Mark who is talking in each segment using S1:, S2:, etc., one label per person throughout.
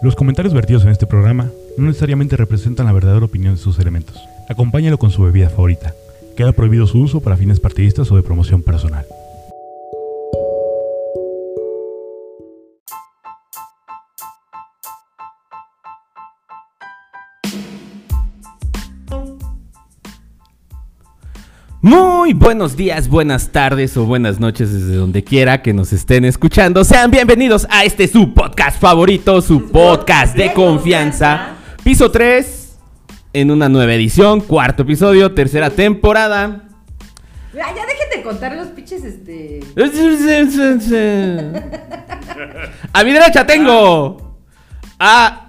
S1: Los comentarios vertidos en este programa no necesariamente representan la verdadera opinión de sus elementos. Acompáñalo con su bebida favorita. Queda prohibido su uso para fines partidistas o de promoción personal.
S2: Muy buenos días, buenas tardes o buenas noches desde donde quiera que nos estén escuchando. Sean bienvenidos a este su podcast favorito, su podcast de confianza. Piso 3, en una nueva edición, cuarto episodio, tercera temporada.
S3: Ya, ya déjate contar los pinches, este.
S2: A mi derecha tengo a...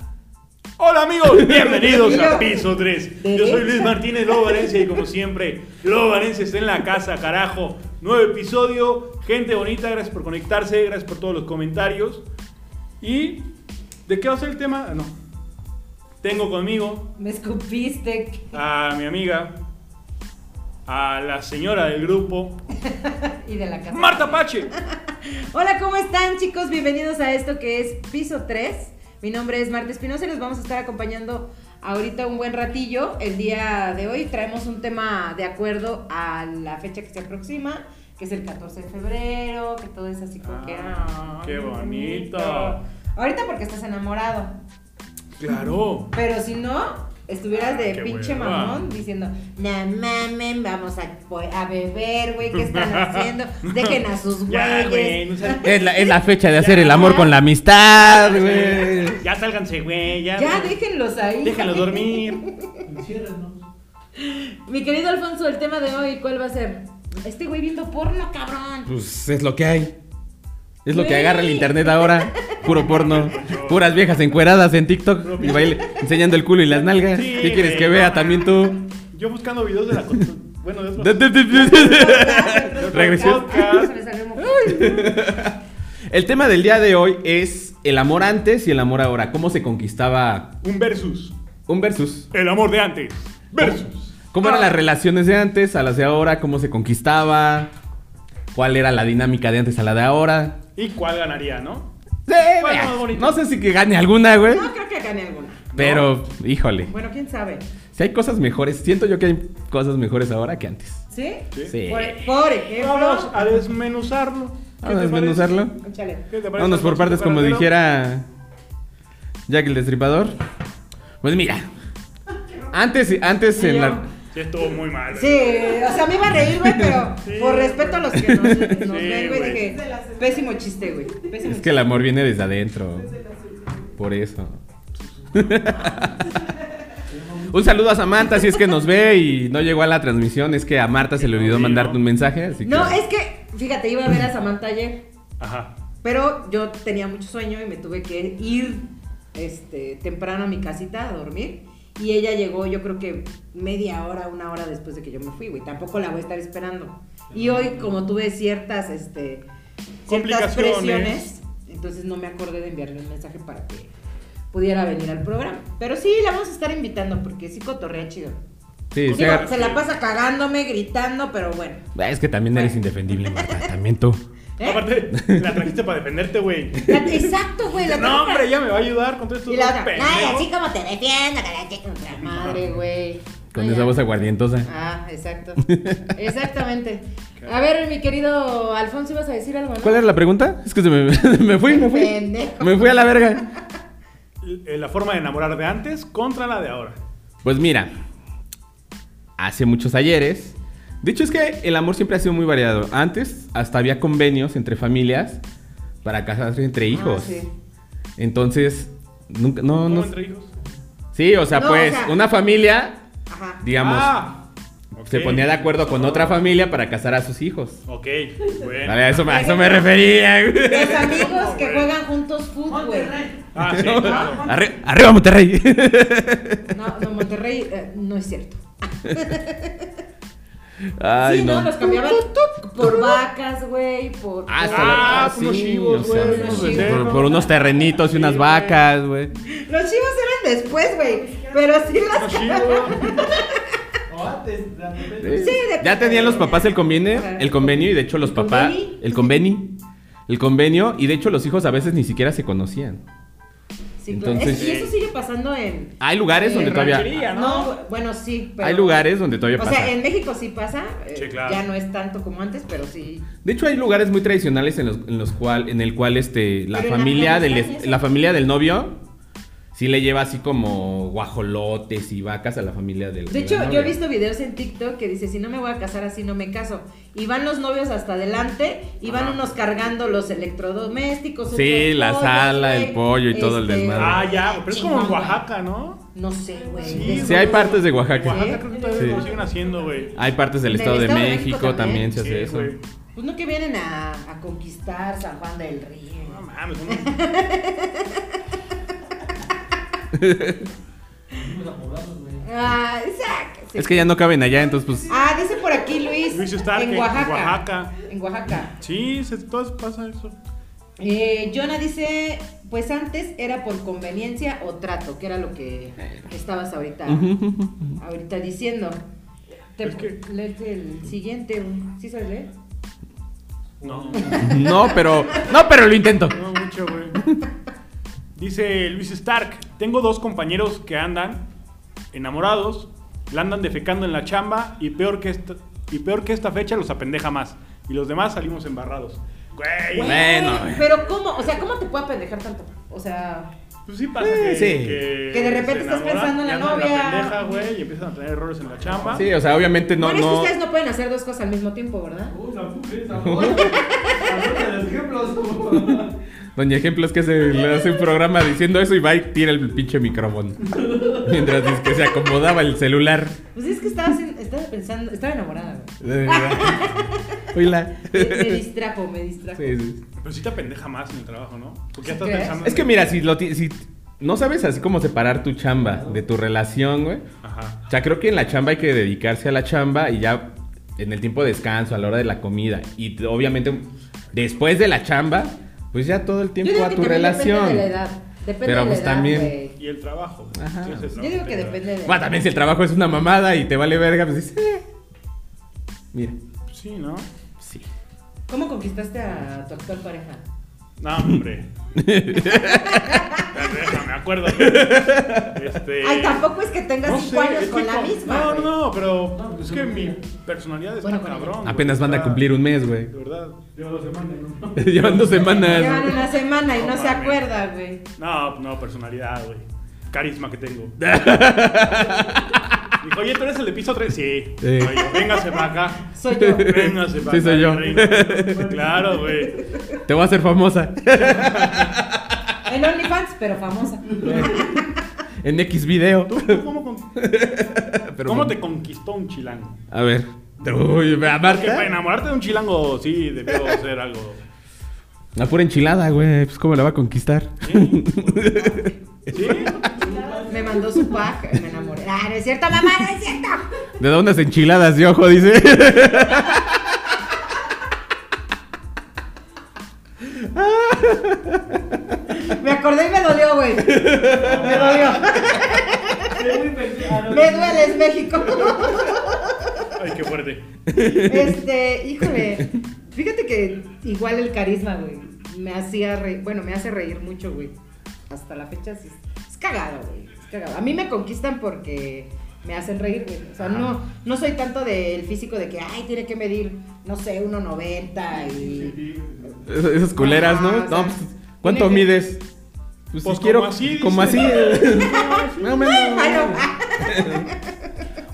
S4: Hola amigos, bienvenidos
S3: Mira.
S4: a Piso 3. Yo soy Luis Martínez Lobo Valencia y como siempre, Lobo Valencia está en la casa, carajo. Nuevo episodio, gente bonita, gracias por conectarse, gracias por todos los comentarios. ¿Y de qué va a ser el tema? Ah, No. Tengo conmigo
S3: Me escupiste.
S4: a mi amiga, a la señora del grupo,
S3: Y de la casa.
S4: Marta Pache.
S3: Hola, ¿cómo están, chicos? Bienvenidos a esto que es Piso 3. Mi nombre es Marta Espinosa y los vamos a estar acompañando ahorita un buen ratillo. El día de hoy traemos un tema de acuerdo a la fecha que se aproxima, que es el 14 de febrero, que todo es así como que.
S4: Ah,
S3: ay,
S4: qué bonito.
S3: Ahorita porque estás enamorado.
S4: Claro.
S3: Pero si no, estuvieras
S4: Ah, Qué
S3: de pinche
S4: hueva.
S3: mamón diciendo, no mamen, vamos a, po- a beber, güey, ¿qué están haciendo? Dejen a sus
S4: Ya, güey,
S3: güeyes.
S4: no seas-
S2: Ah, Es la, es la fecha de hacer el amor con la amistad, güey.
S4: Ya sálganse, güey. Ya,
S3: Ya, déjenlos ahí.
S4: déjenlos dormir.
S3: Mi querido Alfonso, el tema de hoy, ¿cuál va a ser? Este güey viendo porno, cabrón.
S2: Pues es lo que hay. Es lo que
S3: Güey.
S2: agarra el internet ahora. Puro porno. Puras viejas encueradas en TikTok. Y baile, enseñando el culo y las nalgas.
S4: Sí,
S2: ¿Qué quieres
S4: güey,
S2: que
S4: no
S2: vea
S4: mames.
S2: también tú?
S4: Yo buscando videos de la constru- Bueno, de
S2: De-
S4: otros
S2: de- de- de-
S4: Pues
S2: Regresé.
S3: Se me salió un moco.
S2: El tema del día de hoy es el amor antes y el amor ahora. ¿Cómo se conquistaba
S4: Un versus.
S2: un versus?
S4: El amor de antes. Versus.
S2: ¿Cómo
S4: Ah.
S2: eran las relaciones de antes a las de ahora? ¿Cómo se conquistaba? ¿Cuál era la dinámica de antes a la de ahora?
S4: ¿Y cuál ganaría, no?
S2: Sí,
S4: Bueno,
S2: vea,
S4: más bonito.
S2: no sé si que gane alguna, güey.
S3: No creo que gane alguna.
S2: Pero, híjole.
S3: Bueno, quién sabe.
S2: Si hay cosas mejores, siento yo que hay cosas mejores ahora que antes.
S3: ¿Sí?
S4: Sí.
S2: Sí.
S3: Por, por
S4: Vamos
S3: ejemplo.
S4: a desmenuzarlo. ¿Qué
S2: Vamos a
S4: te parece?
S2: desmenuzarlo.
S3: Échale.
S4: ¿Qué te parece,
S2: Vámonos por
S4: Alfonso
S2: partes, como
S4: Cuarentero?
S2: dijera Jack el Destripador. Pues mira, antes, antes en la.
S4: Sí, estuvo muy mal.
S3: Sí, o sea, me iba a reír, güey, pero
S4: Sí,
S3: por respeto a los que nos, nos
S4: Sí,
S3: ven, güey,
S4: güey.
S3: dije, pésimo chiste, güey. Pésimo
S2: Es que el amor viene desde adentro. Por eso. Un saludo a Samantha si es que nos ve y no llegó a la transmisión. Es que a Marta se le olvidó
S4: Sí, ¿no?
S2: mandarte un mensaje. Así
S3: chiste.
S2: que...
S3: No, es que, fíjate, iba a ver a Samantha ayer,
S4: Ajá.
S3: pero yo tenía mucho sueño y me tuve que ir este, temprano a mi casita a dormir. Y ella llegó, yo creo que media hora, una hora después de que yo me fui, güey. Tampoco la voy a estar esperando. Y hoy, como tuve ciertas, este, ciertas
S4: Complicaciones.
S3: presiones, entonces no me acordé de enviarle un mensaje para que pudiera venir al programa. Pero sí, la vamos a estar invitando porque sí cotorrea chido.
S2: Sí,
S3: Digo,
S2: sí, agar-
S3: se la pasa cagándome, gritando, pero bueno.
S2: Ah, es que también eres indefendible, Marta. También tú.
S3: ¿eh?
S4: Aparte, la trajiste para defenderte, güey.
S3: La- exacto, güey. La
S4: No,
S3: otra-
S4: hombre, ella me va a ayudar con todos estos
S3: Y la
S4: dos
S3: otra.
S4: pendejos.
S3: Ay, así como te defiendo, que la chica contra madre, güey.
S2: Con
S3: Ay,
S2: esa
S3: ya.
S2: voz aguardientosa.
S3: Ah, exacto. Exactamente. A ver, mi querido Alfonso, ibas a decir algo, ¿no?
S2: ¿Cuál era la pregunta? Es que se me, me fui, me fui.
S3: Pendejo.
S2: Me fui a la verga.
S4: Eh, La forma de enamorar de antes contra la de ahora.
S2: Pues mira, hace muchos ayeres. De hecho, es que el amor siempre ha sido muy variado. Antes, hasta había convenios entre familias para casarse entre hijos.
S3: Ah, sí.
S2: Entonces, nunca, no,
S4: ¿Cómo
S2: no.
S4: entre hijos?
S2: Sí, o sea,
S3: No,
S2: pues,
S3: o sea-
S2: una familia,
S3: Ajá.
S2: digamos,
S4: Ah,
S2: se
S4: ok.
S2: ponía de acuerdo con otra familia para casar a sus hijos.
S4: Ok, bueno.
S2: Vale, a eso me, a eso me refería, güey.
S3: Los amigos
S4: No,
S3: que
S4: güey.
S3: juegan juntos fútbol, güey.
S4: Ah, sí, claro.
S2: Arri- arriba Monterrey.
S3: No, no, Monterrey, eh, no es cierto.
S2: Ay,
S3: sí, no.
S2: no.
S3: los cambiaban por vacas, güey, por...
S2: Ah,
S3: por-
S2: hasta la-
S4: Ah, unos chivos, güey,
S3: unos
S2: por-
S3: chivos.
S2: por, por unos terrenitos y unas
S4: Sí, güey.
S2: vacas, güey.
S3: Los chivos eran después, güey. Pero sí las...
S4: Chivo.
S3: Sí, de-
S2: ya tenían los papás el convenio,
S3: Ajá.
S2: el convenio y de hecho los
S3: ¿El
S2: papás
S3: conveni?
S2: el convenio, el convenio y de hecho los hijos a veces ni siquiera se conocían.
S3: Sí, claro.
S2: Entonces-
S3: Es- y eso sigue pasando en.
S2: Hay lugares
S3: Sí,
S2: donde todavía.
S4: ranchería,
S3: No,
S4: ¿no?
S3: bueno, sí. pero-
S2: Hay lugares donde todavía
S3: O
S2: pasa.
S3: sea, en México sí pasa. eh,
S4: Sí, claro.
S3: Ya no es tanto como antes, pero sí.
S2: De hecho, hay lugares muy tradicionales en los, en los cual, en el cual este, la
S3: Pero en
S2: familia del
S3: Afganistán,
S2: es-
S3: ¿eso?
S2: la familia del novio sí le lleva así como guajolotes y vacas a la familia del
S3: De
S2: del
S3: hecho, yo
S2: novio.
S3: he visto videos en TikTok que dice, si no me voy a casar así, no me caso. Y van los novios hasta adelante y van
S4: Ajá.
S3: unos cargando los electrodomésticos.
S2: Sí,
S3: otros
S2: la
S3: pollos,
S2: sala, el
S3: güey, Este,
S2: pollo y todo el desmadre.
S4: Ah, ya, pero es como en
S3: chingón, güey.
S4: Oaxaca, ¿no?
S3: No sé, güey.
S4: Sí,
S3: Les-
S2: Sí, hay partes de Oaxaca.
S4: Oaxaca creo que todavía
S2: Sí.
S4: lo siguen haciendo, güey.
S2: Hay partes del
S3: Del
S2: Estado, de,
S3: Estado de
S2: México,
S3: México
S2: también
S3: también.
S2: se hace
S4: Sí,
S2: eso.
S4: güey.
S3: Pues no que vienen a, a conquistar San Juan del
S4: No
S3: Río.
S4: mames, uno-
S3: Ah, exacto. sí.
S2: Es que ya no caben allá, entonces pues
S3: Ah, dice por aquí Luis.
S4: Luis Stark
S3: en
S4: en
S3: Oaxaca.
S4: Oaxaca.
S3: En Oaxaca.
S4: Sí, se, todo pasa eso.
S3: Eh, Jonah dice, pues antes era por conveniencia o trato, que era lo que
S2: Eh.
S3: estabas ahorita, ahorita diciendo. Te,
S4: Es que-
S3: léete el siguiente, ¿sí sabes leer?
S4: No.
S2: no, pero no, pero lo intento.
S4: No mucho, güey. Dice Luis Stark, tengo dos compañeros que andan enamorados, la andan defecando en la chamba y peor que esta, y peor que esta fecha los apendeja más. Y los demás salimos embarrados. Güey.
S2: Güey. Bueno, eh. güey.
S3: Güey, Pero ¿cómo? O sea, ¿cómo te puede pendejar tanto? O sea,
S4: Pues sí pasa
S2: Sí,
S4: que,
S2: sí.
S4: que,
S3: Que de repente
S4: se
S3: estás pensando en la
S4: ya andan
S3: novia.
S4: pendeja, güey, y empiezan a tener errores en la chamba.
S2: Sí, o sea, obviamente no
S3: bueno, es que
S2: no
S3: ustedes no pueden hacer dos cosas al mismo tiempo, ¿verdad?
S2: Doña Ejemplo es que se le hace un programa diciendo eso y va y tira el pinche micrófono. Mientras es que se acomodaba el celular.
S3: Pues es que estaba, haciendo- estaba pensando, estaba enamorada. güey.
S2: Hola.
S3: Me, me distrajo, me distrajo.
S2: Sí, sí.
S4: Pero sí te apendeja más en el trabajo, ¿no? Porque ya
S3: ¿Sí
S4: estás
S3: crees?
S4: pensando.
S2: Es que
S4: en-
S2: mira, si lo ti- si no sabes así como separar tu chamba de tu relación, güey.
S4: Ajá.
S2: O sea, creo que en la chamba hay que dedicarse a la chamba y ya en el tiempo de descanso, a la hora de la comida y t- obviamente después de la chamba, pues ya todo el
S3: Yo
S2: tiempo
S3: digo
S2: a
S3: que
S2: tu
S3: también
S2: relación.
S3: depende de la edad. Depende
S2: Pero
S3: de la
S2: pues
S3: edad,
S2: también-
S3: güey.
S4: Y el trabajo.
S2: Ajá.
S4: Sí, es
S3: Yo
S4: el
S3: digo
S4: trabajo,
S3: que
S4: pero-
S3: depende de...
S2: Bueno, también si el trabajo es una mamada y te vale verga, pues dices, "Eh". Mira,
S4: Sí, ¿no?
S2: sí.
S3: ¿Cómo conquistaste a tu actual pareja?
S4: No, hombre. Déjame, me acuerdo. Este.
S3: Ay, tampoco es que tengas
S4: no
S3: cinco
S4: sé,
S3: años
S4: es que
S3: con la
S4: co-
S3: misma.
S4: No,
S3: güey.
S4: no, no, pero
S2: pues
S4: es que mi personalidad está
S3: Bueno, con ella.
S4: cabrón. güey,
S2: Apenas van a
S4: está-
S2: cumplir un mes, güey.
S4: De verdad. Llevo dos semanas, ¿no?
S2: Llevan dos
S3: Llevan
S2: semanas.
S3: una semana y
S4: No
S3: no se
S4: mames.
S3: acuerda, güey.
S4: No, no, personalidad, güey. Carisma que tengo. Dijo, oye, tú eres el de piso 3. Sí.
S2: Sí.
S4: Oye, véngase para acá.
S3: Soy yo.
S4: Véngase para
S2: Sí, soy yo.
S4: yo. Claro, güey.
S2: Te voy a hacer famosa.
S3: En OnlyFans, pero famosa.
S2: En X video.
S4: ¿Tú, tú cómo, con-
S2: Pero
S4: cómo
S2: bueno.
S4: te conquistó un chilango?
S2: A ver. Uy, a
S4: Porque para
S2: Marta.
S4: enamorarte de un chilango, sí, debió ser algo.
S2: La pura enchilada, güey. Pues cómo la va a conquistar.
S4: Sí. Sí.
S3: Me mandó su pack, me enamoré. Ah, no es cierto, mamá, no es cierto.
S2: Le da unas enchiladas de ojo, dice.
S3: Me acordé y me dolió, güey. Me dolió. Me dueles, México.
S4: Ay, qué fuerte.
S3: Este, híjole. Fíjate que igual el carisma, güey. Me hacía reír. Bueno, me hace reír mucho, güey. Hasta la fecha sí. es- Es cagado, güey. Es cagado. A mí me conquistan porque me hacen reír, güey. O sea, no, no soy tanto del físico de que, ay, tiene que medir, no sé, 1,90 y.
S2: Es- Esas culeras, ¿no?
S3: Ajá, o sea,
S2: No, pues, ¿Cuánto
S3: Ah, tiene que-
S2: mides? Pues,
S4: Pues
S2: si quiero.
S4: como así,
S2: Como así.
S4: dice.
S2: No, menos.
S3: Ay, no.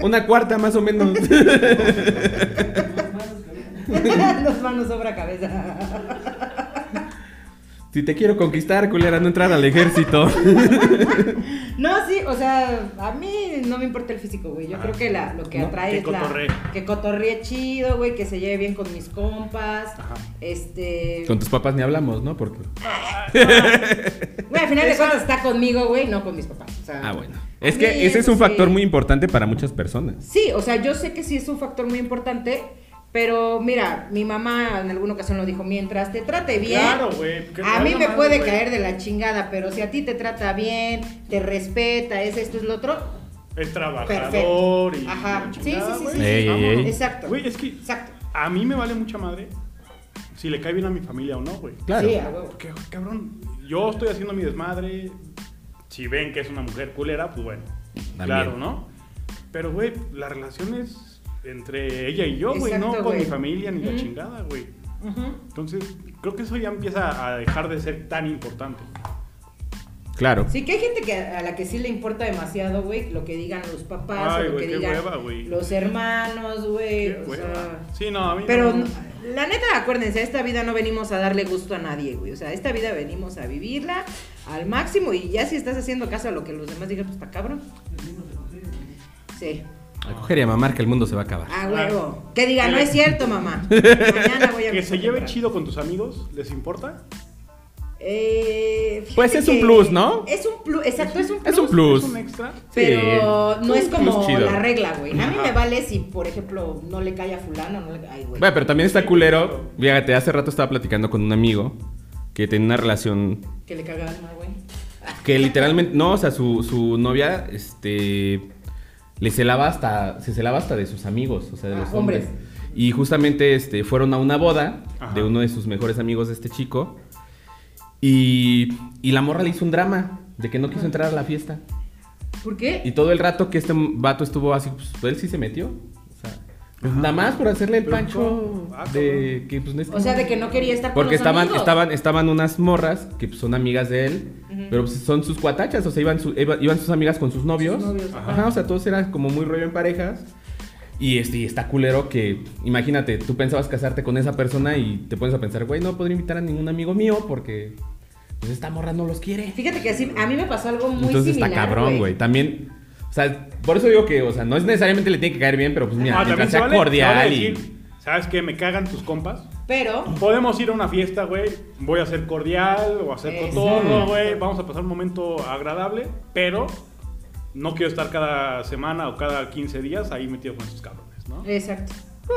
S2: Una cuarta más o menos.
S3: Los manos sobra cabeza.
S2: Si te quiero conquistar, culera, no entrar al ejército.
S3: No, sí, o sea, a mí no me importa el físico, güey. Yo
S4: Ah.
S3: creo que la, lo que
S2: No,
S3: atrae
S4: que
S3: es la-
S4: cotorree.
S3: que cotorree chido, güey, que se lleve bien con mis compas. Este.
S2: Con tus papás ni hablamos, ¿no? Porque.
S3: Güey, al final de cuentas está conmigo, güey, no con mis papás. o sea,
S2: Ah, bueno.
S3: a
S2: Es
S3: mí
S2: que ese es
S3: eso
S2: un
S3: sí.
S2: factor muy importante para muchas personas.
S3: Sí, o sea, yo sé que sí es un factor muy importante, pero mira, mi mamá en alguna ocasión lo dijo, mientras te trate bien.
S4: Claro, güey. porque
S3: A mí
S4: vale
S3: me
S4: madre,
S3: puede
S4: güey.
S3: caer de la chingada, pero si a ti te trata bien, te respeta, es esto, es lo otro.
S4: Es trabajador
S3: Perfecto.
S4: y.
S3: Ajá.
S4: la
S3: Sí, sí,
S4: chingada,
S3: sí,
S4: güey.
S3: sí. sí.
S2: Ey, ey, ey.
S3: Exacto.
S4: Güey, es que
S3: Exacto.
S4: a mí me vale mucha madre si
S3: ah,
S4: le cae bien a mi familia o no, güey.
S2: Claro.
S3: Sí, a huevo.
S4: Porque, cabrón, yo estoy haciendo mi desmadre, Si ven que es una mujer culera, pues bueno.
S2: También.
S4: Claro, ¿no? Pero, güey, la relación es entre ella y yo, güey, no
S3: Exacto,
S4: con mi
S3: güey.
S4: familia ni la
S3: Ujú.
S4: chingada, güey.
S3: Ujú.
S4: Entonces, creo que eso ya empieza a dejar de ser tan importante.
S2: Claro.
S3: Sí, que hay gente que a la que sí le importa demasiado, güey, lo que digan los papás,
S4: Ay,
S3: o lo
S4: güey,
S3: que
S4: qué
S3: digan
S4: hueva, güey.
S3: los hermanos, güey.
S4: Qué
S3: o
S4: hueva.
S3: sea,
S4: Sí, no, a mí
S3: Pero
S4: no.
S3: no- la neta, acuérdense, a esta vida no venimos a darle gusto a nadie, güey. O sea, esta vida venimos a vivirla al máximo y ya si estás haciendo caso a lo que los demás digan, pues está cabrón. Sí.
S2: A coger y a mamar que el mundo se va a acabar.
S3: A
S4: Ah.
S3: huevo. Que diga,
S4: Que
S3: no
S4: le-
S3: es cierto, mamá. Mañana voy a
S4: Que se lleve
S3: lleven
S4: chido con tus amigos, ¿les importa?
S3: Eh, fíjate
S2: Pues es un
S3: que
S2: plus, ¿no?
S3: Es un plus, exacto, es un plus.
S2: Es un plus.
S4: ¿Es un extra?
S3: Pero no es
S2: un
S3: como
S2: plus chido.
S3: la regla, güey. A mí
S4: Ajá.
S3: me vale si, por ejemplo, no le cae a fulano, no le cae, ay, güey.
S2: Bueno, pero también está culero. Fíjate, hace rato estaba platicando con un amigo que tenía una relación
S3: Que le caga alma, güey.
S2: que literalmente. No, o sea, su, su novia, este. Le celaba hasta. Se celaba hasta de sus amigos, o sea, de
S3: Ah,
S2: los hombres.
S3: hombres.
S2: Y justamente este, fueron a una boda
S4: Ajá.
S2: de uno de sus mejores amigos de este chico. Y, y la morra le hizo un drama de que no quiso entrar a la fiesta.
S3: ¿Por qué?
S2: Y todo el rato que este vato estuvo así, pues él sí se metió. O sea, pues, nada más por hacerle el
S4: Pero,
S2: pancho
S4: ah,
S2: de que pues no es
S3: O sea, de que no quería estar con
S2: porque
S3: los
S2: estaban,
S3: amigos.
S2: estaban, estaban unas morras que pues, son amigas de él,
S3: Ujú.
S2: pero pues, son sus cuatachas, o sea, iban, su- iba- iban sus amigas con sus novios.
S3: Sus novios,
S2: Ajá.
S3: ajá.
S2: o sea, todos eran como muy rollo en parejas. Y, este, y está culero que, imagínate, tú pensabas casarte con esa persona y te pones a pensar, güey, no podría invitar a ningún amigo mío porque pues, esta morra no los quiere.
S3: Fíjate que así, a mí me pasó algo muy
S2: Entonces
S3: similar,
S2: está cabrón, güey. También, o sea, por eso digo que, o sea, no es necesariamente le tiene que caer bien, pero pues mira,
S4: Ah,
S2: mientras sea
S4: vale-
S2: cordial
S4: se vale
S2: y-
S4: decir, ¿Sabes qué? Me cagan tus compas.
S3: Pero,
S4: Podemos ir a una fiesta, güey. Voy a ser cordial o a ser
S3: Exacto.
S4: cotorro, güey. Vamos a pasar un momento agradable, pero no quiero estar cada semana o cada 15 días ahí metido con esos cabrones, ¿no?
S3: exacto.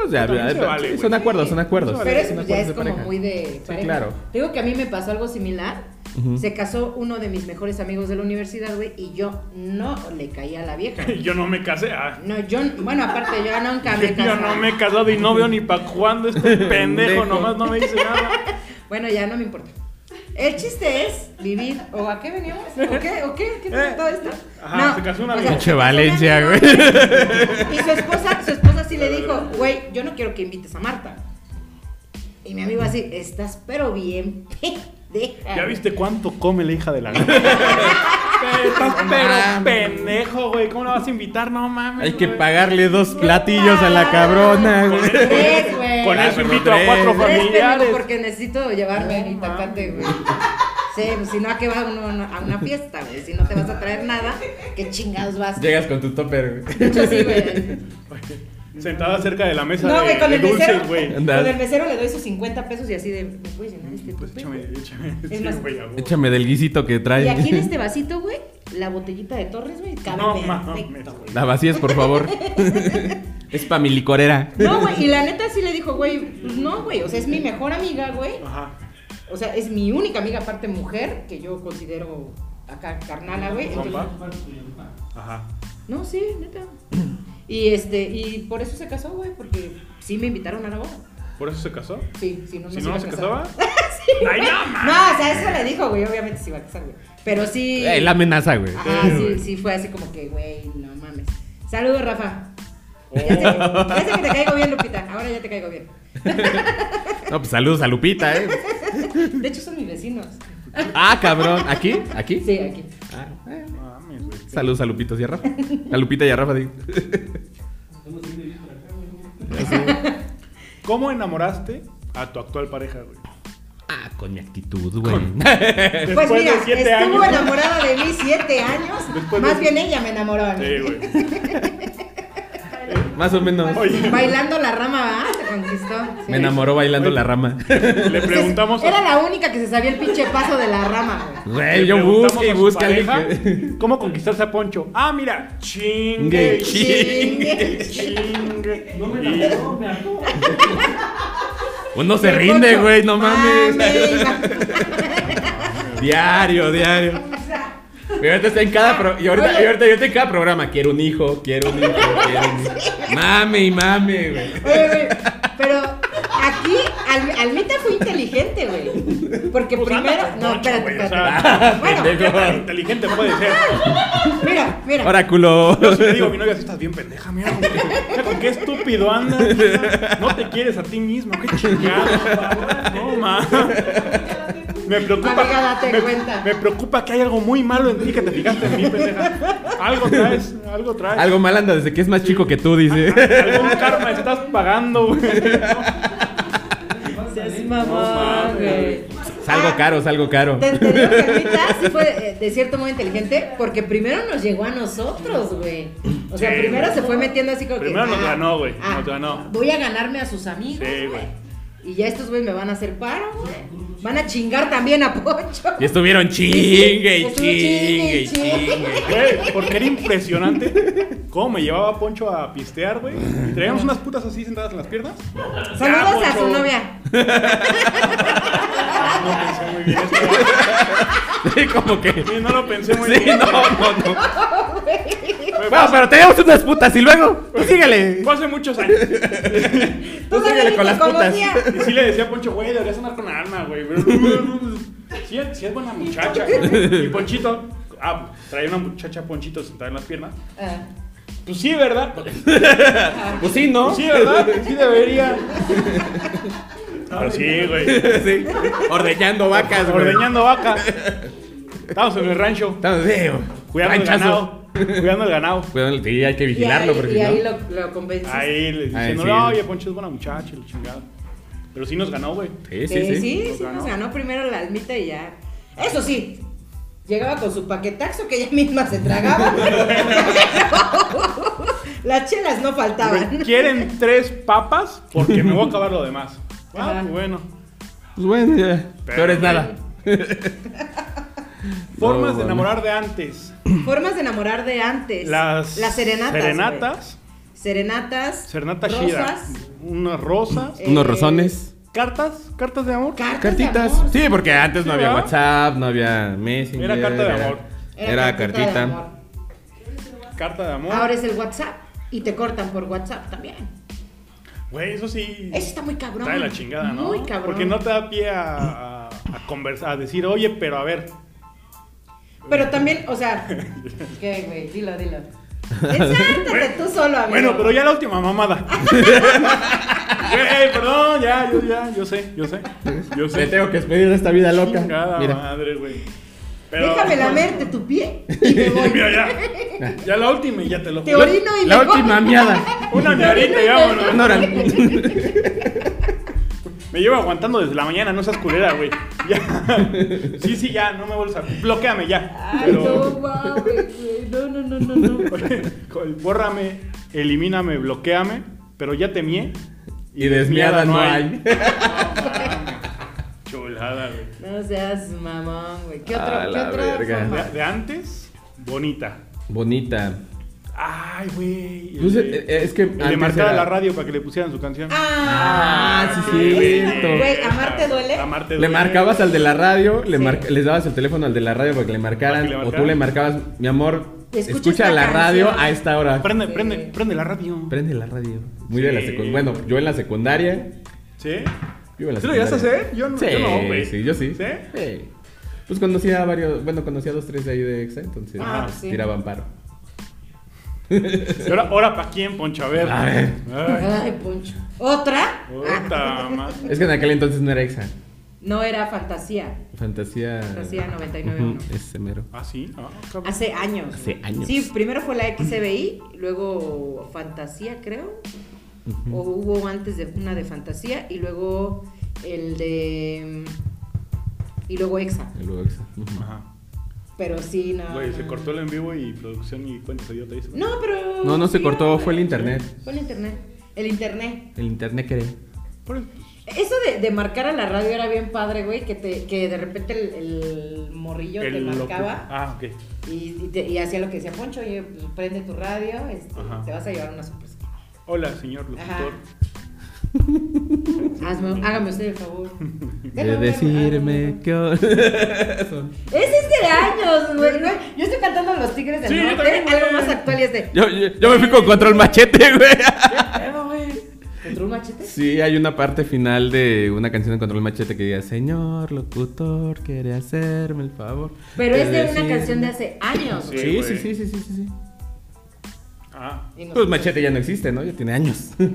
S2: o sea,
S4: También se
S2: pero-
S4: vale,
S2: sí,
S4: güey.
S2: son acuerdos, son acuerdos.
S4: Se
S3: Pero
S4: vale,
S3: eso
S2: son
S3: pues, ya
S2: acuerdos
S3: es
S2: de
S3: como
S2: pareja.
S3: muy de
S2: Sí,
S3: pareja.
S2: claro.
S3: Te Digo que a mí me pasó algo similar.
S2: Ujú.
S3: Se casó uno de mis mejores amigos de la universidad, güey, y yo no le caía a la vieja.
S4: Yo no me casé. ah.
S3: No, yo, bueno, aparte, yo nunca me casé.
S4: Yo no me he casado y no veo ni pa' cuándo este pendejo.
S2: Pendejo.
S4: Nomás no me dice nada.
S3: Bueno, ya no me importa. El chiste es vivir. ¿O a qué veníamos? ¿O qué? ¿O qué? ¿Qué
S4: Eh,
S3: es todo esto?
S4: ajá, se casó una vieja.
S3: se
S2: Pinche
S3: casó una
S2: Valencia,
S3: amiga,
S2: güey.
S3: Y su esposa, su esposa sí le dijo, güey, yo no quiero que invites a Marta. Y mi amigo así, estás pero bien pendeja.
S4: ¿Ya viste cuánto come la hija de la Estás pero
S2: mames.
S4: pendejo, güey. ¿Cómo la vas a invitar? No mames.
S2: Hay que
S4: güey.
S2: pagarle dos platillos a la cabrona,
S4: Con
S2: güey.
S3: Tres, güey.
S4: Con
S2: Ah,
S4: eso
S2: pero
S4: invito a
S2: tres.
S4: cuatro
S3: Tres, pendejo,
S4: familiares.
S3: porque necesito llevarme mi tacate, güey. Sí, pues si no, ¿a qué va uno a una fiesta, güey? Si no te vas a traer nada, ¿qué chingados vas?
S2: Llegas con tu topper, güey.
S3: Yo sí, güey.
S4: Sentada cerca de la mesa
S3: No,
S4: de,
S3: güey, con
S4: de
S3: el mesero.
S4: dulces, güey.
S2: Andas.
S3: Con el mesero le doy sus 50 pesos y así de. ¿Me puedes llenar este
S4: Pues
S3: tupe?
S4: échame, échame.
S3: Es
S4: sí,
S3: más-
S4: güey, a huevo.
S2: Échame del guisito que trae.
S3: Y aquí en este vasito, güey, la botellita de Torres, güey, cabe
S4: No mames,
S3: perfecto.
S4: güey.
S2: La vacías, por favor. es pa' mi licorera.
S3: No, güey, y la neta sí le dijo, güey, pues no, güey, o sea, es mi mejor amiga, güey.
S4: Ajá.
S3: O sea, es mi única amiga, aparte mujer, que yo considero acá carnala, güey.
S4: Compa.
S3: Entonces-
S4: Ajá.
S3: No, sí, neta. Y este, y por eso se casó, güey, porque sí me invitaron a la boda.
S4: ¿Por eso se casó?
S3: Sí, si no,
S4: Si
S3: me
S4: no,
S3: iba
S4: no
S3: a
S4: se
S3: casar.
S4: casaba.
S3: güey.
S4: Ay, no,
S3: No, o sea, eso le dijo, güey, obviamente se iba a casar, güey. Pero sí.
S2: Eh, la amenaza, güey.
S3: Ajá, sí, sí, fue así como que, güey, no mames. Saludos, Rafa.
S4: Oh.
S3: Ya sé, ya sé que te caigo bien, Lupita. Ahora ya te caigo bien.
S2: No, pues saludos a Lupita, eh.
S3: De hecho, son mis vecinos.
S2: Ah, cabrón. ¿Aquí? ¿Aquí?
S3: Sí, aquí.
S2: Ah, eh.
S4: No mames, güey.
S2: Saludos a Lupitos y a Rafa. A Lupita y a Rafa. digo.
S4: ¿Cómo enamoraste a tu actual pareja, güey?
S2: Ah, con mi actitud, güey.
S3: Pues
S4: Después
S3: mira,
S4: de siete
S3: estuvo
S4: años.
S3: enamorada de mí siete años.
S4: Después de-
S3: Más bien ella me enamoró a mí.
S4: Sí, güey.
S2: Más o menos.
S4: Oye.
S3: Bailando la rama, ¿verdad? Te conquistó. sí.
S2: Me enamoró bailando
S4: Oye.
S2: la rama.
S4: Le preguntamos a-
S3: Era la única que se sabía el pinche paso de la rama, güey.
S2: Güey,
S4: le
S2: yo
S4: preguntamos
S2: busqué y
S4: a su
S2: busqué.
S4: pareja,
S2: dije.
S4: ¿Cómo conquistarse a Poncho? Ah, mira. Chingue,
S2: Chingue,
S4: chingue,
S3: chingue.
S4: chingue.
S5: No me
S4: Y-
S5: la no, me ató.
S2: Uno se rinde, güey, no mames. Diario, diario. Y ahorita está en cada pro- y ahorita, y ahorita yo estoy en cada programa. Quiero un hijo, quiero un hijo, quiero un hijo. Mame y mame, güey.
S3: Oye, güey, pero aquí, Al- Almita fue inteligente, güey. Porque
S4: Pues anda
S3: primero.
S4: con
S3: No,
S4: Poncho,
S3: espérate,
S4: güey,
S3: espérate.
S4: o sea, ¿Qué
S3: Bueno,
S4: tan inteligente puede ser?
S3: mira, mira.
S2: Oráculo.
S4: Yo sí le digo a mi novia, sí estás bien pendeja, mira, güey. Mira con qué estúpido andas. mira. No te quieres a ti mismo, qué chingado. No, ma. Me preocupa,
S3: Amiga, date
S4: me,
S3: cuenta.
S4: me preocupa que hay algo muy malo en ti que te fijaste en mí, pendeja. Algo traes, algo traes.
S2: Algo mal anda desde que es más chico que tú, dice.
S4: Algún karma estás pagando, güey.
S3: Es
S4: No
S3: mamá,
S4: mames.
S3: güey. Ah,
S2: Salgo caro, salgo caro.
S3: Te te digo que Almita sí fue eh, de cierto modo inteligente porque primero nos llegó a nosotros, güey. O sea,
S4: Sí,
S3: primero
S4: güey.
S3: se fue metiendo así como que.
S4: Primero nos
S3: ah,
S4: ganó, güey,
S3: ah,
S4: nos ganó.
S3: Voy a ganarme a sus amigos.
S4: Sí, güey.
S3: Y ya estos güeyes me van a hacer paro, güey. Van a chingar también a Poncho.
S2: Y estuvieron chingue y
S3: Estuvo
S2: chingue y
S3: chingue y
S2: chingue.
S4: Güey, porque era impresionante cómo me llevaba Poncho a pistear, güey. Y traíamos unas putas así sentadas en las piernas.
S3: Saludos
S4: Ya,
S3: a su
S4: Poncho.
S3: novia.
S4: No pensé muy bien esto.
S2: Sí, como que.
S4: Sí, no lo pensé muy
S2: Sí,
S4: bien.
S2: no, no, no.
S4: Fue-
S2: Bueno, pero teníamos unas putas y luego. Tú sígale.
S4: Fue hace muchos años.
S3: Tú
S2: síguele con
S3: sabes con
S2: las
S3: las
S2: putas.
S4: Y sí le decía a Poncho, güey, deberías andar con arma, güey. Pero, sí, es- sí es buena muchacha. güey. Y Ponchito, ah, traía una muchacha Ponchito sentada en las piernas. Pues sí, ¿verdad?
S2: Pues sí, ¿no?
S4: Pues sí, ¿verdad? Sí debería. Pero sí, güey.
S2: Sí. Ordeñando vacas, güey.
S4: Ordeñando vacas. Estamos en el rancho,
S2: Estamos, sí,
S4: cuidando el
S2: ranchazos.
S4: ganado. Cuidando el ganado.
S2: Cuidado, sí, hay que vigilarlo
S3: y ahí,
S2: porque
S3: y
S2: si
S3: ahí
S2: no-
S3: lo, lo convences.
S4: Ahí le
S2: Ahí
S4: diciendo,
S2: sí.
S4: no, oye, Poncho es buena muchacha, y la chingada. Pero sí nos ganó, güey.
S2: Sí, sí,
S3: sí,
S2: sí.
S3: ¿Eh, sí,
S4: Nos
S3: sí,
S4: ganó.
S3: nos ganó primero la almita y ya. Eso sí, llegaba con su paquetaxo que ella misma se tragaba. Las chelas no
S4: Me
S3: faltaban.
S4: quieren tres papas porque me voy a acabar lo demás. Ah,
S3: Ajá.
S4: pues bueno.
S2: Pues bueno, ya.
S4: Pero,
S2: Peor es
S4: güey.
S2: nada.
S4: Formas
S2: No,
S4: de enamorar de antes.
S3: Formas de enamorar de antes.
S4: Las,
S3: Las serenatas. güey.
S4: Serenatas.
S3: Serenatas.
S4: Serenata chida.
S3: rosas,
S4: Unas rosas.
S3: Eh,
S2: Unos rozones.
S4: Cartas. Cartas de amor.
S3: Cartas.
S2: Cartitas.
S3: de amor.
S2: Sí, porque antes no
S4: Sí,
S2: había
S4: ¿verdad?
S2: WhatsApp, no había Messenger.
S4: Era carta de amor.
S2: Era,
S3: cartita de
S2: cartita.
S3: amor.
S4: Carta de amor.
S3: Ahora es el WhatsApp. Y te cortan por WhatsApp también.
S4: Güey, eso sí.
S3: Eso está muy cabrón.
S4: Está de la chingada, ¿no?
S3: Muy cabrón.
S4: Porque no te da pie a, a- a conversar, a decir, oye, pero a ver.
S3: Pero también, o sea, ¿qué, güey? Dilo, dilo. Ensártate tú solo, amigo.
S4: Bueno, pero ya la última mamada. Güey, perdón, ya, yo, ya, yo sé, yo sé. Yo
S2: Me
S4: sé.
S2: tengo que despedir de esta vida loca.
S4: Chingada
S2: Mira.
S4: madre, güey. Pero-
S3: Déjame lamerte tu pie y me voy.
S4: Mira, ya. Ya la última y ya te lo
S3: Te orino y
S2: La
S3: me voy.
S2: última miada.
S4: Una miadita y vámonos.
S2: No, órale.
S4: Me llevo aguantando desde la mañana, no seas culera, güey. Ya. Sí, sí, ya, no me vuelvas a. Bloqueame ya.
S3: Ay, no,
S4: Pero.
S3: mames, güey. No, no, no, no, no.
S4: Oye, bórrame, elimíname, bloqueame, pero ya ¿eh? te mié.
S2: Y desmiada no hay.
S4: Chulada, güey.
S3: No seas mamón, güey. ¿Qué
S2: A
S3: otro, qué
S2: la
S3: otro
S2: verga.
S4: De,
S3: forma?
S4: de antes, bonita.
S2: Bonita.
S4: Ay, güey. el
S2: Pues,
S4: de-
S2: eh, es que
S4: el de
S2: antes
S4: marcar a
S2: era-
S4: la radio para que le pusieran su canción.
S3: Ah,
S2: Ah, sí, sí,
S3: güey.
S2: cierto.
S3: Güey, amarte duele.
S4: Amarte
S2: Le
S4: duele.
S2: marcabas al de la radio, le
S3: Sí.
S2: mar- les dabas el teléfono al de la radio para que le
S4: Para
S2: marcaran,
S4: que le
S2: o
S4: marcaran.
S2: tú le marcabas, mi amor,
S3: Escucha
S2: escucha
S3: esta
S2: la
S3: canción".
S2: radio a esta hora.
S4: Prende,
S3: Sí.
S4: prende, prende la radio.
S2: Prende la radio. Muy de la
S4: Sí.
S2: secundaria. Bueno, yo en la secundaria.
S4: ¿Sí?
S2: Yo en la
S4: ¿Sí lo llegaste a
S2: secundaria.
S4: hacer? eh? Yo no-
S2: sí,
S4: yo no, güey.
S2: Sí, yo sí.
S4: ¿Sí?
S2: Sí. Pues conocía a varios, bueno, conocía a dos, tres de ahí de Exa, entonces
S3: Ah,
S2: pues,
S3: sí.
S2: tiraban paro.
S4: ¿Y ahora, ahora para quién, Poncho? A ver.
S2: A ver.
S4: Ay,
S3: Ay, Poncho. ¿Otra? Ah,
S4: puta madre.
S2: Es que en aquel entonces no era Exa.
S3: No era fantasía.
S2: Fantasía.
S3: Fantasía 99.1.
S2: Ujú, Ese mero.
S4: Ah, sí. Ah, cabrón.
S3: Hace años.
S2: Hace
S3: güey.
S2: años.
S3: Sí, primero fue la XBI, luego Fantasía, creo. O hubo antes de una de Fantasía y luego el de. Y luego Exa.
S2: Y Luego Exa. Ujú.
S4: Ajá.
S3: Pero sí, no.
S4: Güey, se
S3: no,
S4: cortó el en vivo y producción y cuenta se dio, te dice.
S3: No, pero.
S2: No, no se
S3: sí,
S2: cortó,
S3: güey.
S2: fue el internet.
S3: Fue el internet. El internet.
S2: El internet cree.
S4: Por eso,
S3: Eso de, de marcar a la radio era bien padre, güey, que, te, que de repente el, el morrillo te
S4: el loco.
S3: marcaba.
S4: Ah, ok.
S3: Y, y te- y hacía lo que decía Poncho, oye, pues, prende tu radio, este,
S4: Ajá.
S3: te vas a llevar una sorpresa.
S4: Hola, señor locutor.
S3: Hazme- hágame usted el favor.
S2: De
S3: Ah,
S2: decirme que.
S3: Ese es de años, güey. ¿no? Yo estoy cantando Los Tigres del
S4: Sí, yo
S3: Norte,
S4: también, güey.
S3: algo más actual y es de...
S2: Yo, yo, yo me fui con control machete, güey.
S3: Contra un machete?
S2: Sí, hay una parte final de una canción de Control Machete que diga, señor locutor, quiere hacerme el favor.
S3: Pero es de una
S2: decir-".
S3: canción de hace años.
S4: Sí.
S3: güey.
S2: Sí, sí, sí,
S4: güey.
S2: sí, sí, sí, sí.
S4: Ah,
S3: Y no-
S2: Pues Machete ya no existe, ¿no? Ya tiene años.
S3: Ay,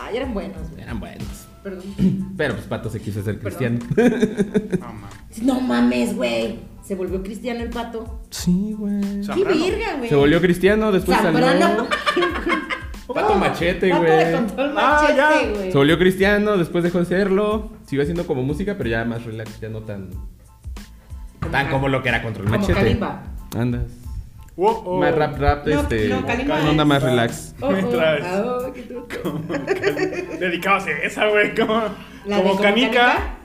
S3: ah, eran buenos, güey.
S2: Eran buenos.
S3: Perdón.
S2: Pero pues Pato se quiso hacer
S3: Perdón.
S2: cristiano.
S4: no mames.
S3: No mames, güey. Se volvió cristiano el pato.
S2: Sí, güey.
S3: ¡Qué
S4: Zambrano.
S3: virga, güey!
S2: Se volvió cristiano, después
S3: Zambrano.
S2: salió. Pato Machete,
S3: Pato de
S2: güey.
S3: control
S4: Ah,
S3: machete,
S4: ya.
S3: güey.
S2: Se volvió cristiano, después dejó de serlo. Siguió haciendo como música, pero ya más relax, ya no tan. Tan como lo que era control
S3: Como
S2: machete.
S3: Kalimba.
S2: Andas.
S4: Oh, oh.
S2: Más rap, rap,
S3: No,
S2: este.
S3: no, Kalimba
S2: con onda
S3: es-
S2: más relax.
S3: Oh, oh,
S4: Otra vez.
S3: ah, oh, qué truco.
S4: Dedicados a esa, güey. Como,
S3: La de
S4: como
S3: como
S4: canica.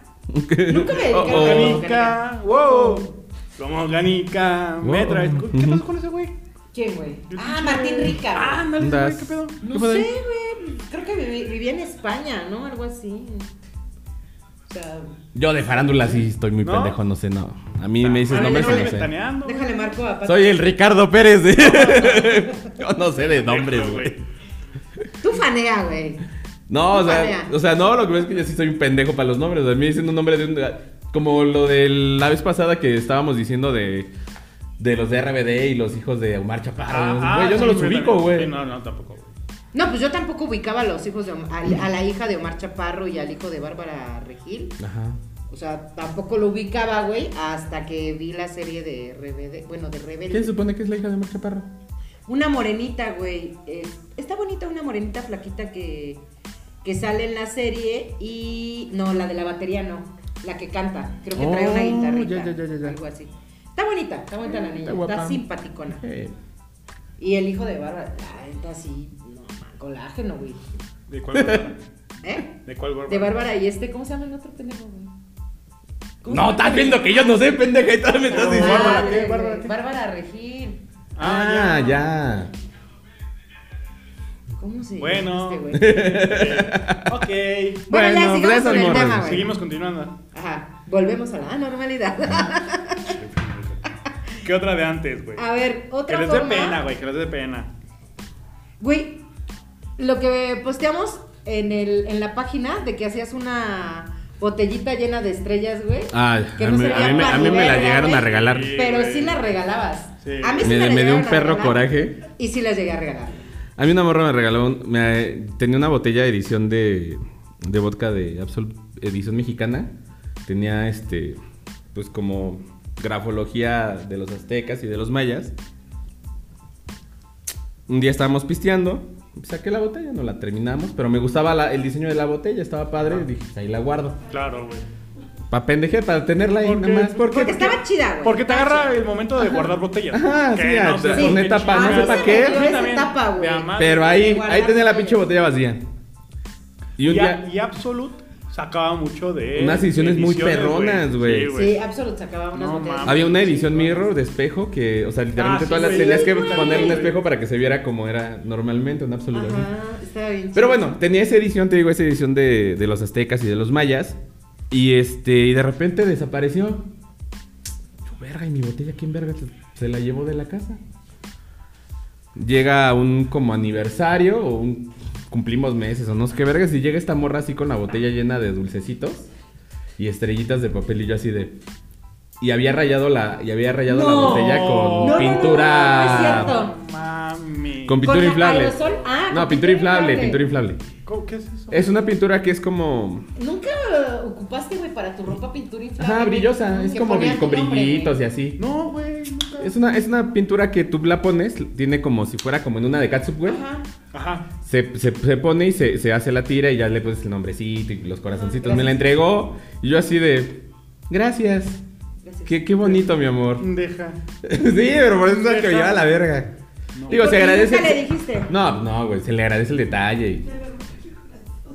S3: Nunca me
S2: Oh,
S3: dedicaron
S2: oh.
S3: a mí.
S4: Canica. Wow. Como canica.
S2: Wow.
S4: Me traes. ¿Qué
S2: Ujú.
S4: pasó con ese güey?
S3: ¿Quién, güey?
S4: Yo
S3: Ah,
S4: escuché-
S3: Martín Rica.
S4: Ah, ándale, ese güey,
S2: Andas.
S4: ¿qué pedo?
S3: No
S2: ¿Qué
S3: sé,
S2: fue de él?
S3: güey. Creo que vivi- vivía en España, ¿no? Algo así. O sea,
S2: Yo de farándula sí estoy muy
S4: ¿No?
S2: pendejo, no sé, no. A mí me dices
S4: Ah,
S3: no,
S4: ya
S2: nombres y
S4: estás
S2: no sé.
S4: ventaneando, güey.
S3: déjale marco a Pato.
S2: Soy el Ricardo Pérez de. Yo no sé de nombres, güey.
S3: Tú fanea, güey.
S2: No, o sea,
S3: Vaya.
S2: o sea, no, lo que pasa es que yo sí soy un pendejo para los nombres. A mí dicen un nombre de un. Como lo de la vez pasada que estábamos diciendo de. De los de RBD y los hijos de Omar Chaparro.
S4: Ah,
S2: Güey, yo
S4: sí,
S2: no los
S4: güey,
S2: ubico,
S4: también. Sí,
S2: güey.
S4: No, no, tampoco, güey.
S3: No, pues yo tampoco ubicaba a los hijos de Om- al- a, la hija de Omar Chaparro y al hijo de Bárbara Regil.
S2: Ajá.
S3: O sea, tampoco lo ubicaba, güey, hasta que vi la serie de RBD, bueno, de Rebelde.
S2: ¿Quién se supone que es la hija de Omar Chaparro?
S3: Una morenita, güey. eh, está bonita una morenita flaquita que, que sale en la serie y... No, la de la batería no. La que canta. Creo que trae una
S2: Oh,
S3: guitarrita.
S2: ya, ya, ya, ya, ya.
S3: Algo así. Está bonita, está bonita la niña. Está,
S2: guapa.
S3: simpaticona.
S2: Eh,
S3: Y el hijo de Bárbara, la neta así, no, man, colágeno, güey.
S4: ¿De cuál Bárbara?
S3: ¿Eh?
S4: ¿De cuál Bárbara?
S3: De Bárbara y este, ¿cómo se llama el otro pendejo, güey?
S2: No,
S3: ¿Cómo se llama Ah,
S2: estás
S3: el
S2: viendo
S3: pendejo?
S2: que yo no sé, pendeja, y todavía me estás
S4: No,
S2: diciendo.
S4: Bárbara,
S3: Madre,
S4: ¿qué? ¿Bárbara,
S3: güey,
S4: qué?
S3: Bárbara Regil.
S2: Ah,
S4: Ah, ya.
S2: ya.
S3: ¿Cómo se
S4: Bueno.
S3: llama este, güey?
S4: Ok.
S3: Bueno, ya, sigamos
S2: gracias,
S3: con el
S2: morra.
S3: tema, güey.
S4: Seguimos continuando.
S3: Ajá, volvemos a la normalidad.
S4: ¿Qué otra de antes, Ah, güey?
S3: A ver,
S4: Que
S3: Ah, otra
S4: les dé
S3: forma.
S4: pena, güey, que les dé pena.
S3: Güey, lo que posteamos en, el, en la página de que hacías una botellita llena de estrellas, güey.
S2: Ah,
S3: Que
S2: a
S3: no
S2: mí-
S3: servía
S2: a mí me-
S3: para
S2: a
S3: ni
S2: mí me la
S3: verga,
S2: llegaron
S3: güey,
S2: a regalar.
S4: Sí,
S3: Pero
S4: güey.
S3: sí las regalabas.
S4: Sí.
S3: A mí sí
S2: Me- me
S3: me,
S2: dio
S3: llegaron
S2: un
S3: a
S2: perro
S3: regalar,
S2: coraje.
S3: Y sí las llegué a regalar.
S2: A mí una morra me regaló, un- me- tenía una botella de edición de, de vodka de Absolut, edición mexicana. Tenía este, pues como grafología de los aztecas y de los mayas. Un día estábamos pisteando, saqué la botella, no la terminamos, pero me gustaba la- el diseño de la botella, estaba padre, dije, pues, ahí la guardo.
S4: Claro, güey.
S2: Pa' pendeje, para tenerla ahí
S4: ¿Por
S2: nada
S4: qué?
S2: más. ¿Por qué?
S3: Porque estaba chida, Ah, güey.
S4: Porque te
S3: Estaba
S4: agarra
S3: chida.
S4: el momento de guardar botellas.
S2: Ajá,
S4: Que
S2: sí,
S4: no
S2: a-
S4: seas
S2: con
S4: pinche
S2: etapa, no
S4: chingada.
S2: sé pa' qué.
S4: A mí
S3: Esa
S4: también.
S3: etapa, güey.
S4: De a madre.
S2: Pero ahí,
S3: Guardar
S2: ahí tenía la pinche
S3: botellas.
S2: botella vacía.
S4: Y,
S2: Y un día...
S4: a- y Absolut sacaba mucho de.
S2: Unas ediciones muy perronas, güey.
S4: Sí,
S3: Sí, Absolut sacaba unas
S4: No
S3: botellas.
S4: mames.
S2: Había una edición mirror de espejo que, o sea, literalmente
S4: Ah, sí,
S2: todas las
S4: güey.
S2: tenías que
S4: Sí, güey.
S2: poner un espejo para que se viera como era normalmente, una absoluta.
S3: Ajá, estaba bien
S2: Pero
S3: chida.
S2: bueno, tenía esa edición, te digo, esa edición de, de los aztecas y de los mayas. Y este, y de repente desapareció. Yo, verga, ¿y mi botella quién verga se, se la llevó de la casa? Llega un como aniversario o un cumplimos meses o no sé qué vergas y llega esta morra así con la botella llena de dulcecitos y estrellitas de papel y yo así de y había rayado la y había rayado la
S3: No.
S2: botella con
S4: No, no, no,
S2: pintura
S3: no, no es cierto.
S4: Ah, Mami.
S2: con pintura
S3: ¿Con
S2: inflable.
S3: aerosol? Ah,
S2: no,
S3: con
S2: pintura inflable, pintura
S3: pintura
S2: inflable.
S4: ¿Cómo- ¿Qué es eso?
S2: Es una pintura que es como.
S3: Nunca ocupaste, güey, para tu ropa pintura inflable.
S2: Ajá, brillosa.
S3: güey?
S2: Es
S3: Que
S2: como
S3: ponían
S2: bri- con
S3: tu nombre,
S2: brillitos y
S3: güey.
S2: así.
S4: No, güey. nunca.
S2: Es una, es una pintura que tú la pones, tiene como si fuera como en una de catsup, güey.
S3: Ajá.
S4: Ajá.
S2: Se, se, se pone y se, se hace la tira y ya le pones el nombrecito y los corazoncitos.
S3: Ah,
S2: Me la
S3: gracias.
S2: entregó y yo así de. Gracias.
S3: Gracias.
S2: Qué, qué bonito, mi amor.
S4: Deja.
S2: sí, pero por eso es que me lleva a la verga.
S4: No.
S2: Digo, se
S3: Porque
S2: agradece.
S3: nunca le dijiste.
S2: No, no, güey, se le agradece el detalle. y-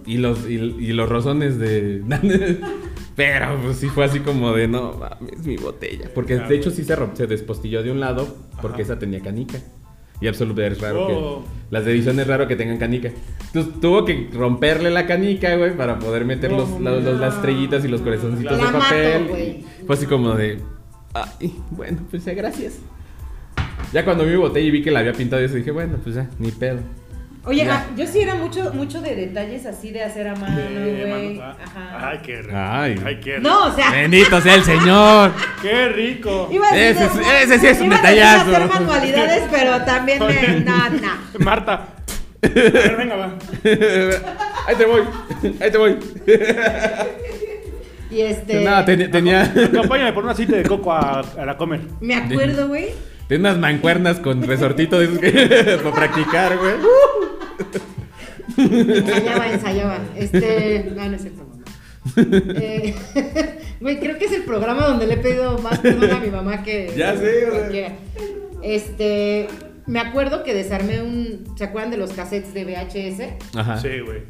S2: Y, los, y, y los rozones de. Pero pues sí fue así como de no mames, mi botella. Porque
S4: Ah,
S2: de hecho sí se, romp- se despostilló de un lado porque
S4: Ajá.
S2: esa tenía canica. Y absolutamente es raro
S4: Oh.
S2: que. Las de edición es raro que tengan canica. Entonces tuvo que romperle la canica, güey, para poder meter
S4: No,
S2: los, los- los- las estrellitas y los corazoncitos
S3: La
S2: de
S3: mato,
S2: papel.
S3: güey.
S2: y fue así como de. Ay, bueno, pues ya gracias. Ya cuando vi mi botella y vi que la había pintado, yo dije, bueno, pues ya, ni pedo.
S3: Oye,
S2: Ya.
S3: ah, yo sí era mucho, mucho de detalles así de hacer a mano,
S4: De
S3: güey.
S4: mano- ah,
S3: Ajá.
S4: Ay, qué rico.
S2: Ay.
S4: Ay, qué rico.
S3: No, o sea.
S2: Bendito sea el Señor.
S4: Qué rico.
S3: Iba a decir,
S2: Ese es-
S3: no,
S2: ese sí es un
S3: iba a decir
S2: detallazo.
S3: hacer manualidades, pero también me, no, no.
S4: Marta. A ver, venga, va.
S2: Ahí te voy. Ahí te voy.
S3: Y este,
S2: No, ten- tenía,
S4: Acompáñame por una cita de coco a, a la comer.
S3: me acuerdo, güey,
S2: tenía unas mancuernas con resortito de esos que- para practicar, güey.
S3: ensayaba, ensayaba, este, no, no es cierto, mamá. Eh, Güey, creo que es el programa donde le he pedido más perdón a mi mamá que
S2: Ya sé, o sea.
S3: cualquiera. Este, me acuerdo que desarmé un, ¿se acuerdan de los cassettes de VHS?
S2: Ajá.
S4: Sí, güey.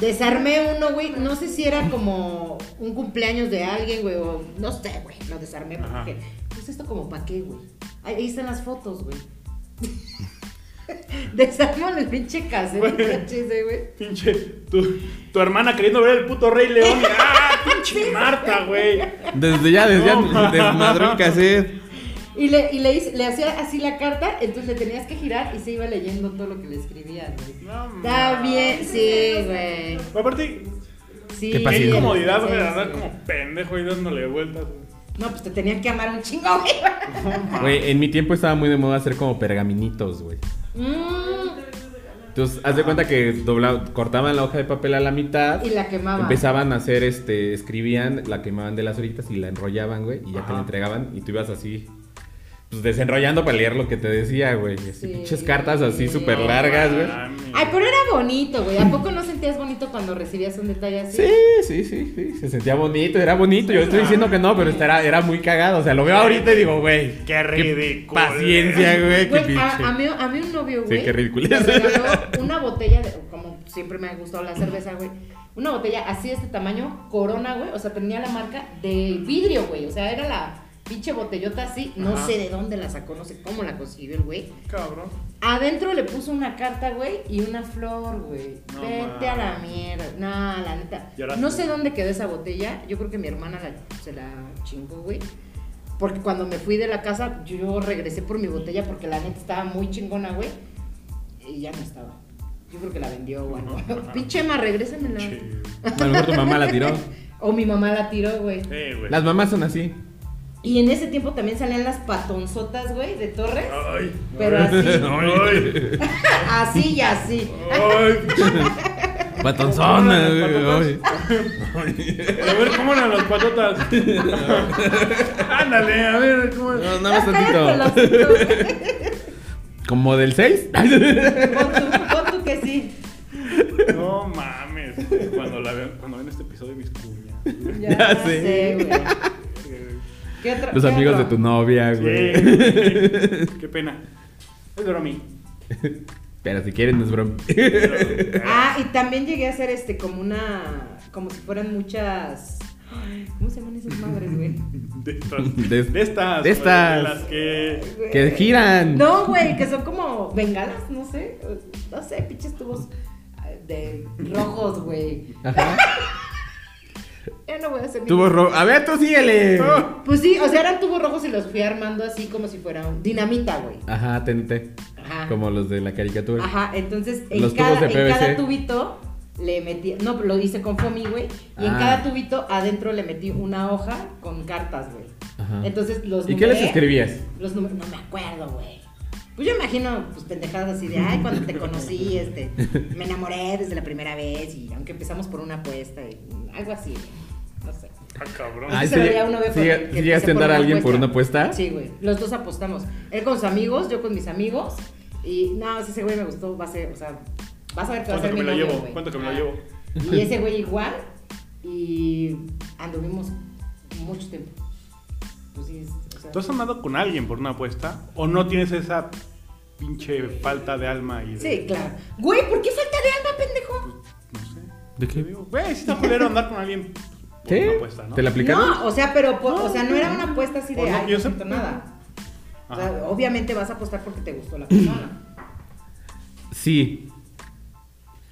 S3: Desarmé uno, güey. No sé si era como un cumpleaños de alguien, güey. O no sé, güey. Lo desarmé
S4: Ajá.
S3: porque. Pues esto como pa' qué, güey. Ahí ahí están las fotos, güey. Desarmo el pinche cassette,
S4: Güey.
S3: VHS, güey.
S4: Pinche. Tu, tu hermana queriendo ver el puto Rey León. y, ¡Ah! Pinche Marta, güey.
S2: Desde ya, desde
S4: No,
S2: ya,
S4: ma.
S2: desmadró el cassette.
S3: Y le, y le, hice- le hacía así la carta, entonces le tenías que girar y se iba leyendo todo lo que le escribías, güey.
S4: No,
S3: Está
S4: ma.
S3: bien, sí, güey.
S4: Aparte,
S3: Sí,
S2: Qué
S4: qué
S2: pasivo.
S4: incomodidad, güey.
S3: Sí,
S4: Andar
S3: sí.
S4: como pendejo y dándole vueltas. güey.
S3: No, pues te tenían que amar un chingo, güey.
S2: Güey, en mi tiempo estaba muy de moda hacer como pergaminitos, güey.
S3: Mm,
S2: Entonces, haz de cuenta que dobla- cortaban la hoja de papel a la mitad.
S3: y la quemaba.
S2: Empezaban a hacer, este, escribían, la quemaban de las orillitas y la enrollaban, güey, y ya te
S4: Ajá.
S2: la entregaban y tú ibas así, pues desenrollando para leer lo que te decía, güey. y así,
S3: Sí.
S2: Pinches cartas así súper
S4: No,
S2: largas, güey.
S4: mames.
S3: Ay, pero era bonito, güey. ¿A poco no sentías bonito cuando recibías un detalle así?
S2: Sí, sí, sí, sí, se sentía bonito, era bonito. Yo estoy diciendo que no, pero esta era, era muy cagado. O sea, lo veo ahorita y digo, güey,
S4: Qué ridículo.
S2: paciencia, güey, qué
S3: Güey,
S2: pinche.
S3: a, a mí, a mí un novio,
S2: Sí,
S3: güey.
S2: qué ridículo.
S3: me regaló una botella, de, como siempre me ha gustado la cerveza, güey. Una botella así de este tamaño, corona, güey. O sea, tenía la marca de vidrio, güey. O sea, era la pinche botellota así. No
S4: Ajá.
S3: sé de dónde la sacó, no sé cómo la consiguió el güey.
S4: Cabrón.
S3: Adentro le puso una carta, güey, y una flor, güey.
S4: No
S3: Vete a la
S4: mames.
S3: mierda. No, la neta.
S4: Lloraste.
S3: No sé dónde quedó esa botella. Yo creo que mi hermana la- se la chingó, güey. Porque cuando me fui de la casa, yo regresé por mi botella porque la neta estaba muy chingona, güey. Y ya no estaba. Yo creo que la vendió, güey. Pinche ma, regrésamela.
S4: Che.
S2: A lo mejor tu mamá la tiró.
S3: O mi mamá la tiró, güey.
S4: Eh, güey.
S2: Las mamás son así.
S3: Y en ese tiempo también salían las patonzotas, güey, de Torres.
S4: Ay.
S3: Pero
S4: ay,
S3: así.
S4: Ay.
S3: Así y así.
S4: ah. Ay.
S2: Patonzona, güey.
S4: A ver, ¿cómo eran las patotas? Ándale, a ver, ¿cómo
S2: ay.
S4: eran?
S2: No, nada más
S3: Cállate los
S2: tantito.
S3: hocico, güey.
S2: Como del 6.
S3: Pon tú, pon tú que sí.
S4: No mames. Cuando, la vean, cuando ven este episodio, mis cuñas.
S3: Ya,
S2: Ya sé.
S3: sé, güey. ¿Qué otro-
S2: Los
S3: qué
S2: amigos de
S3: otro?
S2: tu novia, güey.
S4: Sí, Qué pena. Es bromi.
S2: Pero si quieren, no es broma.
S3: Ah, y también llegué a hacer este como una. como si fueran muchas. Ay, ¿Cómo se llaman esas madres, güey?
S4: De estas.
S2: De-
S4: De estas.
S2: de
S4: güey,
S2: estas.
S4: las que.
S3: Güey.
S2: Eh, Que giran.
S3: No, güey, que son como bengalas, no sé. No sé, pinches tubos eh, de rojos, güey.
S2: Ajá.
S3: Ya no voy a hacer mi-
S2: Tuvo ro- A ver, tú síguele.
S3: Pues sí, o sea, eran tubos rojos y los fui armando así como si fuera un dinamita, güey.
S2: Ajá, TNT.
S3: Ajá.
S2: Como los de la caricatura.
S3: Ah. Ajá, entonces en,
S2: Los tubos
S3: cada,
S2: de
S3: en
S2: PVC.
S3: cada tubito le metí, no, lo hice con foamy, güey, y en
S2: Ah.
S3: cada tubito adentro le metí una hoja con cartas, güey.
S2: Ajá.
S3: Entonces los
S2: ¿Y qué les
S3: numeré,
S2: escribías?
S3: Los números, no me acuerdo, güey. Pues yo imagino, pues pendejadas así de, ay, cuando te conocí, este, me enamoré desde la primera vez y aunque empezamos por una apuesta, y algo así, güey. no sé.
S4: Ah, cabrón.
S2: Ay,
S3: Sí
S2: sí,
S3: se veía uno, güey,
S2: sí,
S3: por-
S2: llega-
S3: que
S2: sí
S3: se
S2: llegaste a
S3: pone
S2: andar a alguien por una apuesta.
S3: Sí, güey. Los dos apostamos. Él con sus amigos, yo con mis amigos. Y no, ese güey me gustó. Va a ser, o sea, vas a ver que va a
S4: ¿Cuánto
S3: ser
S4: que
S3: mi
S4: me la
S3: novio,
S4: llevo?
S3: güey.
S4: ¿Cuánto que me la
S3: Ah,
S4: llevo?
S3: Y ese güey igual. Y anduvimos mucho tiempo. Pues sí, es- o sea,
S4: ¿Tú has andado con alguien por una apuesta? ¿O no tienes esa pinche falta de alma? Y de-
S3: sí, claro. Güey, ¿por qué falta de alma, pendejo?
S4: No sé.
S2: ¿De
S4: Te digo, güey, si está culero andar con alguien por
S2: ¿Qué?
S4: una apuesta, ¿no?
S2: ¿Te la aplicaron?
S3: No, o sea, pero, por- o sea, no era una apuesta así de,
S4: O no,
S3: ay,
S4: yo
S3: no
S4: sé-
S3: siento nada. O sea,
S4: Ajá.
S3: obviamente vas a apostar porque te gustó la persona.
S2: Sí.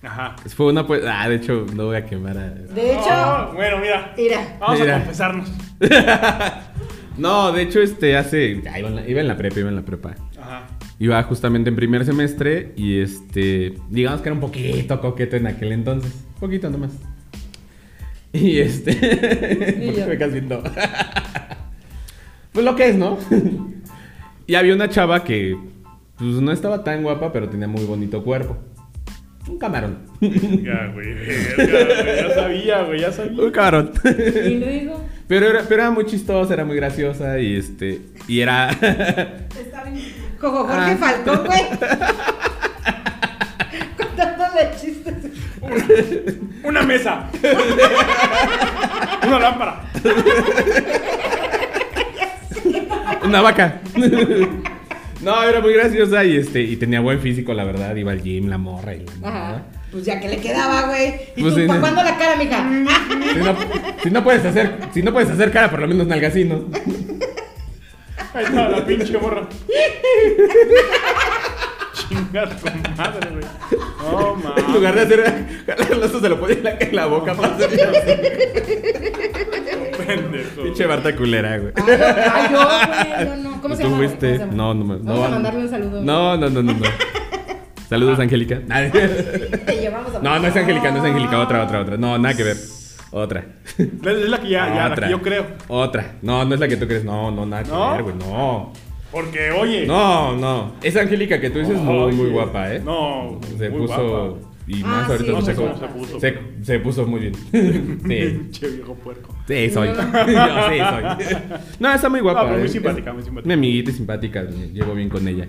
S4: Ajá.
S2: Fue una apuesta. Ah, de hecho, no voy a quemar a.
S3: De hecho,
S4: Ah, bueno, mira.
S3: mira.
S4: Vamos
S2: Mira.
S4: a confesarnos.
S2: No, de hecho, este hace. ah, iba, en la, iba en la prepa, iba en la prepa.
S4: Ajá.
S2: Iba justamente en primer semestre y este, digamos que era un poquito coqueto en aquel entonces. Poquito nomás. Y este.
S3: Y
S2: ¿Por qué
S3: yo.
S2: me quedas viendo? pues lo que es, ¿no? y había una chava que, pues no estaba tan guapa, pero tenía muy bonito cuerpo. Un camarón.
S4: Ya, güey. verga, güey, Ya sabía, güey. Ya sabía.
S2: Un camarón.
S3: Y luego.
S2: pero, era, pero era muy chistosa, era muy graciosa y este. Y era.
S3: Está bien. Jojo Jorge
S2: Ah.
S3: Falcón, güey. Contándole chistes.
S4: Una mesa. Una lámpara.
S2: Una vaca. No, era muy graciosa y este y tenía buen físico, la verdad. Iba al gym, la morra y la
S3: Ajá.
S2: mamada.
S3: Pues ya que le quedaba, güey. Y
S2: Pues
S3: tú
S2: sí, no.
S3: tapando la cara, mija.
S2: Si no, si no puedes hacer, si no puedes hacer cara, por lo menos nalgacino.
S4: Ah. Ahí está la pinche morra. Chinga tu madre, güey. No, mames.
S2: En lugar de hacer jalar los se lo ponía en la, en la boca para hacer
S4: Pendejo.
S2: pinche Marta culera, güey.
S3: Ay, ay, yo, güey. Yo no. Ah, ¿Cómo se
S2: Tú
S3: llama? güey? ¿Cómo
S2: fuiste.
S3: se llama?
S2: No, no, no.
S3: Vamos a mandarle un saludo.
S2: No, no, no, no. no.
S4: Ah.
S2: Saludos, Angélica.
S3: Te llevamos a
S2: No, no es Angélica, no es Angélica. Otra, otra, otra. No, nada que ver. Otra.
S4: La- Es la que ya, ya, la
S2: Otra.
S4: que yo creo.
S2: Otra. No, no es la que tú crees. No, no, nada que
S4: ¿No?
S2: ver, güey. No.
S4: Porque, oye.
S2: No, no. Esa Angélica que tú dices muy,
S4: Oye.
S2: muy guapa, ¿eh?
S4: No,
S2: Se
S4: muy
S2: puso.
S4: guapa.
S2: Y más
S3: Ah,
S2: ahorita
S3: sí,
S4: No
S2: se,
S4: sé
S3: muy
S4: cómo
S2: puso,
S4: se
S3: guapa.
S4: puso.
S2: se, se puso muy bien. sí.
S4: Pinche viejo puerco.
S2: Sí, soy. Yo
S3: No.
S2: sí, soy. No, está muy guapa.
S4: Ah, pero muy
S2: ¿eh?
S4: simpática, muy
S2: Es
S4: simpática.
S2: Mi amiguita es simpática, me llevo bien con ella.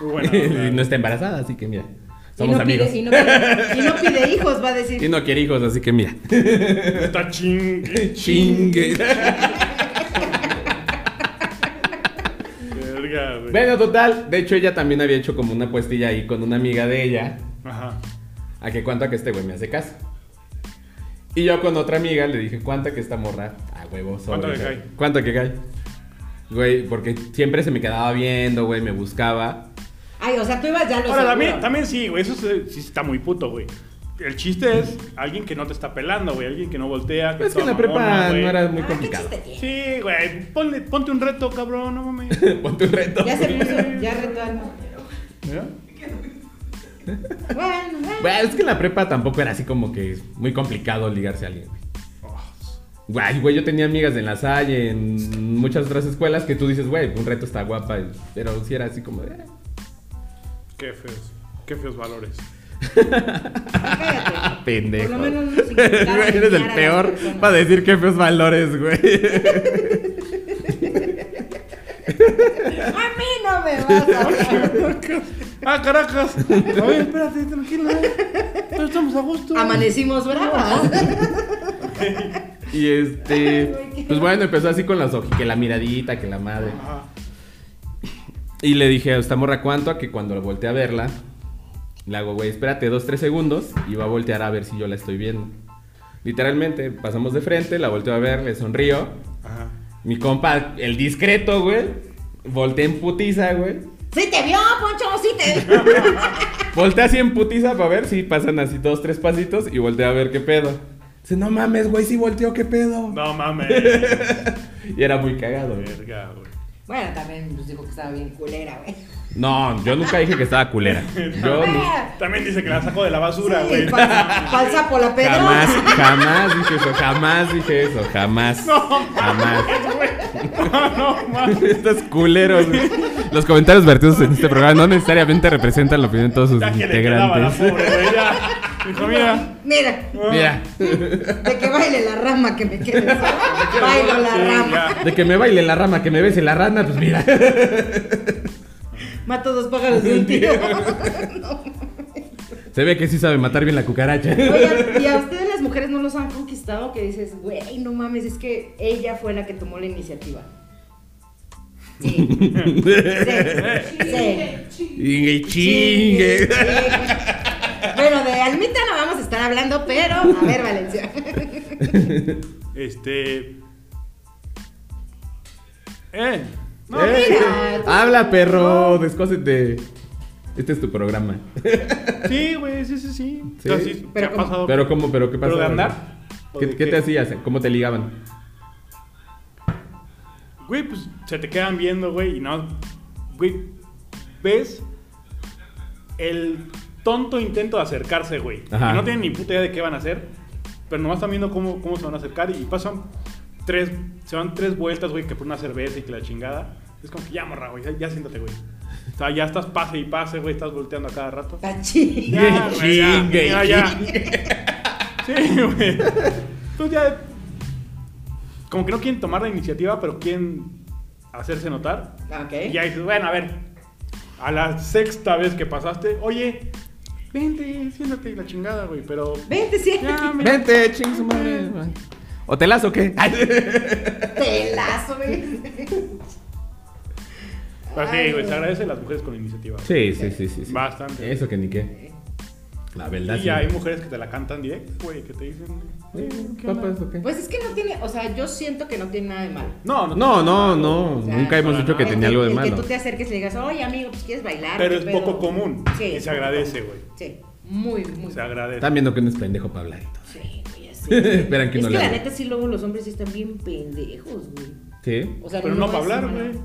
S4: Muy
S2: y
S4: buena.
S2: no está embarazada, así que mira.
S3: Y
S2: Somos
S3: no
S2: amigos.
S3: Pide, y, no pide, y no pide hijos, va a decir.
S2: Y no quiere hijos, así que mira.
S4: Está chingue.
S2: Chingue.
S4: Verga, güey.
S2: bueno, total. De hecho, ella también había hecho como una puestilla ahí con una amiga de ella.
S4: Ajá.
S2: ¿A qué cuánto a que este güey me hace caso? Y yo con otra amiga le dije, ¿cuánto a que esta morra? A huevo, sobre,
S4: ¿Cuánto que
S2: güey.
S4: cae?
S2: ¿Cuánto que cae? Güey, porque siempre se me quedaba viendo, güey, me buscaba.
S3: Ay, o sea, tú ibas ya lo
S4: Ahora,
S3: seguro.
S4: también, también sí, güey. Eso se- sí está muy puto, güey. El chiste es alguien que no te está pelando, güey. Alguien que no voltea.
S2: Es que en
S4: toda
S2: la prepa
S4: mamona, güey.
S2: no era muy
S3: Ah,
S2: complicado.
S3: ¿qué chiste tiene?
S4: Sí, güey. Ponle, ponte un reto, cabrón. No mames.
S2: Ponte un reto.
S3: Ya se puso, ya retó algo.
S4: ¿Ya?
S3: Bueno, bueno.
S2: Güey, es que en la prepa tampoco era así como que muy complicado ligarse a alguien, güey. Güey, güey, yo tenía amigas en la Salle, en muchas otras escuelas que tú dices, güey, un reto está guapa, y- pero si era así como de... "Eh".
S4: Qué feos. Qué feos valores.
S3: Cállate.
S2: Pendejo.
S3: Por lo menos nos invitaron a
S2: Eres el
S3: enseñar a las
S2: peor
S3: personas.
S2: para decir que feos valores, güey.
S3: A mí no me vas a hablar.
S4: ¡Ah, caracas! A ver, espérate, tranquilo. Todos estamos a gusto.
S3: Amanecimos bravas.
S2: Y
S3: Ay,
S2: este.
S3: güey, qué-
S2: Pues bueno, empezó así con las hojitas, que la miradita, que la madre.
S4: Ajá.
S2: Y le dije a esta morra cuánto a que cuando la volteé a verla, le hago, güey, espérate dos, tres segundos y va a voltear a ver si yo la estoy viendo. Literalmente, pasamos de frente, la volteo a ver, le sonrío.
S4: Ajá.
S2: Mi compa, el discreto, güey, volteé en putiza, güey.
S3: Sí te vio, Poncho, sí te vio.
S2: Voltea así en putiza para ver si pasan así dos, tres pasitos y voltea a ver qué pedo. Dice, no mames, güey, sí volteó, qué pedo.
S4: No mames.
S2: Y era muy cagado, güey.
S4: Verga, güey.
S3: Bueno, también nos dijo que estaba bien culera, güey.
S2: No, yo nunca dije que estaba culera. Yo nu-
S3: Eh,
S4: También dice que la saco de la basura, güey.
S3: sí, falsa, falsa por la pedra.
S2: jamás, jamás dije eso, jamás dije eso, jamás. jamás.
S4: No mames.
S2: Estos culeros. güey. Los comentarios vertidos en este programa no necesariamente representan la opinión de todos sus
S4: Ya que le quedaba la
S2: integrantes.
S4: pobre, güey. Ya. Dijo, mira.
S3: Mira,
S2: Mira,
S3: de que baile la rama que me quede. Bailo la
S4: Sí,
S3: rama.
S4: ya.
S2: de que me baile la rama, que me bese la rana, pues mira.
S3: Mato dos pájaros de un tiro.
S2: Se ve que sí sabe matar bien la cucaracha.
S3: Oigan, ¿y a ustedes las mujeres no los han conquistado? Que dices, güey, no mames, es que ella fue la que tomó la iniciativa. Sí. Sí. sí.
S2: Chingue, chingue.
S3: Bueno, de Almita no vamos a estar hablando, pero a ver, Valencia.
S4: Este. Eh. No,
S2: Eh,
S3: mira, tú-
S2: Habla, perro, descósete. Este es tu programa.
S4: Sí, güey, sí, sí, sí.
S2: Sí.
S4: O sea, sí,
S3: Pero
S4: ¿qué ha
S3: ¿cómo?
S4: pasado?
S2: Pero cómo, pero qué pasó.
S4: ¿Pero de andar? ¿O
S2: ¿Qué,
S4: de
S2: qué
S4: qué?
S2: te hacías? ¿Cómo te ligaban?
S4: Güey, pues se te quedan viendo, güey, y no. Güey, ves el tonto intento de acercarse, güey.
S2: Ajá.
S4: Y no tienen ni puta idea de qué van a hacer, pero nomás están viendo cómo, cómo se van a acercar y pasan tres, se van tres vueltas, güey, que por una cerveza y que la chingada. Es como que ya, morra, güey, ya, ya siéntate, güey. O sea, ya estás pase y pase, güey, estás volteando a cada rato.
S3: Pachi.
S4: Ya, güey, ya,
S2: Chingue,
S4: ya, ya. Sí, güey. Entonces ya. Como que no quieren tomar la iniciativa, pero quieren hacerse notar. Y
S3: Ok.
S4: ya dices, bueno, a ver. A la sexta vez que pasaste, oye, vente, siéntate y la chingada, güey, pero.
S3: Vente, siéntate.
S4: Ya, me-
S2: Vente, ching su madre. güey. ¿O te lazo o qué?
S3: Pelazo, güey.
S4: Pero Pues sí,
S3: Ay,
S4: güey, se
S3: güey.
S4: agradece a las mujeres con iniciativa. güey.
S2: Sí, sí, sí, sí, sí.
S4: Bastante.
S2: Eso que ni qué. La verdad.
S4: Y
S2: sí.
S4: ya hay mujeres que te la cantan directo, güey, que te dicen.
S2: Sí,
S4: ¿qué onda?
S2: papá, eso qué.
S3: Pues es que no tiene, o sea, yo siento que no tiene nada de malo.
S4: No,
S2: No, no, no.
S3: O sea,
S2: Nunca hemos
S4: para
S2: dicho que
S4: nada.
S3: El
S2: tenía algo de
S3: el
S2: malo.
S3: Que tú te acerques y le digas, oye amigo, pues quieres bailar.
S4: Pero
S3: ¿Qué
S4: es
S3: pedo?"
S4: poco común.
S3: Sí,
S4: Y
S3: es
S4: se
S3: poco
S4: agradece,
S3: común.
S4: güey.
S3: Sí, muy, muy.
S4: Se agradece.
S2: Están viendo que no es pendejo para hablar. entonces.
S3: Sí, güey, así.
S2: Esperan que
S3: es
S2: no
S3: que
S2: le
S3: la
S2: hable.
S3: neta sí luego los hombres sí están bien pendejos, güey.
S2: Sí.
S3: O sea,
S4: pero no
S3: es
S4: para hablar,
S3: humano.
S4: güey.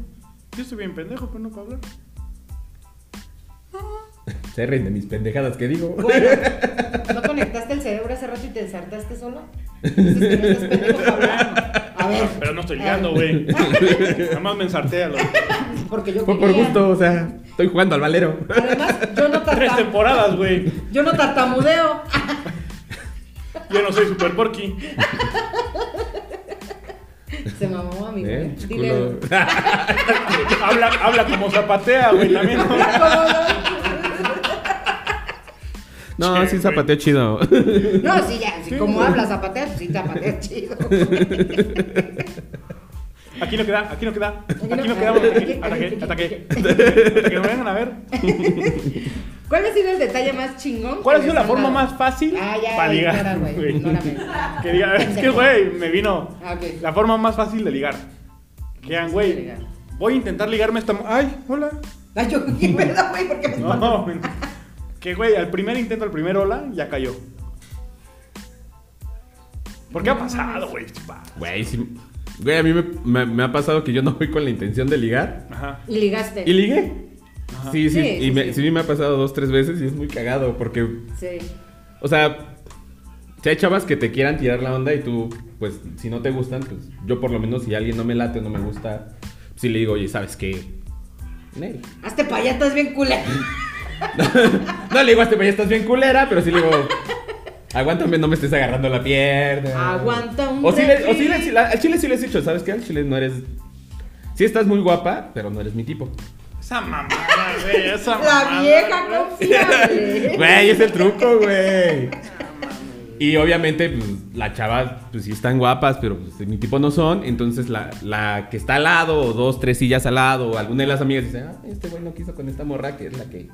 S4: Yo estoy bien pendejo, pero no para hablar.
S2: Se ríen de mis pendejadas que digo.
S3: Bueno, ¿no conectaste el cerebro hace rato y te ensartaste solo? Dices que no estás pendejo para hablar. A ver.
S4: Ah, Pero no estoy ligando, güey. Nada más me ensarté a los
S3: Porque yo
S2: Fue por
S3: quería.
S2: gusto, o sea, estoy jugando al valero.
S3: Además, yo no
S4: tres
S3: tartam-
S4: temporadas, güey.
S3: yo no tartamudeo.
S4: Yo no soy super porky.
S3: Se mamó, amigo.
S2: ¿Eh?
S3: Dile.
S2: Chulo.
S4: Habla, habla como zapatea, güey, también. ¿no?
S2: No,
S4: Che,
S2: sí zapateo chido.
S3: No, sí, ya, sí, como hablas zapatea, pues sí zapatea chido.
S4: Aquí no queda, aquí no queda,
S3: no
S4: aquí no
S3: queda.
S4: quedamos. Aquí, hasta que, hasta que, hasta que me vengan a ver.
S3: ¿Cuál ha sido el detalle más chingón?
S4: ¿Cuál ha
S3: que
S4: sido
S3: les
S4: la
S3: han
S4: forma
S3: dado?
S4: más fácil
S3: Ah, ya,
S4: para
S3: ignora,
S4: ligar?
S3: güey,
S4: güey?
S3: ignórame.
S4: que diga, es que, güey, me vino.
S3: Ah, ok.
S4: La forma más fácil de ligar. Que digan, güey,
S3: Ligar.
S4: voy a intentar ligarme a esta. mu- Ay, hola.
S3: Ay, yo, ¿qué pedo, güey? ¿Por qué me espantas?
S4: No, men. que güey, al primer intento, al primer hola, ya cayó. ¿Por qué ha pasado, güey? Chupa.
S2: Güey, sí. Güey, a mí me, me- me ha pasado que yo no voy con la intención de ligar.
S4: Ajá.
S3: Y ligaste.
S2: Y ligué. Sí, sí,
S3: Eh. Sí,
S2: y
S3: sí,
S2: me,
S3: sí.
S2: sí me ha pasado dos, tres veces y es muy cagado porque,
S3: Sí.
S2: o sea, si hay chavas que te quieran tirar la onda y tú, pues, si no te gustan, pues yo por lo menos si alguien no me late o no me gusta, pues, sí le digo, oye, ¿sabes qué? Nel".
S3: Hazte pa' allá, estás bien culero.
S2: No le digo a este güey, estás bien culera, pero sí le digo, aguántame, no me estés agarrando la pierna.
S3: Aguanta un
S2: O sí, le, o sí le,
S3: refri.
S2: sí la- al chile sí les he dicho, ¿sabes qué? Al chile no eres... Sí estás muy guapa, pero no eres mi tipo.
S4: Esa mamada, güey. Esa
S3: La
S4: mamada,
S3: vieja
S4: güey.
S3: confiable.
S2: Güey, es el truco, güey. Y obviamente, pues, las chavas, pues sí están guapas, pero pues, de mi tipo no son. Entonces, la, la que está al lado, o dos, tres sillas al lado, o alguna de las amigas dice, ah, este güey no quiso con esta morra, que es la que,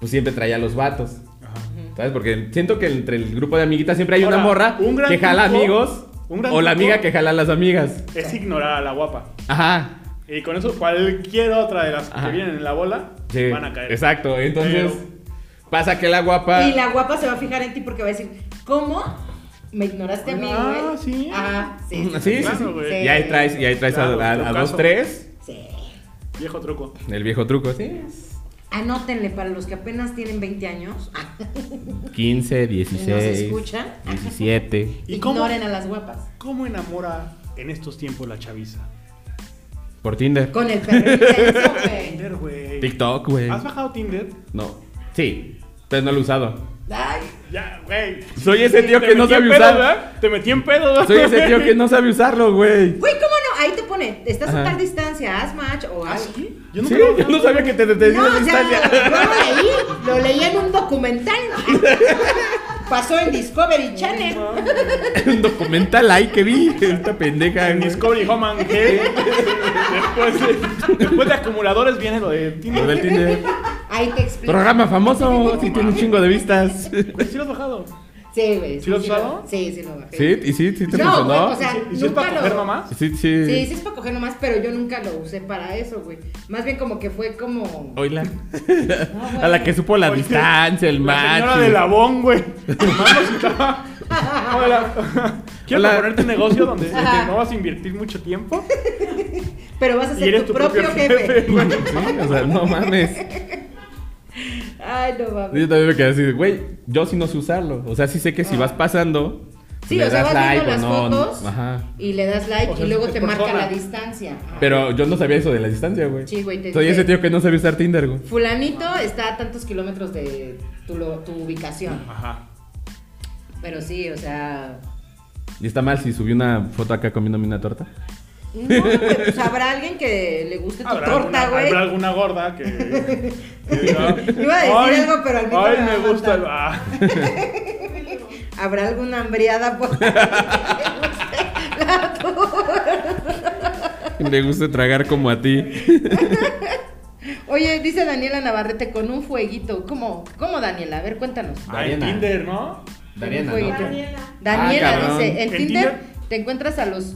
S2: pues, siempre traía a los vatos.
S4: Ajá.
S2: ¿Sabes? Porque siento que entre el grupo de amiguitas siempre hay una
S4: Ahora,
S2: morra
S4: un gran
S2: que jala
S4: truco,
S2: amigos,
S4: un gran
S2: o la
S4: truco.
S2: amiga que jala a las amigas.
S4: Es ignorar a la guapa.
S2: Ajá.
S4: Y con eso, cualquier otra de las
S2: Ajá.
S4: que vienen en la bola
S2: Sí,
S4: van a caer.
S2: Exacto. Entonces, pasa que la guapa...
S3: Y la guapa se va a fijar en ti porque va a decir, ¿cómo? Me ignoraste a mí, güey.
S4: Ah, sí.
S3: Ah, sí.
S2: Sí, sí,
S4: Claro,
S2: sí.
S4: güey.
S2: Y ahí traes, y ahí traes a-
S4: Claro,
S2: a, a
S4: trucazo.
S2: dos, tres.
S3: Sí.
S4: Viejo truco.
S2: El viejo truco, sí.
S3: Anótenle para los que apenas tienen 20 años. ah,
S2: 15,
S3: ¿Nos
S2: 16,
S3: escuchan?
S2: 17.
S4: ¿Y cómo,
S3: Ignoren a las guapas.
S4: cómo enamora en estos tiempos la chaviza?
S2: Por Tinder.
S3: Con el perro intenso, güey.
S4: Tinder, güey.
S2: TikTok, güey.
S4: ¿Has bajado Tinder?
S2: No. Sí, pero no lo he usado.
S3: Ay,
S4: Ya, güey.
S2: Soy ese tío que no
S4: metí en
S2: sabe
S4: pedo,
S2: usar.
S4: ¿verdad? Te metí en pedo, ¿verdad?
S2: Soy ese tío que no sabe usarlo, güey.
S3: güey, ¿cómo no? Ahí te pone, estás a
S2: Ajá. Ah,
S3: tal distancia, haz match o haz.
S4: ¿Ah, Yo nunca
S2: Sí,
S4: lo-
S2: yo no sabía que te detenías
S3: No,
S2: a
S3: o sea,
S2: distancia.
S3: yo lo leí, lo leí en un documental. Pasó en Discovery Channel.
S2: Un documental ahí que vi. Esta pendeja.
S4: En
S2: güey.
S4: Discovery Home and Health. después, de, después de acumuladores viene lo de
S2: Lo del
S4: Tinder.
S2: Tinder.
S3: Ahí te explico.
S2: Programa famoso. Sí, tiene un chingo de vistas.
S4: Güey, ¿Sí lo has bajado?
S3: Sí, güey.
S4: ¿Sí lo has usado?
S3: lo- Sí, sí lo bajé.
S2: Sí, y sí, sí te
S3: No, güey, o
S2: funcionó.
S3: sea,
S4: ¿Y si es
S3: nunca
S4: para
S3: lo-
S4: coger mamás?
S2: Sí,
S3: Sí,
S2: sí.
S3: sí es para coger nomás, pero yo nunca lo usé para eso, güey. Más bien como que fue como...
S2: Oila.
S3: No, güey.
S2: A la que supo la
S4: Oye,
S2: distancia, el
S4: La
S2: match.
S4: señora
S2: y-
S4: del abón, güey. Tomando su cama. Hola. ¿Quieres
S2: Hola.
S4: ponerte un negocio donde
S3: Ajá.
S4: no vas a invertir mucho tiempo?
S3: pero vas a
S4: Y
S3: ser
S4: eres
S3: tu, propio, jefe.
S2: Sí, o sea, no mames.
S3: Ay, no mames.
S2: Yo también me quedé así, güey, yo sí no sé usarlo. O sea, sí sé que si vas pasando,
S3: Ah. Sí,
S2: le
S3: o sea,
S2: das
S3: vas
S2: like
S3: viendo
S2: o
S3: las
S2: no,
S3: fotos
S2: no, Ajá.
S3: y le das like
S4: O sea,
S3: y luego
S4: es
S3: te
S4: por
S3: marca
S4: zona.
S3: la distancia. Ajá.
S2: Pero yo no sabía eso de la distancia, güey.
S3: Sí, güey, te
S2: Soy
S3: dice-
S2: ese tío que no sabía usar Tinder, güey.
S3: Fulanito está a tantos kilómetros de tu, lo- tu ubicación.
S4: Ajá.
S3: Pero sí, o sea.
S2: Y está mal si subí una foto acá comiéndome una torta.
S3: No, güey, pues habrá alguien que le guste tu
S4: Habrá
S3: torta,
S4: alguna, habrá
S3: güey.
S4: alguna gorda que. que diga,
S3: Iba a decir algo, pero al mismo
S4: Ay,
S3: me va
S4: me
S3: a
S4: gusta. el- ah".
S3: Habrá alguna hambreada por la torta.
S2: Le gusta tragar como a ti.
S3: Oye, dice Daniela Navarrete con un fueguito. ¿Cómo, ¿Cómo Daniela? A ver, cuéntanos.
S4: Ay,
S2: Dariana.
S4: Tinder, ¿no?
S2: Dariana,
S3: Con un
S2: ¿no?
S3: fueguito.
S6: Daniela.
S2: Ah,
S3: Daniela
S2: cabrón.
S3: dice, en
S4: ¿En
S3: Tinder
S4: Tinder?
S3: te encuentras a los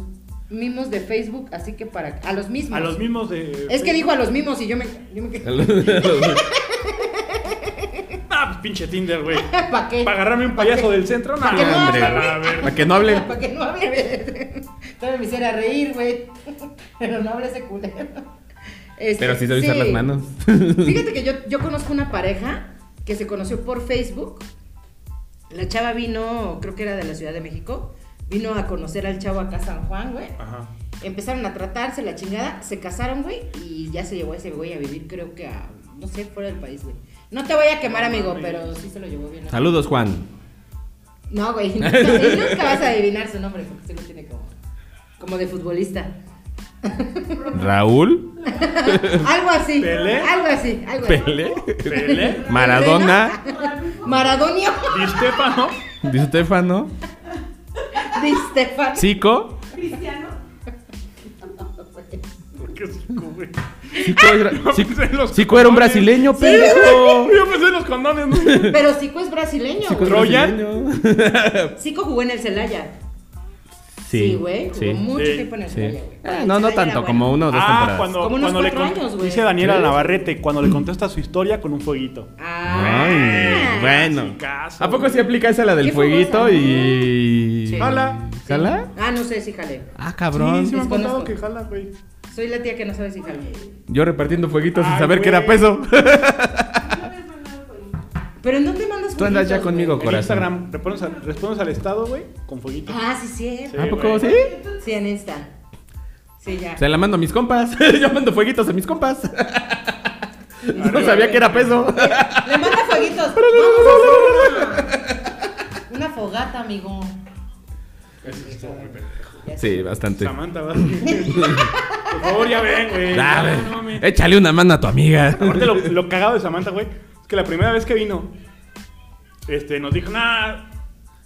S3: mimos de Facebook, así que para... A los mismos.
S4: A los mismos de.
S3: Es que dijo a los mimos y yo me... Yo me
S2: A los- a los-
S4: Ah, pues pinche Tinder, güey.
S3: ¿Para qué?
S4: Para agarrarme un payaso del centro, no,
S3: pa' que no
S4: hombre,
S3: hable.
S4: a ver.
S2: Para que no hablen.
S3: Para que no hable. Todavía me hiciera reír, güey. Pero no hable ese culero. Este,
S2: Pero sí sabe usar las manos.
S3: Fíjate que yo, yo conozco una pareja que se conoció por Facebook. La chava vino, creo que era de la Ciudad de México. Vino a conocer al chavo acá a San Juan, güey.
S4: Ajá.
S3: Empezaron a tratarse la chingada, se casaron, güey, y ya se llevó a ese güey a vivir, creo que a, no sé, fuera del país, güey. No te voy a quemar, amigo, pero sí se lo llevó bien.
S2: Saludos, Juan.
S3: No, güey, nunca, y nunca vas a adivinar su nombre porque sí lo tiene como, como de futbolista.
S2: Raúl.
S3: Algo así.
S4: ¿Pelé?
S3: Algo así, algo así.
S2: Pele.
S4: Pelé.
S2: Maradona.
S3: Maradonio
S4: Di Stefano.
S2: Di Stefano.
S3: de Estefan.
S2: Zico.
S6: Cristiano.
S4: ¿Por qué cinco, güey?
S2: Zico, era,
S3: pues,
S2: Zico-
S4: pensé en los
S2: Zico era un
S4: cojones.
S2: brasileño, pendejo.
S4: Yo pensé en los condones, ¿no?
S3: Pero Zico es brasileño.
S2: Zico es
S3: güey.
S4: ¿Troyan?
S2: brasileño.
S3: Zico jugó en el Celaya. Sí,
S2: Sí,
S3: güey. Jugó
S2: sí.
S3: mucho
S4: Sí,
S3: tiempo en el
S2: sí.
S3: Celaya, güey.
S2: Ah,
S3: El
S2: no, no
S3: Celaya era
S2: tanto,
S3: bueno.
S2: como uno o dos
S4: Ah,
S2: temporadas.
S4: cuando,
S3: Como unos
S4: cuando le
S3: cuatro
S4: con-
S3: años, güey.
S4: dice Daniela
S2: Sí.
S4: Navarrete, cuando le contesta su historia con un fueguito.
S3: Ah.
S2: Ay, bueno.
S4: sin caso,
S2: ¿A poco
S4: güey.
S2: sí aplica esa la del
S3: Qué fogosa,
S2: fueguito
S3: ¿no?
S2: y.
S3: Sí.
S4: Jala.
S2: ¿Jala?
S3: Ah, no sé si jale.
S2: Ah,
S4: Sí,
S2: cabrón.
S4: sí me han contado
S3: Desconozco.
S4: que jala, güey.
S3: Soy la tía que no sabe si jale.
S2: Yo repartiendo fueguitos sin
S4: Ay,
S2: saber que
S4: güey.
S2: era peso.
S6: No me has mandado con
S3: Pero ¿en dónde mandas
S2: Tú andas ya
S3: jueguitos, güey?
S2: conmigo,
S4: En
S2: Corazón.
S4: Instagram respondes al, respondes al estado, güey, con fueguito.
S3: Ah, sí, sí.
S2: ¿A poco
S4: güey.
S2: sí?
S3: Sí, en Insta. Sí, ya.
S2: Se la mando a mis compas. Yo mando fueguitos a mis compas. No
S4: Arriba.
S2: sabía que era peso.
S3: Le manda fueguitos. Vamos a hacer una, una fogata, amigo.
S4: Eso estuvo muy pendejo.
S2: Sí, bastante.
S4: Samantha, vas. Por favor, ya ven, güey.
S2: Ah,
S4: No,
S2: ve,
S4: no mames.
S2: échale una mano a tu amiga.
S4: Aparte, lo, lo cagado de Samantha, güey, es que la primera vez que vino, este, nos dijo, nada.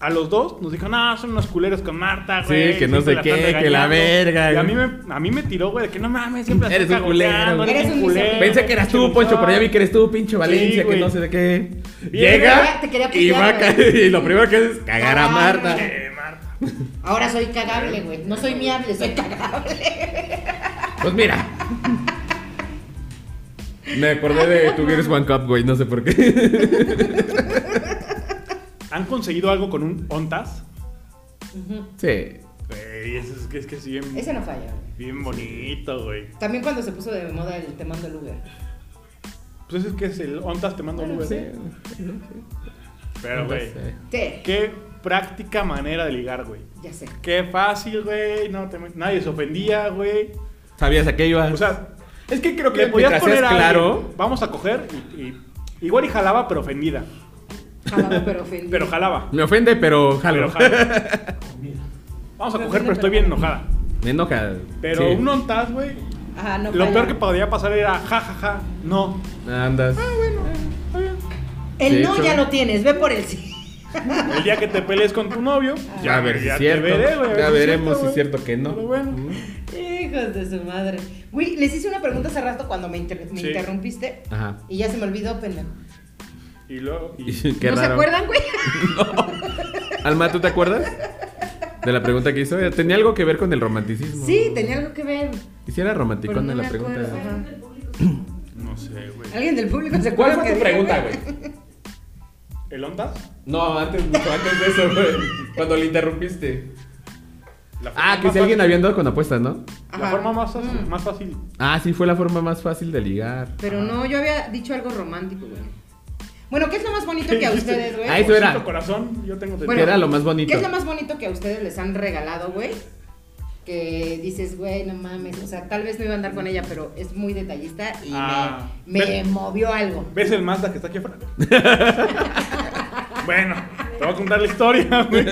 S4: A los dos nos dijo, nada, son unos culeros con Marta, güey.
S2: Sí, que no
S4: siempre
S2: sé qué,
S4: están
S2: que la
S4: regañando".
S2: verga,
S4: Y a mí,
S2: güey.
S4: me, a mí me tiró, güey, de que no mames, siempre la
S2: Eres
S4: estás
S2: un culero,
S4: cagoteando,
S2: güey.
S3: Eres un miserable.
S2: Pensé que eras tú, Poncho, pero ya vi que eres tú, pinche Valencia, que
S4: güey.
S2: no sé de qué.
S3: quería-
S2: Llega
S3: te quería
S2: y
S3: putear,
S2: va a ca-
S3: güey.
S2: y lo primero que hace es cagar a
S3: Cagar,
S2: Marta.
S3: güey.
S4: Eh, Marta.
S3: Ahora soy cagable, güey. No soy miable, soy cagable.
S2: Pues mira. Me acordé de Two Girls One Cup, güey, no sé por qué.
S4: ¿Han conseguido algo con un ONTAS?
S2: Sí.
S4: Güey, eso es que es, que es bien,
S3: Ese no falla. güey.
S4: bien bonito, güey.
S3: También cuando se puso de moda el te mando el Uber.
S4: Pues es que es el ONTAS te mando un Uber.
S2: Sí. eh.
S4: Pero, güey,
S3: Sí,
S4: qué práctica manera de ligar, güey.
S3: ya sé.
S4: Qué fácil, güey. No te met- Nadie se ofendía, güey.
S2: ¿Sabías a qué ibas?
S4: O sea,
S2: es que creo
S4: le
S2: que
S4: podías
S2: podías
S4: poner a
S2: claro.
S4: alguien, Vamos a coger y, y- Igual y jalaba, pero ofendida.
S3: Jalaba pero ofendido.
S4: Pero jalaba.
S2: Me ofende, pero jalo.
S4: Pero jalaba. Vamos a coger, pero estoy bien enojada.
S2: Me enoja.
S4: Pero
S2: sí.
S4: un ontas, güey.
S3: Ajá, no
S4: lo
S3: falla.
S4: peor que podía pasar era ja, ja, ja. No.
S2: Andas.
S4: Ah,
S3: El
S2: De
S3: no
S2: hecho-
S3: ya lo tienes, ve por el sí.
S4: El día que te pelees con tu novio.
S2: Ya, a ver si es
S4: te
S2: cierto.
S4: veré, güey, a
S2: ya
S4: ver si es
S2: veremos si
S4: güey.
S2: es cierto que no.
S4: Pero bueno.
S3: Hijos de su madre. Güey, les hice una pregunta hace rato cuando me, inter- me
S4: Sí.
S3: interrumpiste.
S2: Ajá.
S3: Y ya se me olvidó, pendejo.
S4: Y luego. y-
S2: Qué
S3: ¿No se
S2: raro.
S3: acuerdan, güey?
S2: Alma, ¿tú te acuerdas? De la pregunta que hizo. Tenía algo que ver con el romanticismo.
S3: Sí, tenía algo que ver.
S2: Hiciera
S3: Pero
S2: romanticón
S3: no
S2: en
S3: me
S2: la pregunta.
S3: acuerdo. Ajá.
S6: el público. sí.
S4: No sé, güey.
S3: ¿Alguien del público se
S2: ¿Cuál
S3: acuerda?
S2: fue tu
S3: que diga,
S2: pregunta,
S3: güey?
S2: güey?
S4: ¿El ontas?
S2: No, antes, mucho antes de eso, güey. Cuando le interrumpiste.
S4: La forma
S2: Ah, que
S4: más
S2: si alguien
S4: fácil-
S2: había andado con apuestas, ¿no?
S4: La
S3: Ajá.
S4: forma más fácil,
S3: Mm.
S4: más fácil.
S2: Ah, sí, fue la forma más fácil de ligar.
S3: Pero no, yo había dicho algo romántico, güey. Bueno, ¿qué es lo más bonito que a
S4: dijiste?
S3: ustedes, güey?
S2: Ay, Eso
S4: Por
S2: era.
S4: cierto, corazón, yo tengo
S2: Bueno, era lo más bonito.
S3: ¿Qué es lo más bonito que a ustedes les han regalado, güey? Que dices, güey, no mames. O sea, tal vez no iba a andar con ella, pero es muy detallista y me-
S4: Ah.
S3: me,
S4: Pero-
S3: movió algo.
S4: ¿Ves el Mazda que está aquí afuera? bueno, te voy a contar la historia, güey.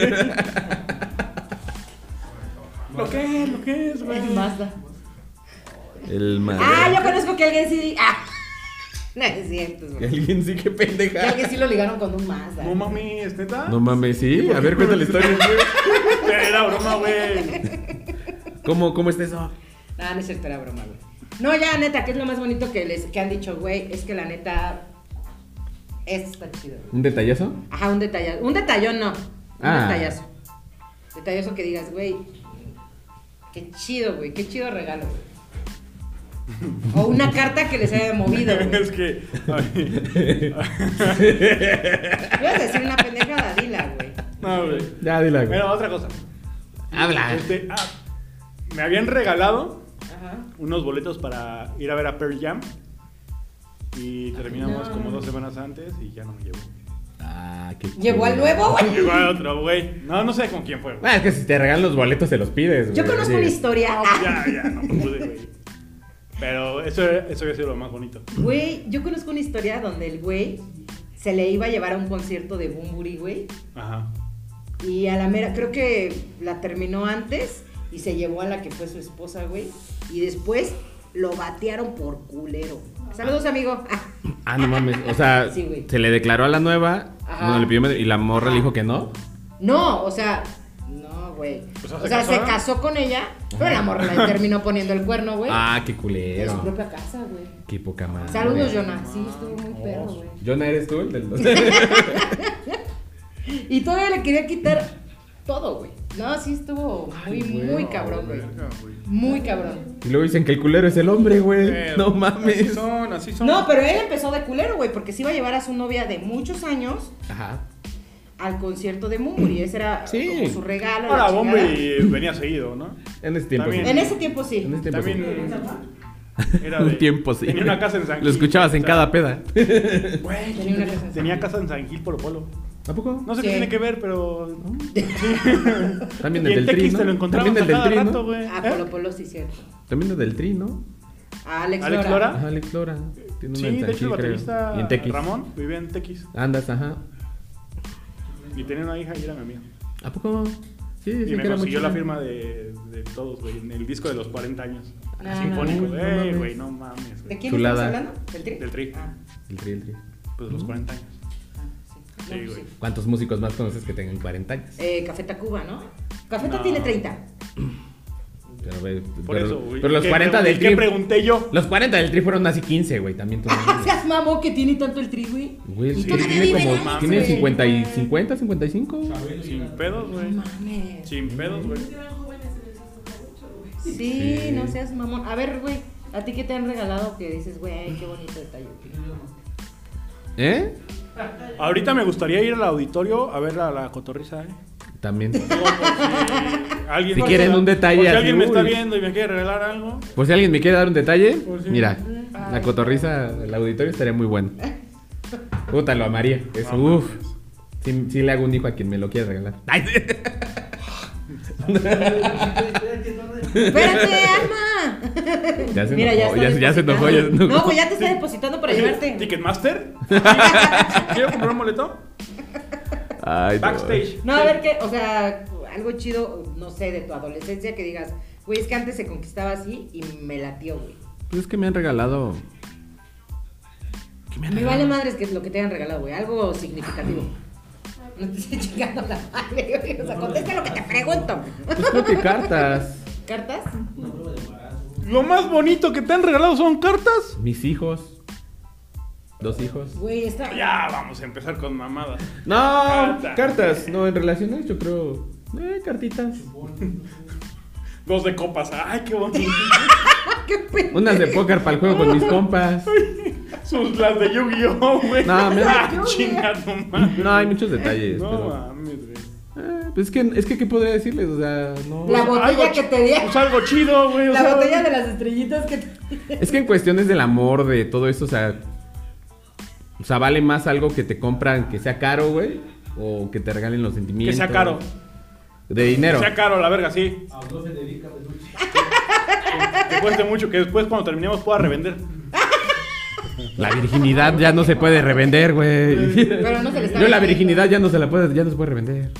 S4: ¿Lo que es? ¿Lo que es, güey?
S3: El Mazda.
S2: El madre.
S3: Ah, yo conozco que alguien sí. Ah. No es cierto, güey.
S2: Alguien sí que
S3: Que
S2: pendeja.
S3: alguien sí lo ligaron con un Mazda.
S4: No mames, neta.
S2: No mames, sí. A ver, cuéntale la historia.
S4: Era broma, güey.
S2: ¿Cómo, ¿Cómo está eso?
S3: Ah, No, no es cierto, era broma, güey. No, ya, neta, ¿qué es lo más bonito que les que han dicho, güey? Es que la neta. Esto está chido. güey.
S2: ¿Un detallazo?
S3: Ajá, un detallazo. Un detallón no. Un
S2: Ah.
S3: detallazo. Detallazo que digas, güey. Qué chido, güey. Qué chido regalo, güey. O una carta que les haya movido, güey.
S4: Es que. ay,
S3: Ibas a decir una pendejada, dila, güey.
S4: No, güey.
S2: Ya, dila. güey.
S4: Bueno, otra cosa.
S2: Habla.
S4: Este, ah, me habían regalado
S3: Ajá.
S4: unos boletos para ir a ver a Pearl Jam. Y terminamos
S3: no.
S4: como dos semanas antes y ya no me llevó.
S2: Ah, qué
S3: Llegó al
S2: chido.
S3: nuevo, güey.
S4: Llegó a otro, güey. No, no sé con quién fue, güey.
S2: Bueno, Ah, es que si te regalan los boletos, se los pides.
S3: Yo
S2: güey.
S3: conozco una
S2: Sí.
S3: historia.
S4: No,
S3: Ah.
S4: pues ya, ya, no pude, güey. Pero eso, eso había sido lo más bonito.
S3: Güey, yo conozco una historia donde el güey se le iba a llevar a un concierto de Bumburi, güey.
S4: Ajá.
S3: Y a la mera, creo que la terminó antes y se llevó a la que fue su esposa, güey. Y después lo batearon por culero. Saludos, amigo.
S2: Ah, no mames. O sea,
S3: Sí, güey.
S2: se le declaró a la nueva.
S3: Ajá.
S2: bueno, le pidió med- y la morra le dijo que no.
S3: No, o sea, no, güey.
S4: O sea,
S3: O
S4: ¿Pues ¿se
S3: sea, se
S4: casaron?
S3: casó con ella, pero la morra le terminó poniendo el cuerno, güey.
S2: Ah, qué
S3: En su
S2: culero.
S3: propia casa, güey.
S2: Qué poca madre.
S3: Saludos, Jonah. Sí, estuvo muy perro, güey.
S2: Jonah, ¿eres tú el del
S3: Y todavía le quería quitar todo, güey. No, sí estuvo muy, muy cabrón, güey. Muy cabrón.
S2: Y luego dicen que el culero es el hombre, güey.
S4: Eh,
S2: no
S4: Así
S2: mames.
S4: son, así son.
S3: No, pero él empezó de culero, güey, porque se iba a llevar a su novia de muchos años
S2: Ajá.
S3: al concierto de Mumuri. Ese era
S2: Sí.
S3: como su regalo.
S4: Ahora,
S3: la
S4: bomba
S3: chingada.
S4: y venía seguido, ¿no?
S2: En ese tiempo.
S4: También.
S2: sí.
S3: En ese tiempo sí.
S2: En ese tiempo.
S4: También.
S2: sí.
S4: Era de-
S2: Un tiempo, sí.
S4: Tenía una casa en San Gil.
S2: Lo escuchabas en
S4: o sea,
S2: cada peda.
S4: Güey,
S3: Tenía una casa en San
S4: tenía
S3: Gil.
S4: casa en San Gil por Polo.
S2: ¿A poco?
S4: No sé
S3: Sí.
S4: qué tiene que ver, pero.
S2: También
S4: Y
S2: el del tri,
S4: Tequis
S2: ¿no?
S4: te lo encontramos
S2: También el
S4: a
S2: del
S4: cada
S2: tri,
S4: rato,
S2: ¿no?
S4: güey.
S3: A
S4: ¿Eh?
S3: Ah, Polo Polo sí, cierto.
S2: También el del tri, ¿no?
S3: A Alex,
S4: ¿Alex
S3: Lora.
S4: Lora?
S2: Ajá, Alex Lora. Tiene una
S4: Sí,
S2: en
S4: de
S2: San
S4: hecho, el
S2: Gil, creo.
S4: baterista
S2: Y en Tequis.
S4: Ramón vivía en Tequis.
S2: Andas, ajá.
S4: Y tenía una hija y era mi amiga.
S2: ¿A poco? Sí, sí,
S4: Y
S2: que era
S4: me
S2: muy
S4: consiguió
S2: chida.
S4: la firma de, de todos, güey, en el disco de los 40 años.
S3: Ah,
S4: Sinfónico.
S2: no
S4: Ey,
S2: mames.
S4: güey, no mames. güey.
S3: ¿De quién
S2: Chulada.
S3: estamos hablando? ¿Del tri?
S4: Del Tri.
S3: Ah,
S2: El tri, el tri.
S4: Pues los 40 años.
S3: ah, sí.
S4: Sí,
S3: No,
S4: güey.
S3: sí.
S2: ¿Cuántos músicos más conoces que tengan 40 años?
S3: Eh, Café Tacuba, ¿no? Café Tacuba
S4: No.
S3: tiene 30.
S2: Pero, güey,
S4: Por
S2: pero-
S4: eso, güey.
S2: Pero los
S4: ¿Qué
S2: 40
S4: pre-
S2: del
S4: ¿Qué
S2: tri.
S4: pregunté yo?
S2: Los 40 del tri fueron así 15, güey. También tú. no
S3: Ah,
S2: mames.
S3: seas mamón que tiene tanto el tri, güey.
S2: Güey, el
S3: Y
S2: tri
S3: todavía
S2: tiene
S3: vive,
S2: como.
S3: ¿no?
S2: Tiene
S3: Sí.
S2: 50, y 50, 55.
S4: Sin pedos, güey.
S3: Mames.
S4: Sin pedos, güey.
S7: Eran jóvenes en el 68, güey.
S3: Sí, no seas mamón. A ver, güey, ¿a ti qué te han regalado que dices, güey, qué bonito detalle?
S2: ¿Eh?
S4: Ahorita me gustaría ir al auditorio a ver a la cotorriza, ¿eh?
S2: También.
S4: Alguien
S2: Si quieren un detalle
S4: por si
S2: así,
S4: alguien me está
S2: uy.
S4: viendo y me quiere regalar algo.
S2: Por si alguien me quiere dar un detalle,
S4: Por si-
S2: mira,
S3: Ay.
S2: la cotorriza del auditorio estaría muy bueno. Puta, lo amaría. Es,
S4: No,
S2: uff.
S4: mames.
S2: Si, le hago un hijo a quien me lo quiera regalar. Ay,
S3: ¡Espérate, alma!
S2: Ya se
S3: Mira, ya,
S2: enojó,
S3: está
S2: ya, se- ya se enojó, ya se
S3: depositando.
S2: enojó.
S3: No, güey, ya te está depositando para
S4: Oye,
S3: llevarte.
S4: ¿Ticketmaster? ¿Quiero comprar un boleto?
S2: Ay, no.
S4: Backstage.
S3: No, a ver qué, o sea, algo chido, no sé, de tu adolescencia que digas, güey, es que antes se conquistaba así y me latió, güey.
S2: Pues es que me han regalado. ¿Qué me han
S3: Me
S2: regalado?
S3: vale madres que es lo que te hayan regalado, güey, algo significativo. No te estoy chingando la madre, güey. O sea, contesta lo que te pregunto.
S2: Pues creo que cartas.
S3: ¿Cartas?
S4: Lo más bonito que te han regalado son cartas.
S2: Mis hijos. Dos hijos.
S3: Güey, está.
S4: Ya, vamos a empezar con mamadas.
S2: No,
S4: Cartas.
S2: cartas. No, en relaciones yo creo. Eh, cartitas.
S4: Dos de copas. Ay, qué bonito.
S3: ¡Qué pendejo!
S2: Unas de póker para el juego con mis compas.
S4: Sus las de Yu-Gi-Oh, güey.
S2: No, me-
S4: Ah, chinga, no mames.
S2: No, hay muchos detalles.
S4: No
S2: pero-
S4: mames, güey.
S2: Eh, Pues es que, es que, ¿qué podría decirles? O sea, no.
S3: La botella
S4: algo
S3: que
S4: ch-
S3: te di.
S4: Pues algo chido, güey. o
S3: La
S4: sea,
S3: botella de las estrellitas que
S2: Es que en cuestiones del amor, de todo eso, o sea. O sea, vale más algo que te compran que sea caro, güey. O que te regalen los
S4: Que
S2: sentimientos.
S4: sea caro.
S2: De dinero.
S4: Que sea caro, la verga, sí.
S8: A dos se dedica peluche.
S4: Que cueste mucho, que después cuando terminemos pueda revender.
S2: La virginidad ya no se puede revender, güey.
S3: Pero no se le está
S2: Yo la
S3: vendiendo.
S2: virginidad ya no se la puede, ya no se puede revender.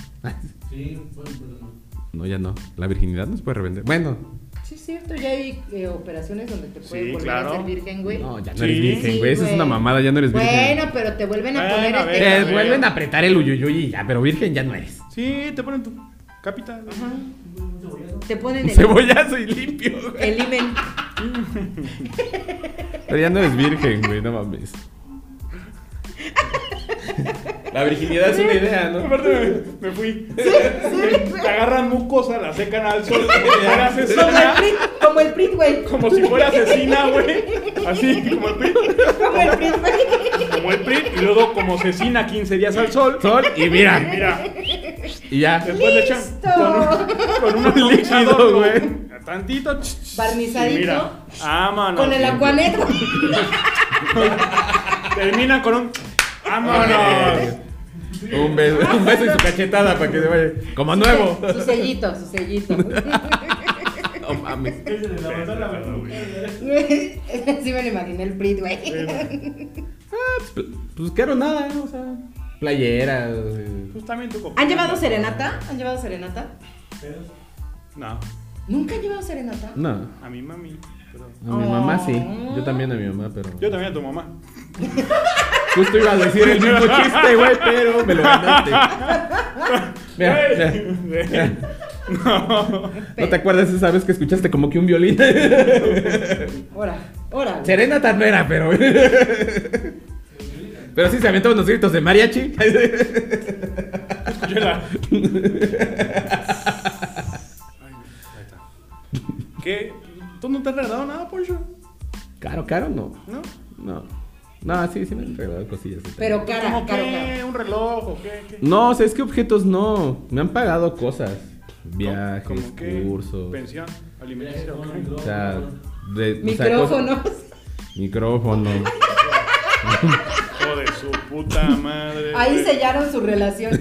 S8: Sí, bueno, pero no.
S2: No, ya no. La virginidad no se puede revender. Bueno,
S3: Sí, es cierto, ya hay eh, operaciones donde te pueden
S4: Sí,
S3: volver
S4: claro.
S3: a ser virgen, güey.
S2: no, ya no
S4: Sí.
S2: eres virgen,
S3: Sí,
S2: güey. Eso es una mamada, ya no eres virgen. Eh,
S3: Bueno, pero te vuelven a
S4: Bueno,
S3: poner
S4: a
S3: este.
S4: ver,
S2: Te
S4: güey.
S2: vuelven a apretar el uyuyuy y ya, pero virgen ya no eres.
S4: Sí, te ponen tu capita.
S3: Ajá. Te ponen
S2: Un
S3: el,
S2: cebollazo y limpio, güey.
S3: el imen.
S2: Pero ya no eres virgen, güey, no mames. La virginidad es una idea, ¿no?
S4: Aparte me, me fui. Te agarran mucosa, la secan al sol, te haces
S3: Como el print, como el print, güey.
S4: Como si fuera asesina, güey. Así, como el PRI.
S3: Como el print, güey.
S4: Como el PRI. Y luego como asesina 15 días al sol.
S2: Sol y
S4: Mira,
S2: mira,
S4: mira.
S2: y ya.
S4: Después le echan
S3: ¡Listo!
S4: con, un-
S2: Un
S4: con un
S2: líquido,
S4: atomizador,
S2: güey.
S4: con- Tantito. ch- ch-
S3: Barnizadito.
S4: y Mira. Vámonos.
S3: Con el acuanet.
S4: Termina con un. ¡Vámonos!
S2: Un beso, un beso y su cachetada para que se vaya. Como nuevo.
S3: Su sellito, su sellito.
S2: No mames.
S8: ¿Qué se le levantó la vergüenza?
S3: sí me lo imaginé el print, güey.
S2: Pues claro, nada, o sea. Playera. eh.
S4: Justamente tu copia.
S3: ¿Han llevado serenata? ¿Han llevado serenata?
S4: No,
S3: ¿Nunca han llevado serenata?
S2: No, a
S4: a mi mami. pero-
S2: mi mamá sí.
S3: Oh.
S2: Yo también a mi mamá, pero.
S4: Yo también a tu mamá.
S2: Justo iba a decir el mismo chiste, güey, pero me lo ganaste. Mira, mira,
S4: Ey.
S2: ¿No te acuerdas esa vez que escuchaste como que un violín?
S3: Ora, ora. güey.
S2: Serena Tanera, pero. Pero sí se aventó unos gritos de mariachi.
S4: Escúchela. Ahí está. ¿Qué? ¿Tú no te has regalado nada, Poncho?
S2: Caro, caro, no.
S4: ¿No?
S2: No. No, sí, sí me han regalado cosillas.
S3: Pero cara,
S4: ¿Cómo
S3: cara,
S4: qué?
S3: cara.
S4: ¿Un reloj o qué? qué?
S2: No, o sea, es que objetos no. Me han pagado cosas. Viajes,
S4: ¿Cómo- cómo qué?
S2: cursos.
S4: Pensión, alimentación.
S2: O sea, de- o sea,
S3: Micrófonos.
S2: cosas- micrófono.
S4: Hijo de su puta madre.
S3: Ahí
S4: güey.
S3: sellaron su relación.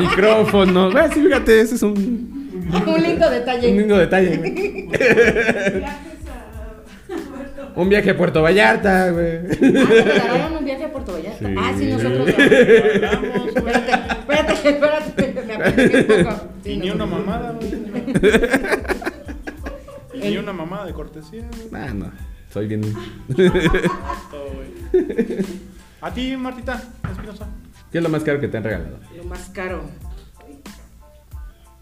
S2: micrófono. Ah, sí, fíjate, ese es un,
S3: Un lindo
S2: un
S3: detalle. Ah,
S2: lindo detalle, güey.
S9: Viajes a. Bueno,
S2: Un viaje a Puerto Vallarta, güey.
S3: Ah, te regalaron un viaje a Puerto Vallarta.
S2: Sí.
S3: Ah, sí, nosotros.
S4: Hablamos, güey.
S3: Espérate, espérate, espérate. Me apreté un poco.
S4: Y
S3: Sí,
S4: ni una
S3: nosotros.
S4: mamada, güey. Y ni una mamada de cortesía, güey.
S2: Ah, no. Soy bien.
S4: Todo, güey. A ti, Martita Espinosa.
S2: ¿Qué es lo más caro que te han regalado?
S3: Lo más caro.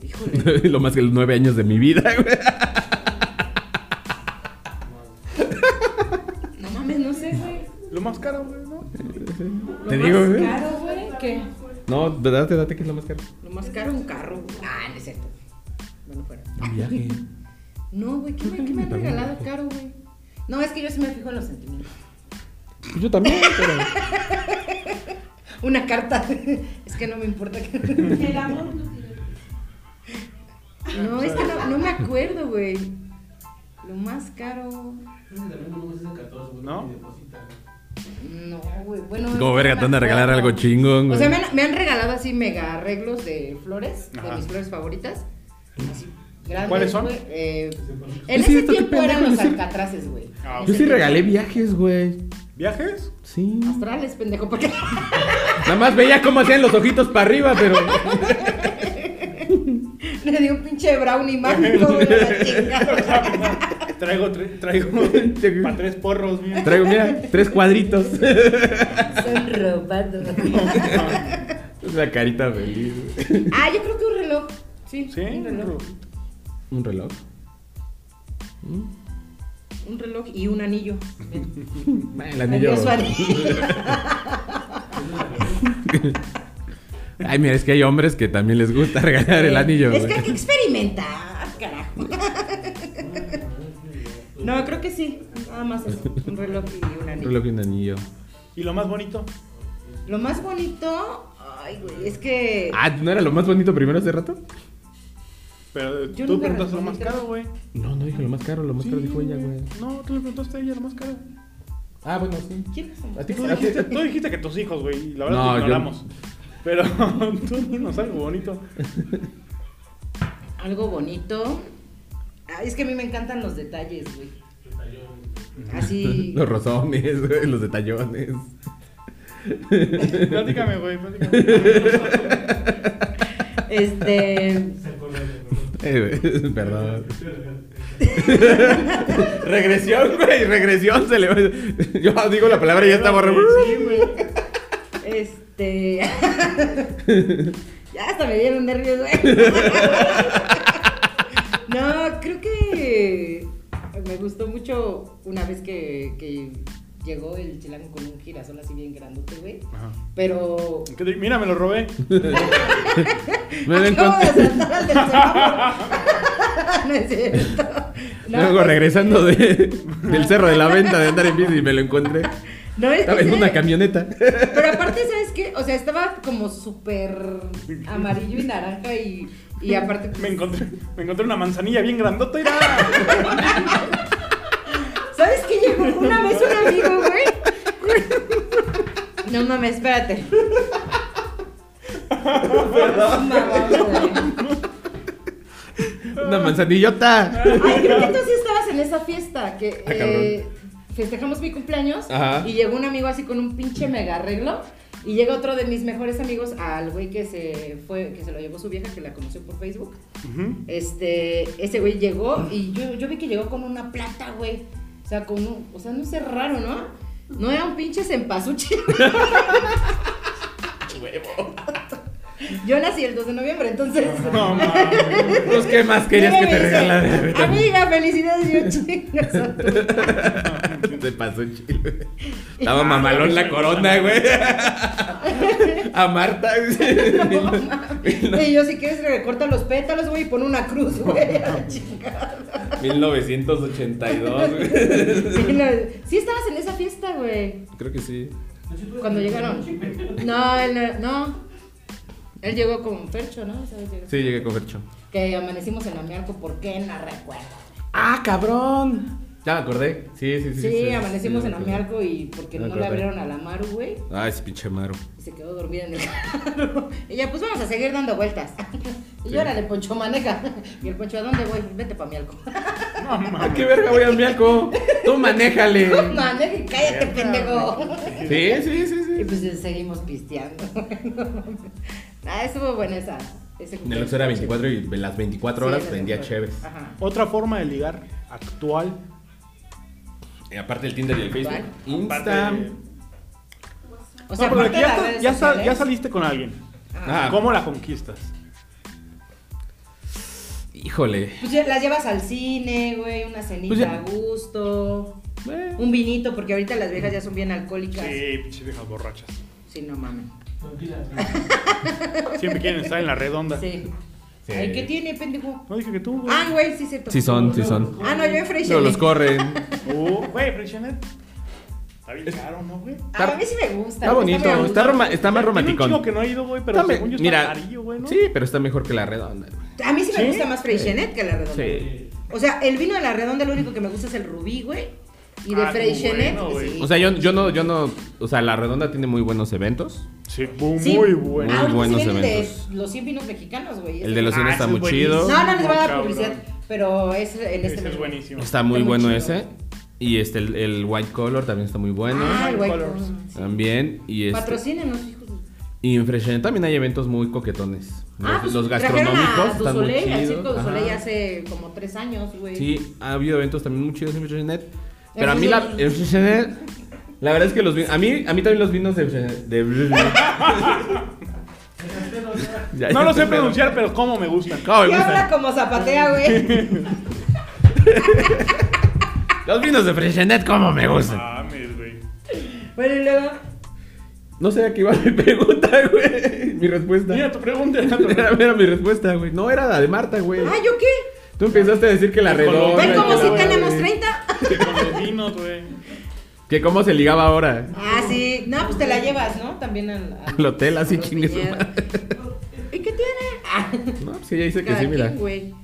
S3: Híjole.
S2: lo más que los nueve años de mi vida, güey.
S3: No mames, no sé, güey.
S4: Lo más caro, güey, ¿no?
S2: Te
S3: Lo
S2: digo,
S3: más
S2: güey.
S3: caro, güey. ¿Qué?
S2: No, date, date, ¿qué es lo más caro?
S3: Lo más caro, un carro. Ah, no es cierto. No, no fuera.
S2: Un viaje.
S3: No, güey, ¿qué, me- qué me han regalado caro, güey? No, es que yo sí me fijo en los sentimientos.
S2: Pues yo también, pero.
S3: Una carta. Es que no me importa. que-
S9: el amor no tiene.
S3: No, es que no, no me acuerdo, güey. Lo más caro.
S4: ¿No?
S3: No, güey. Bueno.
S2: Como
S3: es
S2: verga, te
S3: que no
S2: van
S3: me
S2: a regalar
S3: acuerdo.
S2: algo chingón,
S3: O sea, me
S2: güey.
S3: han, me han regalado así mega arreglos de flores,
S4: Ajá.
S3: de mis flores favoritas. Así, grandes,
S4: ¿Cuáles son?
S3: güey. Eh,
S2: Es
S3: en ese
S2: cierto, qué
S3: tiempo
S2: pendejo,
S3: eran
S2: yo
S3: los
S2: sí-
S3: alcatraces, güey.
S4: Ah,
S3: En
S2: Yo
S3: ese
S2: sí
S3: tiempo-
S2: regalé viajes, güey.
S4: ¿Viajes?
S2: Sí.
S3: Astrales, pendejo, porque
S2: Nada más veía cómo hacían los ojitos para arriba, pero.
S3: le di un pinche brownie mágico, güey. a la chingada.
S4: Traigo, tre- traigo pa' tres porros, mira.
S2: Traigo, mira, tres cuadritos.
S3: Son robados.
S2: La carita feliz. güey.
S3: Ah, yo creo que un reloj. Sí,
S4: Sí,
S3: un reloj.
S2: ¿Un reloj?
S3: Un reloj y un anillo.
S2: Ah, El anillo.
S3: Adiós, anillo.
S2: Ay, mira, es que hay hombres que también les gusta regalar el anillo.
S3: Es
S2: güey.
S3: que hay que experimentar, carajo. No, creo que sí. Nada más eso. Un reloj y un
S2: Un
S3: anillo.
S2: reloj y un anillo.
S4: Y lo más bonito.
S3: Lo más bonito. ah, Ay, güey, es que.
S2: Ah, ¿no era lo más bonito primero hace rato?
S4: Pero eh,
S3: Yo
S4: tú
S3: nunca
S4: preguntaste
S3: respondí,
S4: lo más
S3: creo.
S4: caro, güey.
S2: No, no dije lo más caro, lo más caro dijo ella, güey.
S4: No, tú le preguntaste a ella lo más caro.
S2: Ah, bueno, sí.
S3: ¿Quiénes son?
S2: ¿A ti
S4: Tú
S2: a ti-
S4: dijiste, tú dijiste que tus hijos, güey. Y la verdad,
S2: No,
S4: te
S2: yo-
S4: ignoramos. Pero tú dinos algo bonito.
S3: Algo bonito. Ah, es que a mí me encantan los detalles, güey. Así.
S2: Los rosones, güey, los detallones.
S4: Platícame, güey. Platícame.
S3: Este.
S2: Eh, güey, Perdón. regresión, güey, regresión se le va- Yo digo la palabra y ya está borrado.
S4: Sí, güey.
S3: Este. ya hasta me dieron nervios, güey. no, creo que me gustó mucho una vez que, que llegó el chilango con un girasol así bien grandote, güey.
S4: Ajá.
S3: Pero.
S4: ¿Qué te- Mira, me lo robé.
S2: Me lo
S3: Acabo de
S2: encontré.
S3: saltar al del semáforo. no es cierto. No,
S2: Luego
S3: es-
S2: regresando de- del cerro de la venta de andar en bici y me lo encontré.
S3: No es
S2: Estaba
S3: que
S2: en una
S3: sea-
S2: camioneta.
S3: Pero aparte, ¿sabes qué? O sea, estaba como súper amarillo y naranja y, y aparte... pues,
S4: Me encontré, me encontré una manzanilla bien grandota. Mira.
S3: ¿Sabes qué llegó una vez un amigo, güey? No mames, espérate. Perdón.
S2: Una manzanillota.
S3: Ay, creo que tú sí estabas en esa fiesta que
S2: Ah,
S3: eh, festejamos mi cumpleaños
S2: Ajá.
S3: y llegó un amigo así con un pinche mega arreglo y llega otro de mis mejores amigos al güey que se fue, que se lo llevó su vieja que la conoció por Facebook.
S4: Ujú.
S3: Este, ese güey llegó y yo, yo vi que llegó con una plata, güey. O sea, con un, o sea, no sé, raro, ¿no? No era un pinche cempasúchil. Yo nací el 2 de noviembre, entonces.
S4: No, mames.
S2: Pues, ¿Qué más querías
S3: Llega
S2: que
S3: y
S2: te
S3: me dice,
S2: regalara?
S3: Amiga, felicidades, yo chingas a tu
S2: Te pasó un chile. Estaba mamalón la corona, güey. A Marta. güey.
S3: madre". Y yo, si quieres, le recorta los pétalos, güey, y pon una cruz, güey. a la chingada.
S2: 1982, güey.
S3: Sí, no, sí estabas en esa fiesta, güey.
S2: Creo que sí.
S3: Cuando llegaron. No, él no. no. Él llegó con Fercho, ¿no? Esa vez llegó.
S2: Sí, llegué con Fercho.
S3: Que amanecimos en Amiarco, ¿por qué? No recuerdo.
S2: ¡Ah, cabrón! Ya me acordé. Sí, sí, sí.
S3: Sí,
S2: sí,
S3: amanecimos
S2: sí, me
S3: en
S2: acordé.
S3: Amiarco y porque
S2: No
S3: no,
S2: me
S3: le
S2: acordé.
S3: abrieron a la Maru, güey.
S2: Ay, ese pinche Maru.
S3: Y se quedó dormida en el carro. Ella, pues vamos a seguir dando vueltas. Y
S2: Sí.
S3: yo, órale, Poncho, maneja. Y el Poncho, ¿a dónde voy? Vete pa' Amiarco. Ah,
S4: No,
S2: ¿A
S4: mames.
S2: qué verga voy a Mialco? Tú manéjale.
S3: Maneja y cállate, pendejo.
S2: Sí, sí, sí,
S3: Y
S2: sí.
S3: pues eh, seguimos pisteando. ah, estuvo buena esa. Ese
S2: En el
S3: cumpleaños.
S2: Oxxo era 24 y de las 24
S3: Sí,
S2: horas
S3: era
S2: vendía
S3: 24.
S2: chéves.
S3: Ajá.
S4: Otra forma de ligar actual.
S2: Y aparte el Tinder y el Facebook. Insta.
S4: Aparte de-
S3: O sea,
S4: No, pero
S3: aparte de
S4: ya,
S3: las
S4: sa-
S3: redes
S4: ya sa-
S3: sociales-
S4: ya saliste con alguien.
S2: Ah,
S4: ¿Cómo la conquistas?
S2: Híjole.
S3: Pues ya las llevas al cine, güey, una cenita
S2: Pues ya-
S3: a gusto, un vinito, porque ahorita las viejas ya son bien alcohólicas. Sí,
S4: Sí, pinche viejas borrachas.
S3: no mames.
S4: Siempre quieren estar en la redonda.
S3: Sí.
S2: Sí.
S3: Ay, ¿qué tiene, pendejo?
S4: No dije que tú, güey.
S3: Ah, güey, sí, cierto.
S2: Sí son, sí son.
S3: Ah, no, yo en Fresh
S2: Pero los
S3: Elite.
S2: corren.
S4: Oh, güey, Freixenet. Está bien caro, ¿no, güey?
S3: A mí sí me gusta.
S2: Está
S3: güey,
S2: bonito.
S3: muy
S2: Está,
S3: bonito.
S2: roma- está más
S4: Tiene un
S2: romanticón.
S4: chico que no ha ido, güey, pero
S2: Está me-
S4: según yo está
S2: Mira.
S4: amarillo, güey, ¿no?
S2: Sí, pero está mejor que la redonda. güey.
S3: A mí sí me
S4: ¿Sí?
S3: gusta más Freixenet que la redonda.
S2: Sí.
S3: O sea, el vino de la redonda lo único que me gusta es el rubí, güey. Y de
S4: Ah, qué
S3: Freixenet,
S4: bueno, güey.
S3: sí.
S2: O sea, yo, yo no, yo no. O sea, la redonda tiene muy buenos eventos.
S4: Sí, muy,
S3: Sí.
S4: muy bueno.
S3: Ahorita sí
S2: buenos
S3: viene el de
S2: eventos.
S3: los 100 vinos mexicanos, güey.
S2: El de los
S4: Ah,
S2: cines está
S4: ese es
S2: muy chido.
S3: No, no les voy a dar
S4: Cabrón.
S3: publicidad, pero es en este.
S4: Ese es
S3: mes.
S4: buenísimo.
S2: Está muy
S3: Está muy
S2: bueno
S3: chido.
S2: ese. Y este el, el white color también está muy bueno.
S3: Ah, el White
S4: Colors.
S3: Colors.
S2: También. Y este-
S3: Patrocínenos, hijos. de-
S2: Y en Freshen también hay eventos muy coquetones.
S3: Ah,
S2: los,
S3: pues,
S2: los
S3: trajeron
S2: gastronómicos
S3: a
S2: están muy
S3: Dusoley, al
S2: chidos.
S3: circo de Soleil
S2: Ajá.
S3: hace como tres años, güey.
S2: Sí, ha habido eventos también muy chidos en Freshenet.
S3: En
S2: Pero a mí la
S3: Freshenet.
S2: en Freshenet, la verdad es que los vinos, a mí a mí también los vinos de Freshenet- de Ya,
S4: No
S2: ya
S4: lo
S2: estoy
S4: sé
S2: pedo.
S4: pronunciar, pero cómo me gustan.
S2: ¿Cómo me
S3: Y
S2: gustan?
S3: habla como zapatea, güey.
S2: Los vinos de Freshenet cómo me gustan.
S4: Mames, güey.
S3: bueno, y luego.
S2: No sé a qué iba mi pregunta, güey. Mi respuesta.
S4: Mira tu pregunta.
S2: Era, era mi respuesta, güey. No era la de Marta, güey.
S3: Ah, ¿yo qué?
S2: Tú empezaste a decir que la
S4: Con los-
S2: redonda.
S4: Ven
S3: ¿Ven
S2: que
S3: como
S2: la
S3: si
S2: madre.
S3: tenemos 30?
S4: Con los vinos, güey.
S2: Que cómo se ligaba ahora.
S3: Ah, sí. No, pues te la llevas, ¿no? También al,
S2: Al hotel, así,
S3: a los
S2: chingue su
S3: cuñados. ¿Y qué tiene? Ah,
S2: No, pues ella dice que
S3: cada
S2: sí,
S3: quien,
S2: mira.
S3: güey.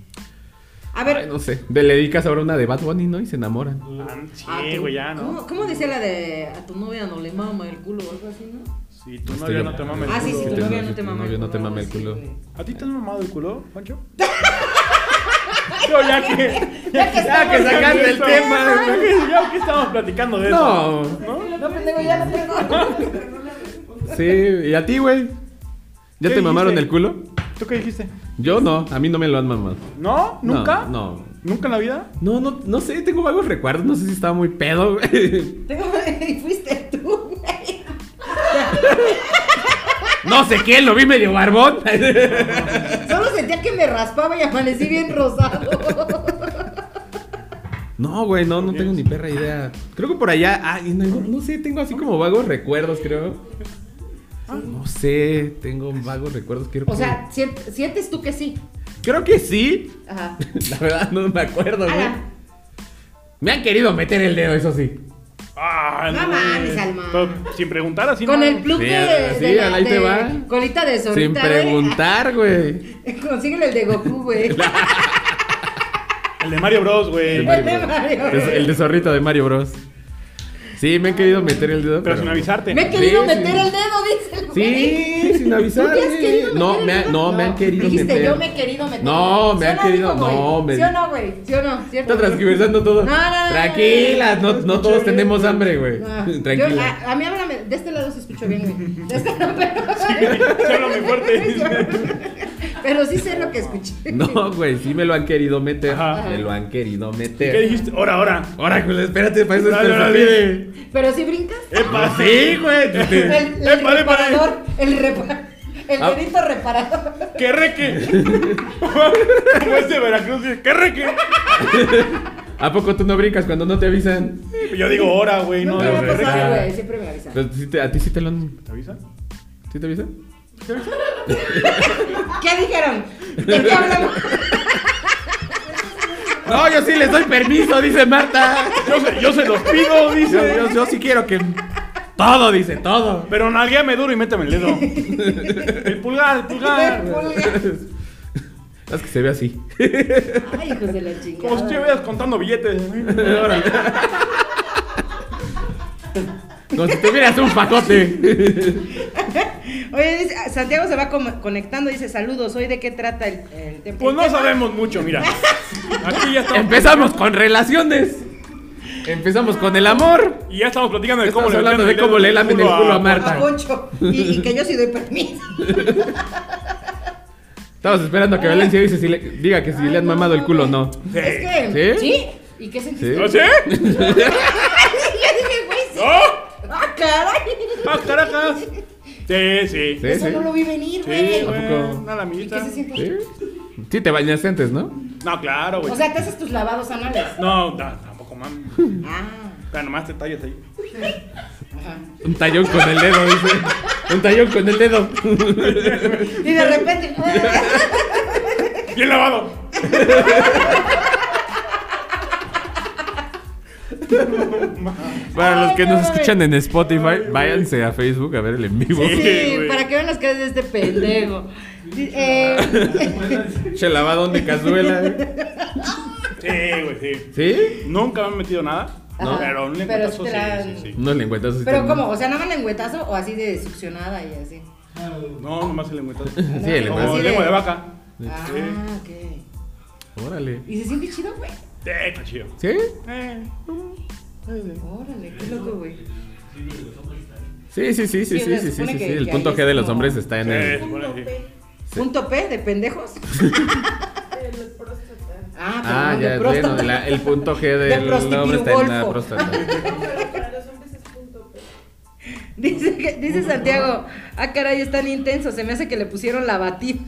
S3: A ver.
S2: Ay, no sé. Le dedicas ahora una de Bad Bunny, ¿no? Y se enamoran.
S4: Ah, sí,
S3: a tu-
S4: güey, ya, ¿no?
S3: ¿Cómo, cómo decía la de a tu novia no le mama el culo o algo así, no?
S4: Si tu
S2: Este,
S4: novia
S2: yo-
S4: no te mama el
S3: Ah, sí,
S4: culo.
S3: sí,
S2: Si
S3: tu
S2: te-
S3: novia
S2: si
S3: no te
S2: tu
S3: mama
S2: novia
S3: el
S2: no
S3: culo.
S2: te mama el
S3: algo así,
S2: culo.
S3: güey.
S4: ¿A ti te han mamado el culo, Pancho? Yo ya
S3: Ya
S4: que.
S3: que
S2: Ya que
S3: estamos
S2: sacaste el
S4: eso.
S2: tema.
S4: Ya que- ya que estamos platicando de eso.
S2: No.
S4: ¿No?
S3: No, pendejo, ya lo tengo.
S2: Sí, ¿y a ti, güey? ¿Ya
S4: ¿Qué
S2: te mamaron
S4: dijiste?
S2: el culo?
S4: ¿Tú qué dijiste?
S2: Yo no, a mí no me lo han mamado.
S4: ¿No? ¿Nunca?
S2: No, no.
S4: ¿Nunca en la vida?
S2: No, no, no sé, tengo vagos recuerdos, no sé si estaba muy pedo, güey.
S3: Tengo- Y fuiste tú, güey.
S2: No sé quién, lo vi medio barbón.
S3: Solo sentía que me raspaba y amanecí bien rosado.
S2: No, güey, no, no tengo ni perra idea. Creo que por allá, ay, no, no- no sé, tengo así como vagos recuerdos, creo. No sé, tengo vagos recuerdos, creo
S3: Ah. O
S2: que...
S3: sea, sien- sientes tú que sí.
S2: Creo que sí.
S3: Ajá.
S2: La verdad no me acuerdo, güey.
S3: Ala.
S2: Me han querido meter el dedo, eso sí.
S4: Ah,
S3: No mames, Alma.
S4: Pero sin preguntar así.
S3: Con
S4: no.
S3: el plug
S2: Sí,
S3: de,
S2: sí,
S3: de la-
S2: ahí te
S3: de
S2: va.
S3: colita de
S2: Sin
S3: sorita, güey.
S2: preguntar, güey.
S3: Consíguele el de Goku, güey.
S4: El de Mario Bros, güey.
S2: El Mario
S3: de
S2: Bros.
S3: Mario,
S2: Es
S3: güey.
S2: El de zorrito de Mario Bros. Sí, me han querido meter el dedo.
S4: Pero sin avisarte.
S3: Me he querido
S2: Sí, sí.
S3: meter el dedo, dice el güey.
S2: Sí, sin avisar.
S3: ¿Tú te has
S2: güey.
S3: querido meter
S2: no,
S3: el
S2: me ha-
S3: dedo?
S2: no, me han querido
S3: Dijiste,
S2: meter.
S3: yo me he querido meter.
S2: No, me
S3: ¿Sí
S2: han
S3: o
S2: querido-
S3: dijo, güey?
S2: no, me-
S3: ¿Sí o no, güey? ¿Sí o no? ¿Cierto?
S2: Está transgiversando todo.
S3: No, no, no, no,
S2: Tranquilas, no, no todos tenemos hambre, güey.
S3: Ah, yo-
S2: Tranquila.
S3: a, a mí háblame, de este lado se escuchó bien, güey. De este lado, pero...
S4: Se habla muy fuerte.
S3: pero sí sé lo que escuché.
S2: No, güey, sí me lo han querido meter.
S4: Ajá.
S2: Me lo han querido meter.
S4: ¿Qué dijiste? Ahora, ahora.
S2: Ahora, güey, espérate, para eso
S4: Dale,
S2: está
S4: dale.
S2: Este el sapide.
S3: Pero si brincas,
S4: ¡Epa!
S2: Sí, güey. te-
S3: el,
S2: te-
S3: el
S4: Eh, pare, pare.
S3: reparador, el repa- el
S2: Ah.
S3: dedito reparador.
S4: ¡Qué reque! Como este de Veracruz dice, ¡qué reque!
S2: ¿A poco tú no brincas cuando no te avisan?
S4: Yo digo ahora, güey, no.
S3: Nunca me ha
S4: ¿Qué reque?
S3: pasado,
S2: verdad.
S3: güey, siempre me avisan.
S2: Pero sí te- ¿A ti sí te lo han...
S4: ¿Te avisan?
S2: ¿Sí te avisan?
S3: ¿Qué dijeron? ¿De qué hablamos?
S2: No, yo sí les doy permiso, dice Marta.
S4: Yo se, yo se los pido,
S2: Yo,
S4: dice.
S2: yo- yo sí quiero que... Todo, dice, todo.
S4: Pero nalguéame duro y méteme el dedo. El pulgar, el
S3: Del
S4: pulgar.
S3: pulgar.
S2: Es que se ve así.
S3: Ay, hijos de la chingada.
S4: Como si estuvieras contando billetes.
S2: Como si tuvieras un pacote.
S3: Oye, dice, ah, Santiago se va com- conectando, dice, saludos, ¿hoy de qué trata el, el tema?
S4: Pues no
S3: El tema-
S4: sabemos mucho, mira. Aquí ya estamos.
S2: Empezamos con relaciones. Empezamos con el amor.
S4: Y ya estamos platicando de cómo
S2: Estamos
S4: le
S2: hablando
S4: metían
S2: de cómo le
S4: en
S2: lamen el culo a Marta.
S3: A Ah, Poncho. Y, y que yo sí doy permiso.
S2: Estamos esperando a que Valencia dice si le- diga que si le han mamado el culo o no.
S4: Sí.
S3: Es que,
S2: ¿Sí?
S3: ¿sí? ¿Y qué sentiste?
S4: ¿No
S2: ¿Sí?
S4: sé?
S3: yo dije, güey, sí.
S4: ¡Oh!
S3: ¡Ah, caray!
S4: ¡Ah, carajas! Sí, sí.
S2: Sí,
S3: Eso
S2: sí.
S3: no lo vi venir, güey.
S4: Sí,
S2: ¿a poco?
S4: güey. Una
S3: ¿Y
S4: lamidita.
S3: qué se siente?
S2: ¿Sí? Sí, te bañaste antes, ¿no?
S4: No, claro, güey.
S3: O sea, te haces tus lavados anales.
S4: No, ta- tampoco, mami.
S3: Ah,
S4: Pero nomás te tallas ahí.
S3: ajá.
S2: Un tallón con el dedo, dice. Un tallón con el dedo.
S3: Y de repente.
S4: ¡Bien lavado!
S2: Para los
S3: Ay,
S2: que
S3: no
S2: nos
S3: mames.
S2: escuchan en Spotify, váyanse a Facebook a ver el en vivo.
S4: Sí.
S3: Sí,
S4: güey.
S3: para que vean las caras de este pendejo. Eh,
S2: Che lavadón de cazuela. ¿eh?
S4: Sí, güey, sí.
S2: ¿Sí?
S4: Nunca me han metido nada.
S3: Ajá.
S4: Pero un
S3: Pero
S4: lengüetazo sí,
S3: esperan-
S4: sí, sí.
S2: No le encuentras.
S3: pero ¿cómo? O sea, nada más lengüetazo o así de succionada y así.
S4: No, nomás el lengüetazo.
S2: Sí, el
S4: Como
S2: lengüetazo.
S4: lengua de vaca.
S3: Ah, ok.
S2: Órale.
S3: ¿Y se siente chido, güey?
S4: Sí, está chido.
S2: ¿Sí?
S4: Eh.
S3: Órale, qué loco, güey.
S2: Sí, sí, sí, sí,
S3: Sí, o sea,
S2: sí, sí, sí,
S3: supone
S2: sí,
S3: que-
S2: sí. El
S3: que
S2: punto
S3: ahí
S2: G
S3: es
S2: de los
S3: como-
S2: hombres está en
S4: Sí,
S2: el...
S4: supone que sí.
S3: ¿Punto P de pendejos?
S9: El próstata.
S3: Ah, pero
S2: Ah,
S3: no, de
S2: ya, bueno,
S3: próstata.
S2: de la- el punto G del
S3: prostituir
S2: hombre está en la
S3: golfo.
S2: próstata.
S9: No, pero para los hombres es punto P.
S3: Dice, que- dice Santiago, ah, caray, es tan intenso, se me hace que le pusieron la batida.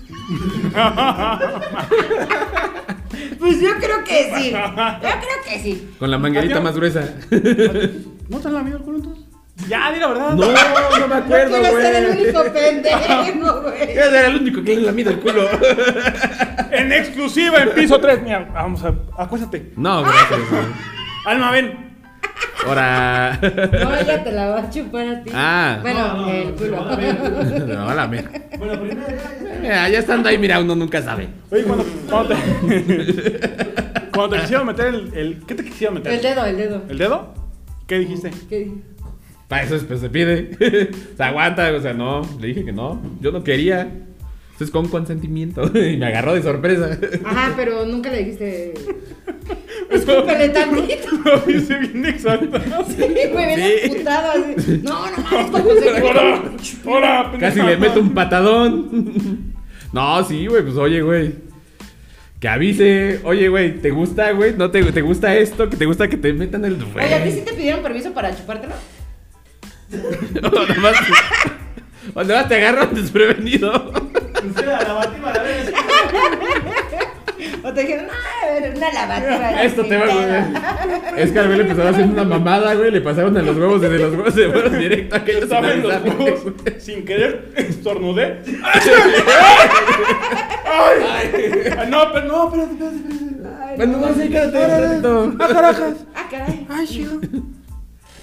S3: Pues yo creo que sí, yo creo que sí.
S2: Con la manguerita más gruesa.
S4: ¿No te han lamido el culo entonces? Ya, di la verdad.
S2: no me
S3: No quiero ser el único pendejo, güey.
S2: Yo era el único que le lamido el culo.
S4: En exclusiva en piso 3. Mira, vamos a. Acuéstate.
S2: No, gracias. güey.
S4: Alma, ven.
S2: Ahora.
S3: No, ella te la va a chupar a ti.
S2: Ah.
S3: Bueno,
S8: No, no,
S3: el
S8: no,
S3: culo.
S8: no, no, no, no.
S2: No, la mera.
S8: Bueno, primero ya, ya.
S2: Mira, ya estando ahí, mira, uno nunca sabe.
S4: Oye, cuando, cuando te, cuando te quisieron meter el, el- ¿Qué te quisieron meter?
S3: el dedo, el dedo.
S4: ¿El dedo? ¿Qué dijiste?
S3: ¿Qué?
S2: Para eso pues, se pide. se aguanta, o sea, no. Le dije que no. Yo no quería. Entonces con consentimiento. y me agarró de sorpresa.
S3: Ajá, pero nunca le dijiste. Escúpele tantito.
S4: Lo hice bien exacto.
S3: Sí, me hubiera
S2: Sí.
S3: putado así. No, no mames, ¿cómo se
S4: ¡Hola! ¡Hola!
S2: Casi
S4: pendeja!
S2: le meto un patadón. no, sí, güey, pues oye, güey. Que avise. Oye, güey, ¿te gusta, güey? ¿No te, te gusta esto? ¿Que te gusta que te metan el
S3: Oye, ¿a ti sí
S2: güey?
S3: te pidieron permiso para chupártelo?
S2: No, nada más. O nada más te agarran desprevenido.
S8: Usted a la batima la vez.
S3: ¿O te dijeron, ah, a ver, una lavativa?
S2: Esto
S3: sin
S2: te va a
S3: pedo"?
S2: joder. Es que al güey le empezaron haciendo una mamada, güey. Le pasaron a los huevos y de los huevos se fueron directo a que
S4: ¿Te
S2: ellos
S4: saben los
S2: analizaron,
S4: huevos?
S2: güey.
S4: Sin querer estornudé. ¡Ay! Ah, No, pero no, espérate, espérate, espérate.
S2: Bueno, no, sí, quédate. tantito.
S3: Ah, caray. Ay, chido.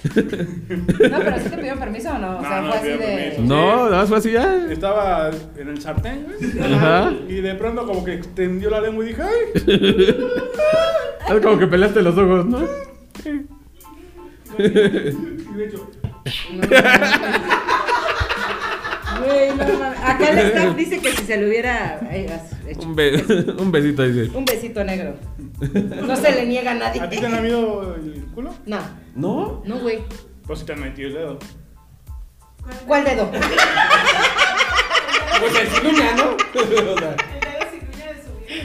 S3: No, pero sí te pidieron permiso o no? O
S4: No,
S3: sea, fue
S4: no me
S3: así
S4: pidieron
S3: de.
S4: permiso.
S2: No, nada más fue así ya.
S4: Estaba en el sartén, güey.
S2: Ajá.
S4: Y de pronto como que extendió la lengua y dije, ¡ay!
S2: Es como que pelaste los ojos, ¿no?
S4: Y de hecho,
S3: No, no, no. Güey, no, mames. Acá el staff dice que si se lo hubiera eh, as- hecho.
S2: Un, be- un besito dice.
S3: Un besito negro. No se le niega a nadie.
S4: ¿a ti te han lamido el culo?
S3: No,
S2: ¿No?
S3: no, güey.
S4: Pues si te han metido el dedo.
S3: ¿Cuál dedo?
S2: Pues el ciruña, ¿no?
S9: El dedo cigüeña de su vida.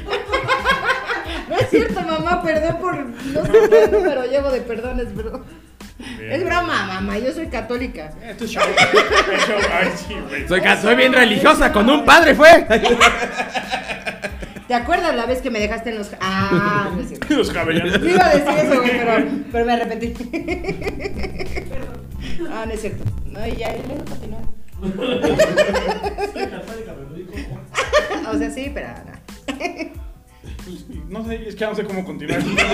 S3: No es cierto, mamá, perdón por. No sé qué, pero llevo de perdones, bro. Es broma, mamá, yo soy católica.
S4: Eh, Esto es show. Es show. Ay, sí, güey.
S2: soy, ca- soy bien religiosa, con un padre fue.
S3: ¿Te acuerdas la vez que me dejaste en los. Ah, no es cierto.
S4: Los cabellos.
S3: Yo iba a decir eso, güey, pero, pero me arrepentí. Ah, no es cierto. No, y ya, y luego continúa.
S8: Soy católica, pero digo,
S3: O sea, sí, pero no.
S4: No sé, es que ya no sé cómo continuar.
S2: Después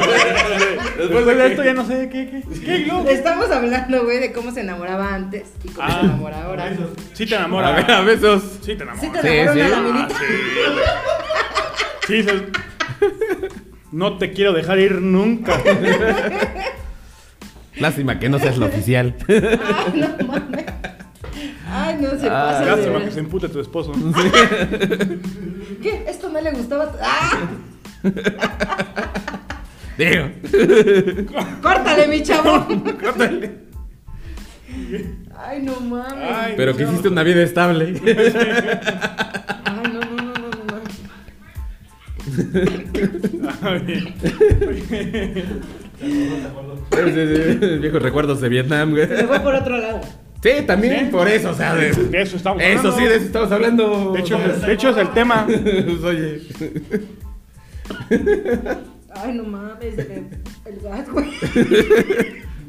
S4: Después
S2: de
S4: de
S2: qué.
S4: esto ya no sé qué, qué. ¿Qué, Glo?
S3: Estamos hablando, güey, de cómo se enamoraba antes y cómo
S4: Ah,
S3: se enamora ahora.
S8: eso.
S4: Sí te
S2: A, ver, a
S4: enamora.
S2: besos.
S4: Sí te enamora.
S3: ¿Sí te
S2: Sí,
S3: enamoraron a
S2: sí.
S3: la
S4: Ah,
S3: minita?
S4: sí, güey. Sí, dices, No te quiero dejar ir nunca.
S2: Lástima que no seas la oficial.
S3: Ay, Ah, no mames. Ay, no se pasa. de
S4: Ah, Lástima que
S3: verdad.
S4: se empute tu esposo.
S3: ¿Qué? Esto no le gustaba. ¡Ah!
S2: Digo.
S3: ¡Córtale, mi chavo! Ay, no mames.
S4: Ay,
S2: Pero que
S4: no.
S2: hiciste una vida estable.
S3: Ay, no, no, no, no, no. mames.
S4: Ah, bien.
S8: ¿de acuerdo?
S2: Sí, sí, sí. Viejos recuerdos de Vietnam, güey.
S3: Se fue por otro lado.
S2: Sí, también
S4: Sí.
S2: por eso, o sea, de-
S4: De eso estamos
S2: Eso sí, de eso estamos hablando.
S4: De hecho, de hecho es el tema.
S2: Pues, oye.
S3: Ay, no mames. de- El gas, güey.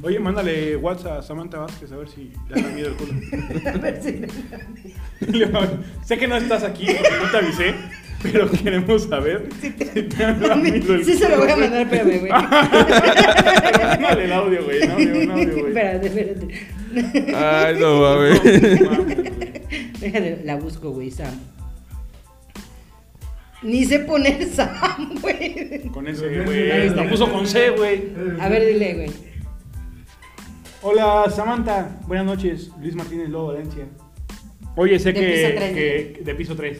S4: Oye, mándale WhatsApp a Samantha Vázquez a ver si le ha miedo el culo.
S3: A ver si-
S4: Le va- sé que no estás aquí, porque no te avisé, pero queremos saber si te han lamido el
S3: Sí se lo
S4: culo,
S3: voy a mandar, espérame, güey.
S4: Mándale el audio, güey. el audio, un audio, güey.
S3: Espérate, espérate.
S2: Ay, no mames.
S4: No mames, güey.
S3: Déjale, la busco, güey, Sam. Ni sé poner Sam, güey.
S4: Con ese, güey. La puso con C, güey.
S3: A ver, dile, güey.
S4: Hola Samantha, buenas noches, Luis Martínez Lobo, Valencia. Oye, sé
S3: De
S4: que,
S3: piso tres,
S4: que- de piso 3.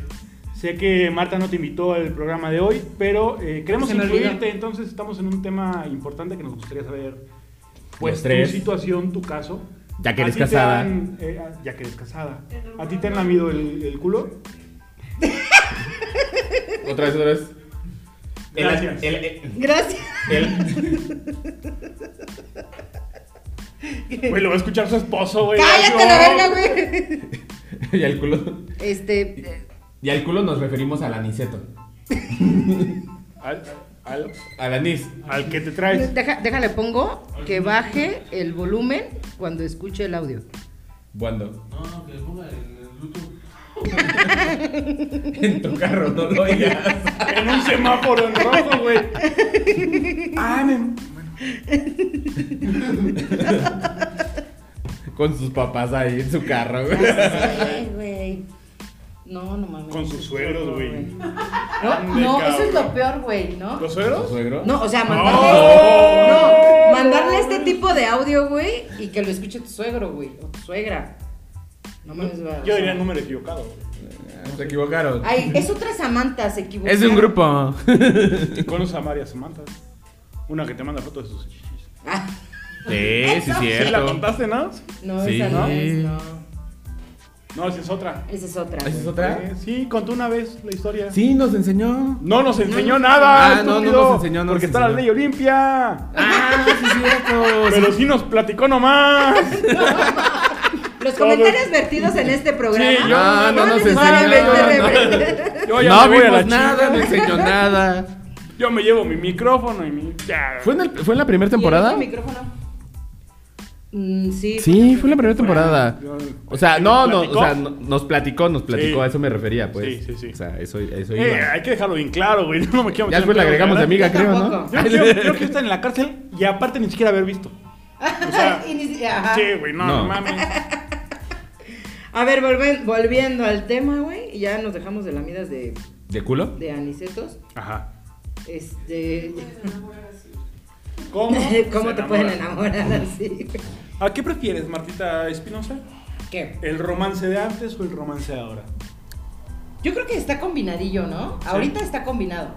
S4: Sé que Marta no te invitó al programa de hoy, pero eh, queremos
S3: Se me olvidó.
S4: incluirte, entonces estamos en un tema importante que nos gustaría saber. Pues
S2: Los tres.
S4: tu situación, tu caso.
S2: Ya que
S4: ¿A
S2: eres
S4: ti te
S2: casada.
S4: han- eh, a- ya que eres casada. ¿A ti te han lamido el, el culo?
S2: Otra vez, otra vez.
S4: Gracias.
S2: El- el-
S3: Gracias.
S2: el-
S4: Güey, lo va a escuchar su esposo, güey.
S3: ¡Cállate
S4: Ay,
S3: la
S4: no.
S3: verga, güey!
S2: y al culo.
S3: Este. eh,
S2: Y al culo nos referimos al aniceto.
S4: Al, al-
S2: Al anís.
S4: al que te traes.
S3: deja- déjale, pongo que baje el volumen cuando escuche el audio.
S2: Cuando.
S8: No, no, que le ponga en el Bluetooth.
S2: En tu carro no lo oigas.
S4: En un semáforo en rojo, güey. Ah, me- Bueno,
S2: Con sus papás ahí en su carro, güey.
S3: Ay, güey. No, no mames.
S4: Con sus suegros, güey.
S3: No,
S4: Ande,
S3: no, eso es
S4: cabrón.
S3: lo peor, güey, ¿no?
S4: ¿Los
S2: ¿Su
S4: suegros?
S2: suegro?
S3: No, o sea, mandarle, este-
S4: ¡No!
S3: no, mandarle este tipo de audio, güey, y que lo escuche tu suegro, güey, o tu suegra. No mames, güey. o
S4: Yo
S3: sea.
S4: diría el número equivocado, güey.
S2: Se equivocaron.
S3: Ay, es otra Samantha, se equivocó.
S2: Es de un grupo.
S4: Conoces a María Samantha. Una que te manda fotos de sus chichis.
S3: Ah,
S2: Sí, sí,
S3: Eso sí
S4: ¿Sí la
S2: cierto.
S4: contaste, no?
S3: no,
S2: Sí.
S3: esa no es, no.
S4: No, esa es otra.
S3: Esa es otra.
S2: ¿Esa es
S3: güey.
S2: otra?
S4: Eh, Sí, contó una vez la historia.
S2: Sí, nos enseñó.
S4: No nos enseñó nada,
S2: Ah, no, no
S4: estúpido,
S2: nos enseñó, no
S4: porque
S2: nos
S4: está la
S2: enseñó.
S4: ley Olimpia.
S2: Ah, sí, es cierto.
S4: Pero sí nos platicó nomás.
S3: Los comentarios vertidos en este programa
S4: Sí, yo-
S2: No, Ah, no nos
S3: necesariamente
S2: enseñó, no.
S3: representan-
S4: Yo ya
S2: No
S4: me voy a la
S2: vimos nada,
S4: chingada.
S2: no enseñó nada.
S4: Yo me llevo mi micrófono y mi. Ya.
S2: ¿Fue en, el- fue en la primera temporada?
S3: ¿Y el micrófono? Mm, sí.
S2: Sí, fue en la primera temporada.
S4: Yo-
S2: O sea, no, no,
S4: ¿Platicó?
S2: o sea, no- nos platicó, nos platicó,
S4: Sí.
S2: a eso me refería, pues.
S4: Sí, sí, sí.
S2: O sea, eso, eso
S4: Eh,
S2: iba.
S4: hay que dejarlo bien claro, güey. No me quiero
S2: Ya
S4: meter en
S2: después le
S4: pedo,
S2: agregamos de
S4: ¿verdad?
S2: amiga, creo, ¿no?
S3: Tampoco.
S4: Yo quiero, quiero que esté en la cárcel y aparte ni siquiera haber visto. O sea,
S3: Y ni si- ajá.
S4: sí, güey, no,
S2: No.
S4: no mames.
S3: A ver, volven- volviendo al tema, güey. y Ya nos dejamos de lamidas de,
S2: ¿De culo?
S3: de anicetos.
S4: Ajá.
S3: Este.
S4: ¿Cómo?
S3: ¿Cómo
S4: Se
S3: te
S4: enamora.
S3: pueden enamorar así?
S4: ¿A qué prefieres, Martita Espinosa?
S3: ¿Qué?
S4: ¿El romance de antes o el romance de ahora?
S3: Yo creo que está combinadillo, ¿no? Ahorita está combinado.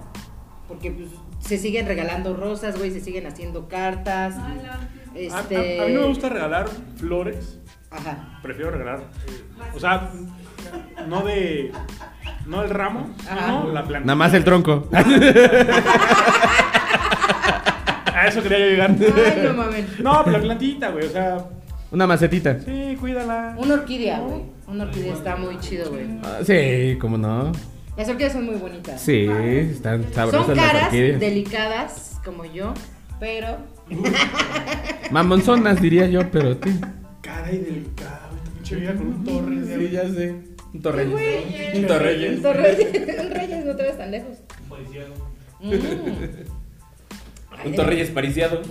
S3: Porque pues, se siguen regalando rosas, güey, se siguen haciendo cartas.
S4: A- a-
S3: Este.
S4: a mí no me gusta regalar flores.
S3: Ajá.
S4: prefiero regalar. eh, o sea, no de. No el ramo,
S3: Ajá.
S4: no la planta.
S2: Nada más el tronco.
S4: A eso quería yo llegar.
S3: Ay, no mames.
S4: No, pero la plantita, güey. O sea,
S2: Una macetita.
S4: sí, cuídala.
S3: Una orquídea, güey. Una orquídea está muy chido, güey.
S2: Ah, sí, cómo no.
S3: Las orquídeas son muy bonitas.
S2: Sí, están sabrosas
S3: Son
S2: las
S3: caras,
S2: orquídeas.
S3: delicadas, como yo, pero
S2: Mamonzonas diría yo, pero sí.
S4: Cara y delicada, güey. esta Pinche vida con un torre.
S2: Sí, ya sé. Un torreyes.
S3: Güey.
S2: Un torreyes.
S3: en Torreyes, en Reyes no te ves tan lejos. Mm. Ay,
S2: Un
S3: de-
S2: torreyes pariciado.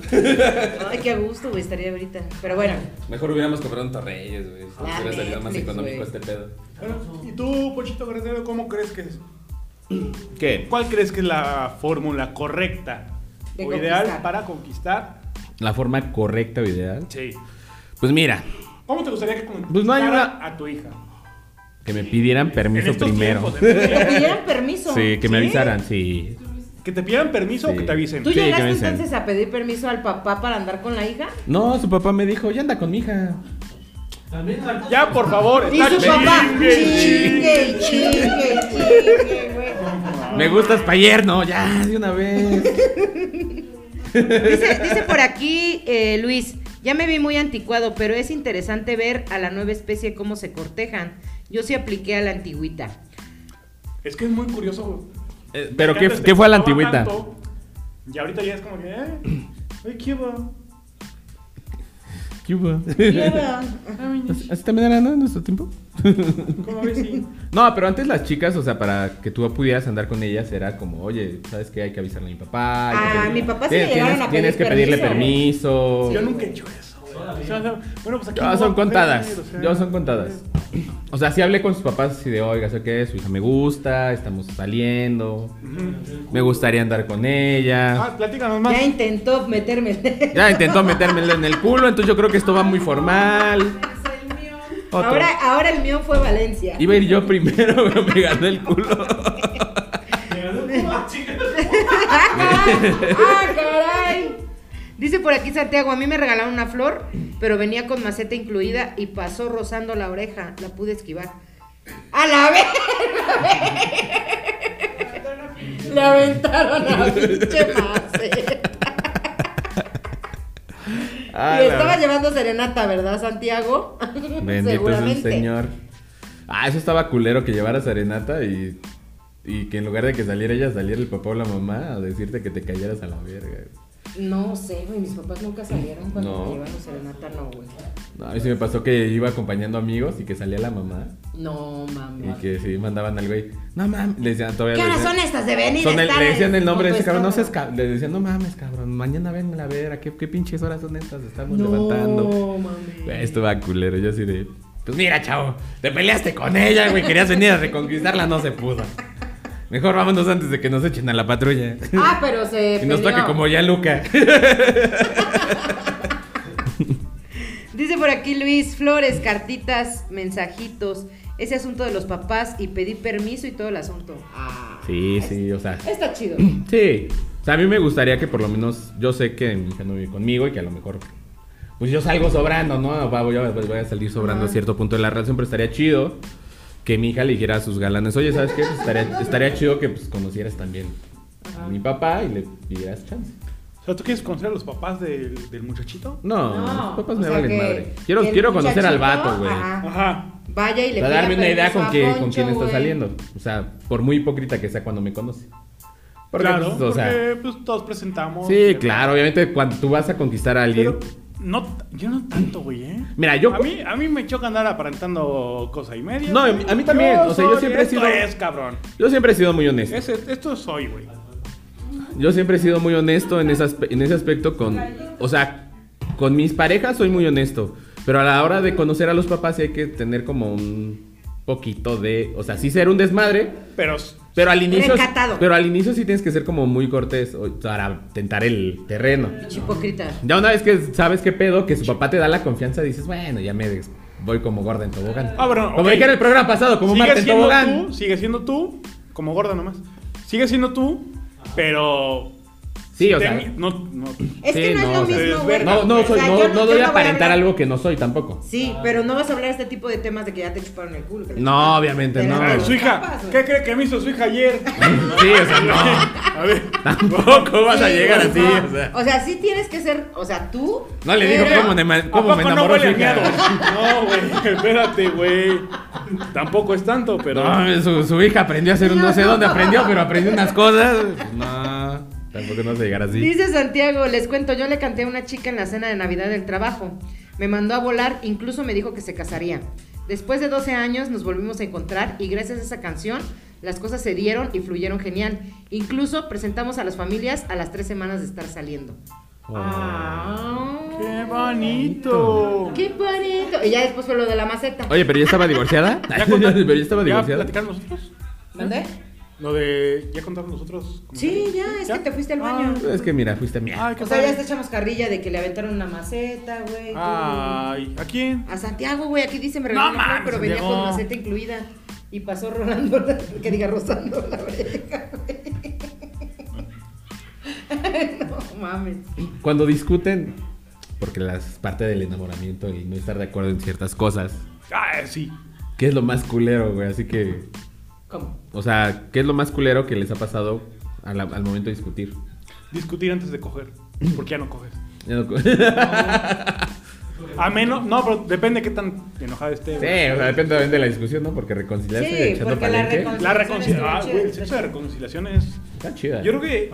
S3: Ay, qué gusto, güey, estaría ahorita. Pero bueno,
S2: Mejor hubiéramos comprado un torreyes, güey. Nos
S3: La
S2: hubiera salido más
S3: Ah, Netflix,
S2: económico
S3: güey.
S2: este pedo.
S4: Bueno, ¿Y tú, Pochito Carretero, cómo crees que es?
S2: ¿Qué?
S4: ¿Cuál crees que es la fórmula correcta
S3: De
S4: o ideal
S3: conquistar.
S4: para conquistar?
S2: La forma correcta o ideal.
S4: Sí.
S2: Pues mira,
S4: ¿Cómo te gustaría que conquistara
S2: Pues no hay una-
S4: a tu hija?
S2: que me pidieran
S4: En
S2: permiso
S4: estos
S2: primero.
S4: tiempos, de-
S3: que te pidieran permiso.
S2: Sí, que me
S3: ¿Sí?
S2: avisaran, sí.
S4: ¿Que te pidan permiso o
S2: Sí.
S4: que te avisen?
S3: ¿Tú
S2: Sí, que me
S3: llegaste
S2: avisen.
S3: entonces a pedir permiso al papá para andar con la hija?
S2: No, su papá me dijo, ya anda con mi hija.
S10: También la
S4: Ya, por favor.
S3: Y
S4: está
S3: su papá,
S4: chingue,
S3: chingue, y chingue, y chingue, güey. Ah.
S2: Me gustas pa' ayer, no, ya, de una vez.
S3: Dice, dice por aquí eh, Luis, ya me vi muy anticuado, pero es interesante ver a la nueva especie cómo se cortejan. Yo sí apliqué a la antigüita.
S4: Es que es muy curioso. güey.
S2: Eh, Pero,
S4: Que
S2: ¿qué,
S4: antes te
S2: qué fue a la
S4: gustaba
S2: antigüita?
S4: tanto, Y ahorita ya es como que, eh, ay, ¿qué hubo?
S2: ¿Qué hubo?
S4: Ay,
S2: ¿Así así también era, no, en nuestro tiempo?
S4: ¿Cómo ves? Sí.
S2: No, pero antes las chicas, o sea, para que tú pudieras andar con ellas era como, oye, ¿sabes qué? Hay que avisarle a mi papá. hay que
S3: Ah,
S2: pedirle-
S3: mi papá sí
S2: Tienes-
S3: le llegaron
S2: tienes-
S3: a
S2: Tienes que
S3: pedir
S2: pedirle
S3: permiso.
S2: permiso.
S4: Yo nunca he hecho eso, güey. O sea, bueno, pues aquí.
S2: Ya
S4: no
S2: son
S4: voy a
S2: contadas.
S4: coger, o sea,
S2: Ya son contadas. O sea, sí hablé con sus papás así de, oiga, sé que su hija me gusta, estamos saliendo,
S4: Ujú.
S2: me gustaría andar con ella.
S4: Ah, platícanos más.
S3: Ya intentó meterme.
S2: Ya intentó metérmela en el culo, entonces yo creo que esto va muy formal.
S11: Es el mío.
S2: Otro.
S3: Ahora, ahora el mío fue Valencia.
S2: Iba a ir yo primero, pero me ganó el culo.
S3: ¡Ah, caray! Dice por aquí Santiago, a mí me regalaron una flor, pero venía con maceta incluida y pasó rozando la oreja. La pude esquivar. ¡A la vez! Le aventaron la pinche maceta.
S2: Ah,
S3: y
S2: la-
S3: estaba llevando serenata, ¿verdad, Santiago?
S2: Bendito es el señor. Ah, eso estaba culero que llevaras arenata y, y que en lugar de que saliera ella, saliera el papá o la mamá a decirte que te cayeras a la verga.
S3: No sé, güey, mis papás nunca salieron cuando
S2: No.
S3: me iban a serenatar, no, güey.
S2: No, a mí sí me pasó que iba acompañando amigos y que salía la mamá
S3: No, mami.
S2: y que sí mandaban al güey. No mames, le decían todavía.
S3: ¿Qué
S2: le
S3: horas
S2: decían-
S3: son estas de venir?
S2: Son el-
S3: estar
S2: le decían el
S3: en-
S2: nombre de
S3: con
S2: ese
S3: tu
S2: cabrón, no seas
S3: estómago?
S2: cabrón. Le decían, no mames, cabrón, mañana venme a ver, ¿a qué, qué pinches horas son estas? Estamos levantando.
S3: No, mami.
S2: Güey, Esto va culero, yo así de. Pues mira, chavo, te peleaste con ella, güey, querías venir a reconquistarla, no se pudo. Mejor vámonos antes de que nos echen a la patrulla.
S3: Ah, pero se.
S2: Y nos
S3: peleó.
S2: toque como ya Luca.
S3: Dice por aquí Luis Flores, cartitas, mensajitos, ese asunto de los papás y pedí permiso y todo el asunto. Ah,
S2: Sí,
S3: es-
S2: sí, o sea.
S3: Está chido.
S2: Sí. O sea, a mí me gustaría que por lo menos yo sé que mi hija no vive conmigo y que a lo mejor pues yo salgo sobrando, ¿no? Va- Voy a, voy a salir sobrando a cierto punto de la relación, pero estaría chido que mi hija le dijera a sus galanes, oye, ¿sabes qué? Pues estaría, estaría chido que pues conocieras también a mi papá y le dieras chance.
S4: O sea, ¿tú quieres conocer a los papás del, del muchachito?
S2: No,
S3: No,
S2: mis papás
S3: o
S2: me
S3: sea
S2: valen
S3: que-
S2: madre. Quiero,
S3: que el
S2: quiero conocer al
S3: muchachito,
S2: vato, güey.
S3: ajá,
S4: Ajá.
S3: Vaya y le
S2: Para
S3: pida
S2: darme una idea
S3: permiso
S2: con,
S3: a
S2: qué- con
S3: Poncho,
S2: quién está
S3: güey.
S2: saliendo. O sea, por muy hipócrita que sea cuando me conoce. Porque,
S4: claro,
S2: pues, o sea,
S4: porque pues, todos presentamos.
S2: Sí, claro, obviamente cuando tú vas a conquistar a alguien.
S4: Pero no, yo no tanto, güey, ¿eh?
S2: Mira, yo.
S4: A mí, a mí me choca andar aparentando cosa y media.
S2: No, a mí- a mí también, o sea, yo
S4: soy-
S2: siempre he sido-
S4: Esto es, cabrón.
S2: Yo siempre he sido muy honesto.
S4: Es- esto soy, güey.
S2: Yo siempre he sido muy honesto en ese, aspe- en ese aspecto con. O sea, con mis parejas soy muy honesto. Pero a la hora de conocer a los papás sí hay que tener como un poquito de. O sea, sí ser un desmadre.
S4: Pero
S2: Pero al inicio.
S3: Recatado.
S2: Pero al inicio sí tienes que ser como muy cortés o- para tentar el terreno.
S3: Hipócrita.
S2: Ya una vez que sabes qué pedo, que su papá te da la confianza, dices, bueno, ya me des- voy como gorda en tobogán.
S4: Ah, bueno,
S2: como
S4: ok.
S2: dije en el programa pasado, como Marta
S4: sigue
S2: en
S4: siendo
S2: tobogán.
S4: tú, sigue siendo tú, como gorda nomás. Sigue siendo tú, pero.
S2: Sí, o
S4: te-
S2: sea.
S4: No, no.
S3: Es
S2: Sí,
S3: que no,
S2: no, o
S3: es
S2: sea,
S3: lo mismo, güey.
S2: No, no,
S3: O sea,
S2: soy- no,
S3: yo
S2: no
S3: yo
S2: doy
S3: voy
S2: a aparentar
S3: hablar-
S2: algo que no soy tampoco.
S3: Sí, pero no vas a hablar este tipo de temas de que ya te chuparon el culo. que te-
S2: No, obviamente
S3: Pero
S2: no.
S3: a ver,
S4: Este, Su
S2: Sí,
S4: hija,
S3: Tapas, güey.
S4: ¿qué cree que me hizo su hija ayer?
S2: o sea, no.
S4: A ver.
S2: Tampoco vas a
S3: Sí,
S2: llegar
S3: güey,
S2: así,
S3: no.
S2: o sea.
S3: O sea, sí tienes que ser, o sea, tú.
S2: No le digo
S3: pero-
S2: cómo, me ma-
S4: ¿A
S2: cómo me
S4: poco
S2: enamoró
S4: no
S2: su
S4: huele a
S2: hija.
S4: miedo? No, güey, espérate, güey. Tampoco es tanto, pero.
S2: No, su, su hija aprendió a hacer un no sé dónde aprendió, pero aprendió unas cosas.
S4: Pues,
S2: No, tampoco no vas a llegar así.
S3: Dice Santiago, les cuento, yo le canté a una chica en la cena de Navidad del trabajo. Me mandó a volar, incluso me dijo que se casaría. Después de 12 años nos volvimos a encontrar y gracias a esa canción las cosas se dieron y fluyeron genial. Incluso presentamos a las familias a las tres semanas de estar saliendo.
S2: Oh.
S3: Ah,
S4: ¡Qué bonito!
S3: ¡Qué bonito! Y ya después fue lo de la maceta.
S2: Oye, pero ya estaba divorciada.
S4: ¿Ya
S2: pero
S4: contaron-
S2: ya estaba
S4: ¿Ya
S2: divorciada.
S4: platicaron nosotros?
S3: ¿Dónde?
S4: Lo de. ¿Ya contaron nosotros?
S3: Sí, ya, es que te fuiste al baño.
S2: Es que mira, fuiste mía.
S4: Ah, Ay, qué
S3: O sea, ya
S4: padre.
S3: está echamos carrilla de que le aventaron una maceta, güey.
S4: Ay, ¿a quién?
S3: A Santiago, güey, aquí dice me regaló
S4: No
S3: una flor,
S4: mames,
S3: pero venía
S4: Santiago.
S3: con maceta incluida. Y pasó rolando, la- que diga, rozando la oreja, güey. no mames.
S2: Cuando discuten, porque las parte del enamoramiento, el no estar de acuerdo en ciertas cosas,
S4: Ah, sí.
S2: ¿qué es lo más culero, güey? Así que,
S3: ¿Cómo?
S2: o sea, ¿qué es lo más culero que les ha pasado a la- al momento de discutir?
S4: Discutir antes de coger. Porque ya no coges.
S2: Ya no co-
S4: A menos. No, pero depende de qué tan enojada esté.
S2: Sí, o
S4: güey.
S2: sea, depende también de la discusión, ¿no? Porque reconciliarse
S3: Sí,
S2: echando
S3: porque la
S2: palenque
S3: recon-
S4: La
S3: Estuvo
S4: reconciliación. Ah,
S3: chido.
S4: güey, el sexo de reconciliación es.
S2: está chida.
S4: Yo creo que.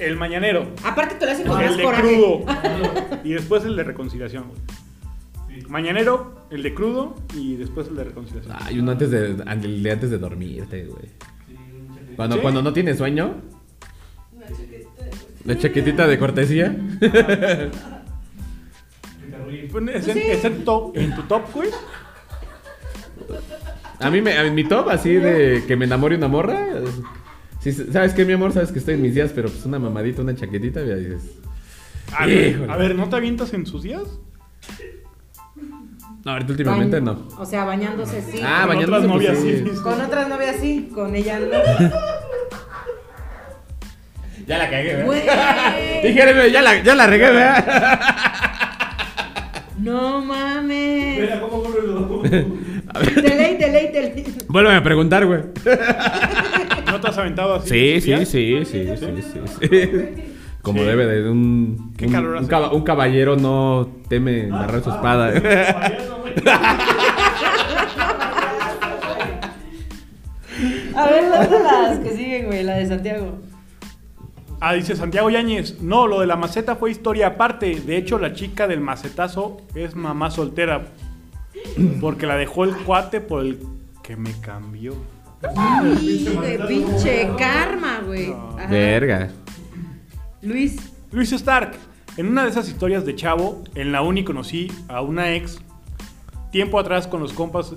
S4: El mañanero.
S3: Aparte te lo hacen con más
S4: el de
S3: coraje.
S4: crudo. Y después el de reconciliación, güey. Mañanero, el de crudo y después el de reconciliación.
S2: Hay uno antes de, el de antes de dormirte, güey. Cuando,
S4: Sí.
S2: cuando no tienes sueño. La chaquetita de cortesía.
S4: Pues, es en- es en top- en tu top, güey.
S2: A mí, me, a mí mi top así de que me enamore una morra. es- sí, ¿Sabes qué, mi amor? Sabes que estoy en mis días, pero pues una mamadita, una chaquetita, ya dices.
S4: A ver,
S2: Híjole.
S4: a ver, ¿no te avientas en sus días?
S2: No, ahorita últimamente no.
S3: O sea, bañándose sí.
S2: Ah,
S4: Con
S2: bañándose,
S4: otras novias,
S2: pues, sí.
S4: sí.
S3: Con otras novias sí, con ella no.
S2: Ya la cagué, ¿verdad?
S3: Güey.
S2: Dije, "Güey, ya la, ya la regué, ¿verdad?
S3: No mames.
S12: ¿cómo corre el
S3: Delay, delay, delay.
S2: Vuélveme a preguntar, güey.
S4: ¿No te has aventado así?
S2: Sí,
S4: en sus
S2: sí,
S4: días?
S2: sí, sí, sí, sí, sí. Como
S4: Sí.
S2: debe de un,
S4: Qué
S2: un,
S4: calor
S2: un
S4: hace. Ah,
S2: caba- un caballero no teme agarrar su espada. ¿eh?
S3: A ver, las que siguen, güey, la de Santiago.
S4: Ah, dice Santiago Yáñez. No, lo de la maceta fue historia aparte. De hecho, la chica del macetazo es mamá soltera. Porque la dejó el cuate por el que me cambió.
S3: Sí, güey, pinche karma, güey. Ajá.
S2: Verga.
S3: Luis,
S4: Luis Stark. En una de esas historias de Chavo, en la uni conocí a una ex. Tiempo atrás con los compas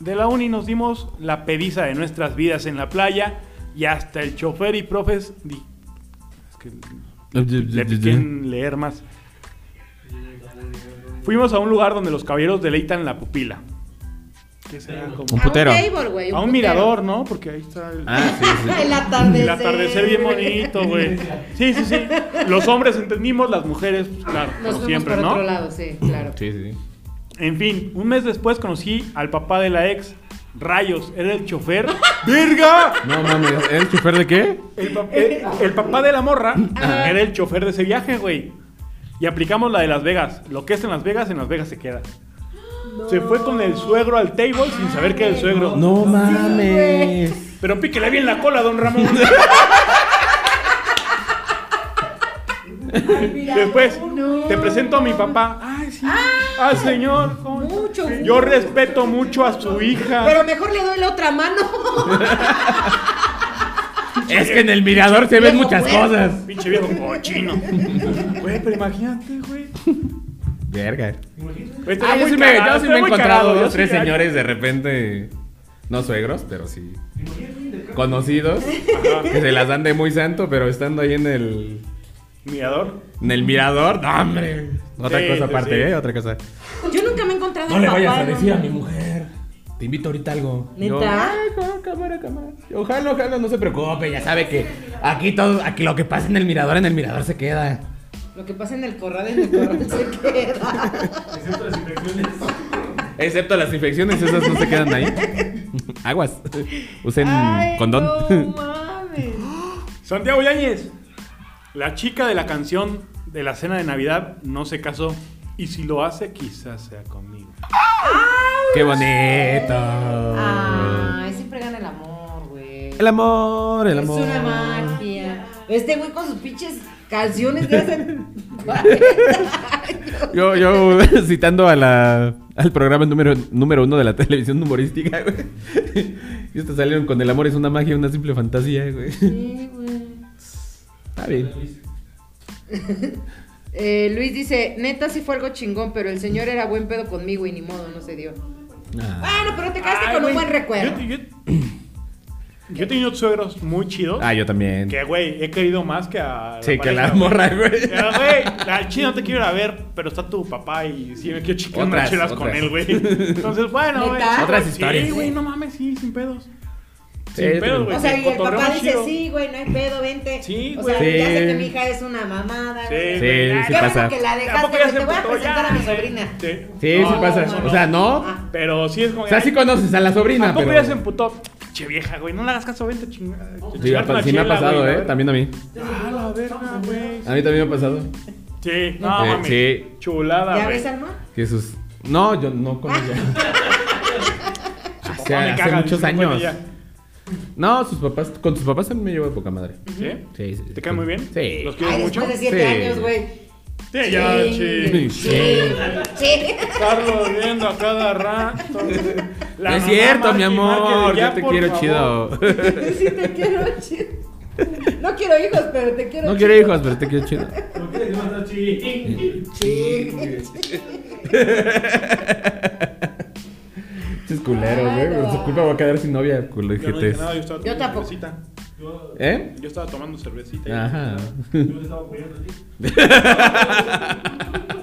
S4: de la uni nos dimos la pediza de nuestras vidas en la playa y hasta el chofer y profes... di- es que le piqué en leer más. Fuimos a un lugar donde los caballeros deleitan la pupila. ¿Qué será? Como-
S2: Un putero.
S3: A un, table, güey,
S4: A un
S3: putero.
S4: mirador, ¿no? Porque ahí está el...
S2: Ah, sí, sí.
S3: El atardecer.
S4: El atardecer bien bonito, güey. Sí, sí, sí. Los hombres entendimos, las mujeres, pues, claro,
S13: Nos
S4: como
S13: fuimos
S4: siempre,
S13: por
S4: ¿no?
S13: otro lado, sí, claro.
S2: Sí, sí.
S4: En fin, un mes después conocí al papá de la ex. Rayos, era el chofer. ¡Virga!
S2: No mames, ¿el chofer de qué?
S4: El, pa- el- el papá de la morra era el chofer de ese viaje, güey. Y aplicamos la de Las Vegas. Lo que es en Las Vegas, en Las Vegas se queda. Se fue con el suegro al table sin saber que era el suegro.
S2: No mames.
S4: Pero píquele bien la cola, don Ramón. Después, te presento a mi papá. Ay, sí. Ah, señor. ¿cómo está?
S3: Mucho
S4: Yo
S3: gusto.
S4: respeto mucho a su hija.
S3: Pero mejor le doy la otra mano.
S2: Es que en el mirador se ven muchas cosas.
S4: Pinche viejo cochino. Güey, pero imagínate, güey.
S2: Verga.
S4: Güey, está
S2: Ah, yo
S4: muy
S2: sí me,
S4: cagado,
S2: yo sí
S4: está
S2: me he
S4: muy
S2: encontrado
S4: cagado, yo
S2: dos,
S4: sí
S2: tres
S4: hay-
S2: señores de repente. No suegros, pero sí. Conocidos. Que se las dan de muy santo, pero estando ahí en el.
S4: Mirador.
S2: En el mirador. ¡No, hombre! Otra
S4: Sí,
S2: cosa
S4: sí,
S2: aparte,
S4: sí.
S2: ¿eh? Otra cosa.
S3: Yo nunca me he encontrado al papá, no mames.
S2: mujer. Te invito ahorita algo.
S3: ¿Neta?
S2: Yo, "Ay, no, cámara, cámara. Ojalá, ojalá, no se preocupe. Ya sabe que aquí todo, aquí lo que pasa en el mirador, en el mirador se queda.
S13: Lo que pasa en el corral, en el corral se queda.
S2: Excepto las infecciones, esas no se quedan ahí. Aguas. Usen
S3: Ay,
S2: condón.
S3: No mames.
S4: Santiago Yáñez. La chica de la canción de la cena de Navidad no se casó. Y si lo hace, quizás sea conmigo.
S2: Qué bonito.
S3: Ay, siempre gana el amor, güey.
S2: El amor, el
S3: Es
S2: amor.
S3: una magia. Este güey con sus pinches canciones de hace.
S2: Yo, yo citando a la, al programa número, número uno de la televisión humorística, güey. Y estos salieron con el amor es una magia, una simple fantasía, güey.
S3: Sí, güey.
S2: Está bien.
S13: Eh, Luis dice, neta sí fue algo chingón, pero el señor era buen pedo conmigo y ni modo, no se dio.
S2: Ah,
S3: Bueno, pero te quedaste
S4: Ay,
S3: con
S4: güey,
S3: un buen recuerdo.
S4: Yo, yo- yo he tenido suegros muy chidos.
S2: Ah, yo también.
S4: Que, güey, he querido más que a.
S2: Sí, que la
S4: pareja,
S2: morra, güey.
S4: güey. Pero, güey, al chino te quiero ir a ver, pero está tu papá y sí me quiero chicar unas
S2: Otras,
S4: chelas
S2: otras.
S4: con él, güey. Entonces, bueno, güey.
S3: ¿Neta?
S2: Otras
S4: sí,
S2: historias.
S4: Sí, güey, no mames, sí, sin pedos.
S2: Sí,
S4: Sin pedos,
S2: pero-
S4: güey.
S3: o sea, y el
S4: cotorreo
S3: papá
S4: muy
S3: dice,
S4: chido.
S3: sí, güey, no hay pedo, vente.
S4: Sí,
S3: o
S4: güey.
S3: sea, ya sé
S2: Sí.
S3: que mi hija es una mamada.
S4: Sí,
S3: güey.
S2: Sí, sí,
S3: Qué
S2: sí
S3: bueno
S2: pasa.
S3: que la dejaste,
S4: Tampoco
S3: güey,
S4: ya se
S3: te voy a
S4: emputó, ya,
S3: presentar a mi
S4: sí,
S3: sobrina.
S4: sí.
S2: Sí, sí
S4: No,
S2: pasa.
S4: no,
S2: o sea, no.
S3: Ah.
S4: Pero sí es como.
S2: O sea, sí conoces a la sobrina,
S4: Tampoco
S2: pero...
S4: ya se emputó. Che vieja, güey, no le hagas caso, vente chingada.
S2: Sí, ya pa- sí me ha pasado, ¿eh? También a mí.
S4: Ah, la verga, güey.
S2: A mí también me ha pasado.
S4: Sí, no
S2: Sí,
S4: mames.
S2: sí.
S4: Chulada,
S3: ¿Ya
S4: Ah, güey.
S3: ves, Alma?
S2: Jesús. No, yo no con ella. hace
S4: Papá me
S2: hace
S4: caga,
S2: muchos
S4: dice, bueno,
S2: años.
S4: ya.
S2: No, sus papás, con sus papás también me llevo de poca madre.
S4: ¿Sí?
S2: Sí, sí.
S4: ¿Te cae muy bien?
S2: Sí.
S4: ¿Los quiero
S3: Ay,
S4: mucho?
S3: después de siete
S2: Sí.
S3: años, güey.
S4: Sí, ya, sí.
S3: Sí.
S4: Carlos viendo a cada rato. La
S2: No es
S4: mamá
S2: cierto,
S4: marque
S2: mi
S4: y
S2: amor.
S4: marque de
S2: Yo te
S4: por
S2: quiero
S4: favor.
S2: chido.
S3: Sí, te quiero, chido. No quiero hijos, pero te quiero
S2: No quiero hijos, pero te quiero chido.
S8: ¿Por qué les mando chi?
S2: Pinches culeros, güey. Por su culpa voy a quedar sin novia, culo de
S4: Yo no dije
S2: jetes.
S4: nada, yo estaba
S13: Yo
S4: tomando
S13: tampoco.
S4: cervecita.
S8: Yo,
S2: ¿Eh?
S4: Yo estaba tomando cervecita. y-
S2: Ajá.
S8: yo les estaba apoyando a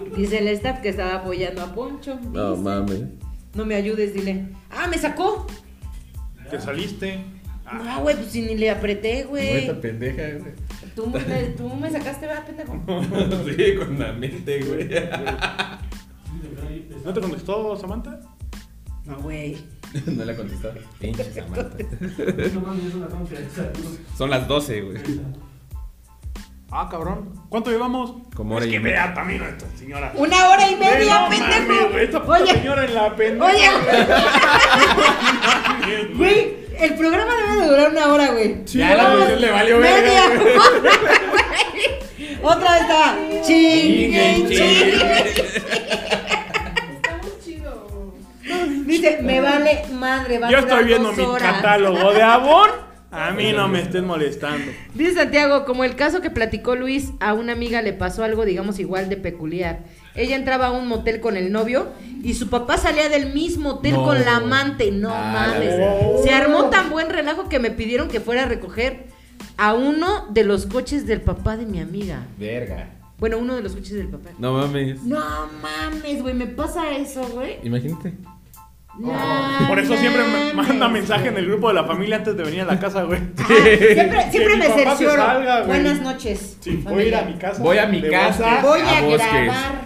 S8: ti.
S13: Dice el staff que estaba apoyando a Poncho.
S2: No
S13: Dice,
S2: mames.
S13: no me ayudes, dile. Ah, me sacó.
S4: Te saliste. Ah.
S13: No, güey, pues si ni le apreté, güey.
S2: Esta pendeja, güey.
S13: Tú me, tú me sacaste, va, pendejo.
S2: Sí, con la mente, güey.
S4: ¿No te contestó Samantha?
S13: No, güey.
S2: No la contestó. Pinche Samantha.
S8: No mames, es una confianza.
S2: Son las 12, güey.
S4: Ah, cabrón. ¿Cuánto llevamos?
S2: Como
S4: es
S2: hora y
S4: que
S2: media.
S4: vea también a esta señora.
S3: Una hora y
S4: Ve,
S3: media,
S4: no mames, güey, Esta
S3: pendejo.
S4: puta
S3: Oye,
S4: señora en la pendeja.
S3: oye, güey. güey. El programa debe de durar una hora, güey.
S2: Ya la
S3: Vamos,
S2: producción le valió
S3: media
S2: verga,
S3: hora, güey.
S14: en Chile.
S15: Está muy chido.
S14: Dice, me vale madre, va a
S4: Yo
S14: durar
S4: estoy viendo
S14: dos
S4: mi
S14: horas.
S4: catálogo de Avon. A mí no me estén molestando.
S3: Dice Santiago, como el caso que platicó Luis, a una amiga le pasó algo, digamos, igual de peculiar. Ella entraba a un motel con el novio y su papá salía del mismo hotel
S2: No.
S3: con la amante. No
S2: Ah, la
S3: mames.
S2: verga.
S3: Se armó tan buen relajo que me pidieron que fuera a recoger a uno de los coches del papá de mi amiga.
S2: Verga.
S3: Bueno, uno de los coches del papá.
S2: No mames.
S14: No mames, güey, me pasa eso, güey.
S2: Imagínate. Oh.
S14: No
S4: Por eso siempre me
S14: mames,
S4: manda
S14: güey.
S4: mensaje en el grupo de la familia antes de venir a la casa, güey.
S14: Ah, siempre siempre me
S4: Que mi papá se
S14: cercioro.
S4: salga, güey.
S14: Buenas noches.
S4: Sí, voy a ir
S14: familia.
S4: a mi casa.
S2: Voy a mi
S4: Le voy
S2: casa.
S14: Voy a,
S2: A bosques.
S14: grabar.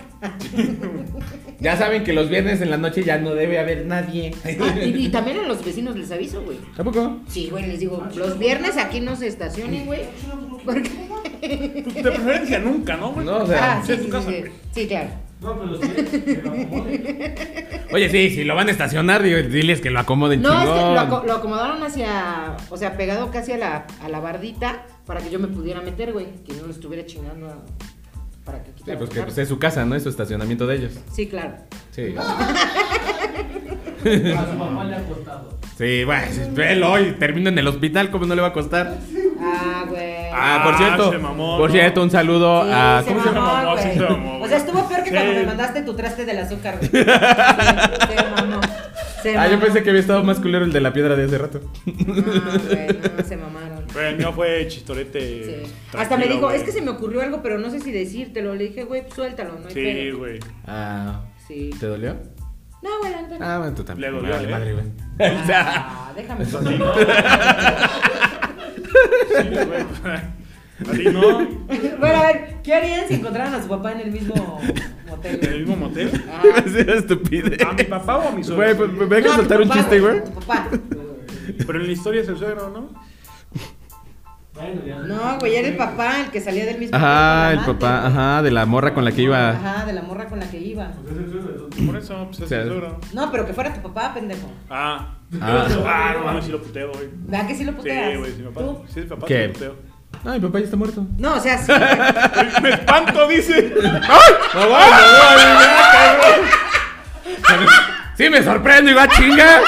S2: Ya saben que los viernes en la noche ya no debe haber nadie.
S3: Ah, y, y también a los vecinos les aviso, güey.
S2: ¿Tampoco?
S3: Sí, güey, les digo, los viernes aquí no se estacionen, güey. Porque...
S4: Pues de preferencia nunca, ¿no, güey?
S2: No, o
S3: Ah,
S2: sea.
S4: sí,
S3: sí,
S4: es tu
S3: sí,
S4: casa,
S3: sí,
S4: güey.
S3: sí, claro.
S16: No, pero sí, que lo acomode.
S2: Oye, sí, si lo van a estacionar, digo, diles que lo acomoden
S3: No, es que
S2: chingón.
S3: lo, aco- lo acomodaron hacia, o sea, pegado casi a la, a la bardita para que yo me pudiera meter, güey, que no lo estuviera chingando a- para que
S2: Sí,
S3: quitara.
S2: pues
S3: el
S2: que
S3: carro.
S2: pues, es su casa, ¿no? Es su estacionamiento de ellos.
S3: Sí, claro.
S2: Sí.
S16: A su mamá le ha costado.
S2: Sí, bueno, si velo hoy, termino en el hospital, ¿cómo no le va a costar?
S3: Ah, güey.
S2: Ah,
S4: Ah,
S2: por cierto.
S4: se mamó,
S2: por
S4: ¿no?
S2: cierto, un saludo
S3: Sí,
S2: a.
S3: se
S2: ¿Cómo se llama?
S3: mamó,
S4: mamó? Sí,
S3: güey.
S4: se mamó,
S3: O sea,
S4: güey.
S3: estuvo peor que cuando
S4: Sí.
S3: me mandaste tu traste del azúcar, güey. Sí, se mamó. Se
S2: Ah, yo
S3: mamó.
S2: pensé que había estado más culero el de la piedra de hace rato.
S3: No, güey, no, Ah, se mamaron.
S4: Pero el mío fue chistorete.
S3: Sí. Hasta me
S4: Eh, tranquilo,
S3: dijo,
S4: güey.
S3: es que se me ocurrió algo, pero no sé si decírtelo. Le dije, güey, pues, suéltalo, no hay
S4: Sí,
S3: pedo.
S4: güey.
S2: Ah.
S3: Sí.
S2: ¿Te dolió?
S3: No, güey, la neta no.
S2: Ah, bueno, tú también.
S4: Le dolió,
S2: Vale,
S4: ¿eh?
S2: madre, güey.
S3: Ah, déjame.
S4: Sí, güey. A ti no.
S3: Bueno, a ver, ¿qué harían si encontraran a su papá en el mismo motel?
S4: ¿En el mismo motel?
S3: Ah.
S2: Iba a ser estupidez.
S4: ¿A Ah, mi papá o a mi
S2: Güey, pues,
S4: suegro?
S2: pues, me dejas
S3: No,
S2: soltar
S3: tu
S2: un
S3: papá,
S2: chiste, güey.
S3: tu papá.
S4: Pero en la historia es el suegro, ¿no?
S16: Bueno, ya.
S3: No, güey, era el papá el que salía del mismo
S2: Ajá, el
S3: motel con la
S2: papá,
S3: amante,
S2: ajá, de la morra con la que
S3: güey.
S2: iba.
S3: Ah, Ajá, de la morra con la que iba.
S16: Porque es el suelo, entonces.
S4: Por eso, pues es
S2: O sea,
S4: el suegro.
S3: No, pero que fuera tu papá, pendejo.
S4: Ah.
S2: Ah.
S4: Ah, no mames, sí lo puteo, güey.
S3: ¿Verdad que sí lo puteas?
S4: Sí, güey, sí, mi papá.
S3: ¿Tú?
S4: Sí, mi papá, sí
S2: ¿Qué?
S4: lo puteo.
S2: No, Ah, mi papá ya está muerto.
S3: No, o sea, sí. güey.
S4: Me espanto, dice.
S2: No, güey, no, güey. Sí, me sorprendo, iba chinga. Es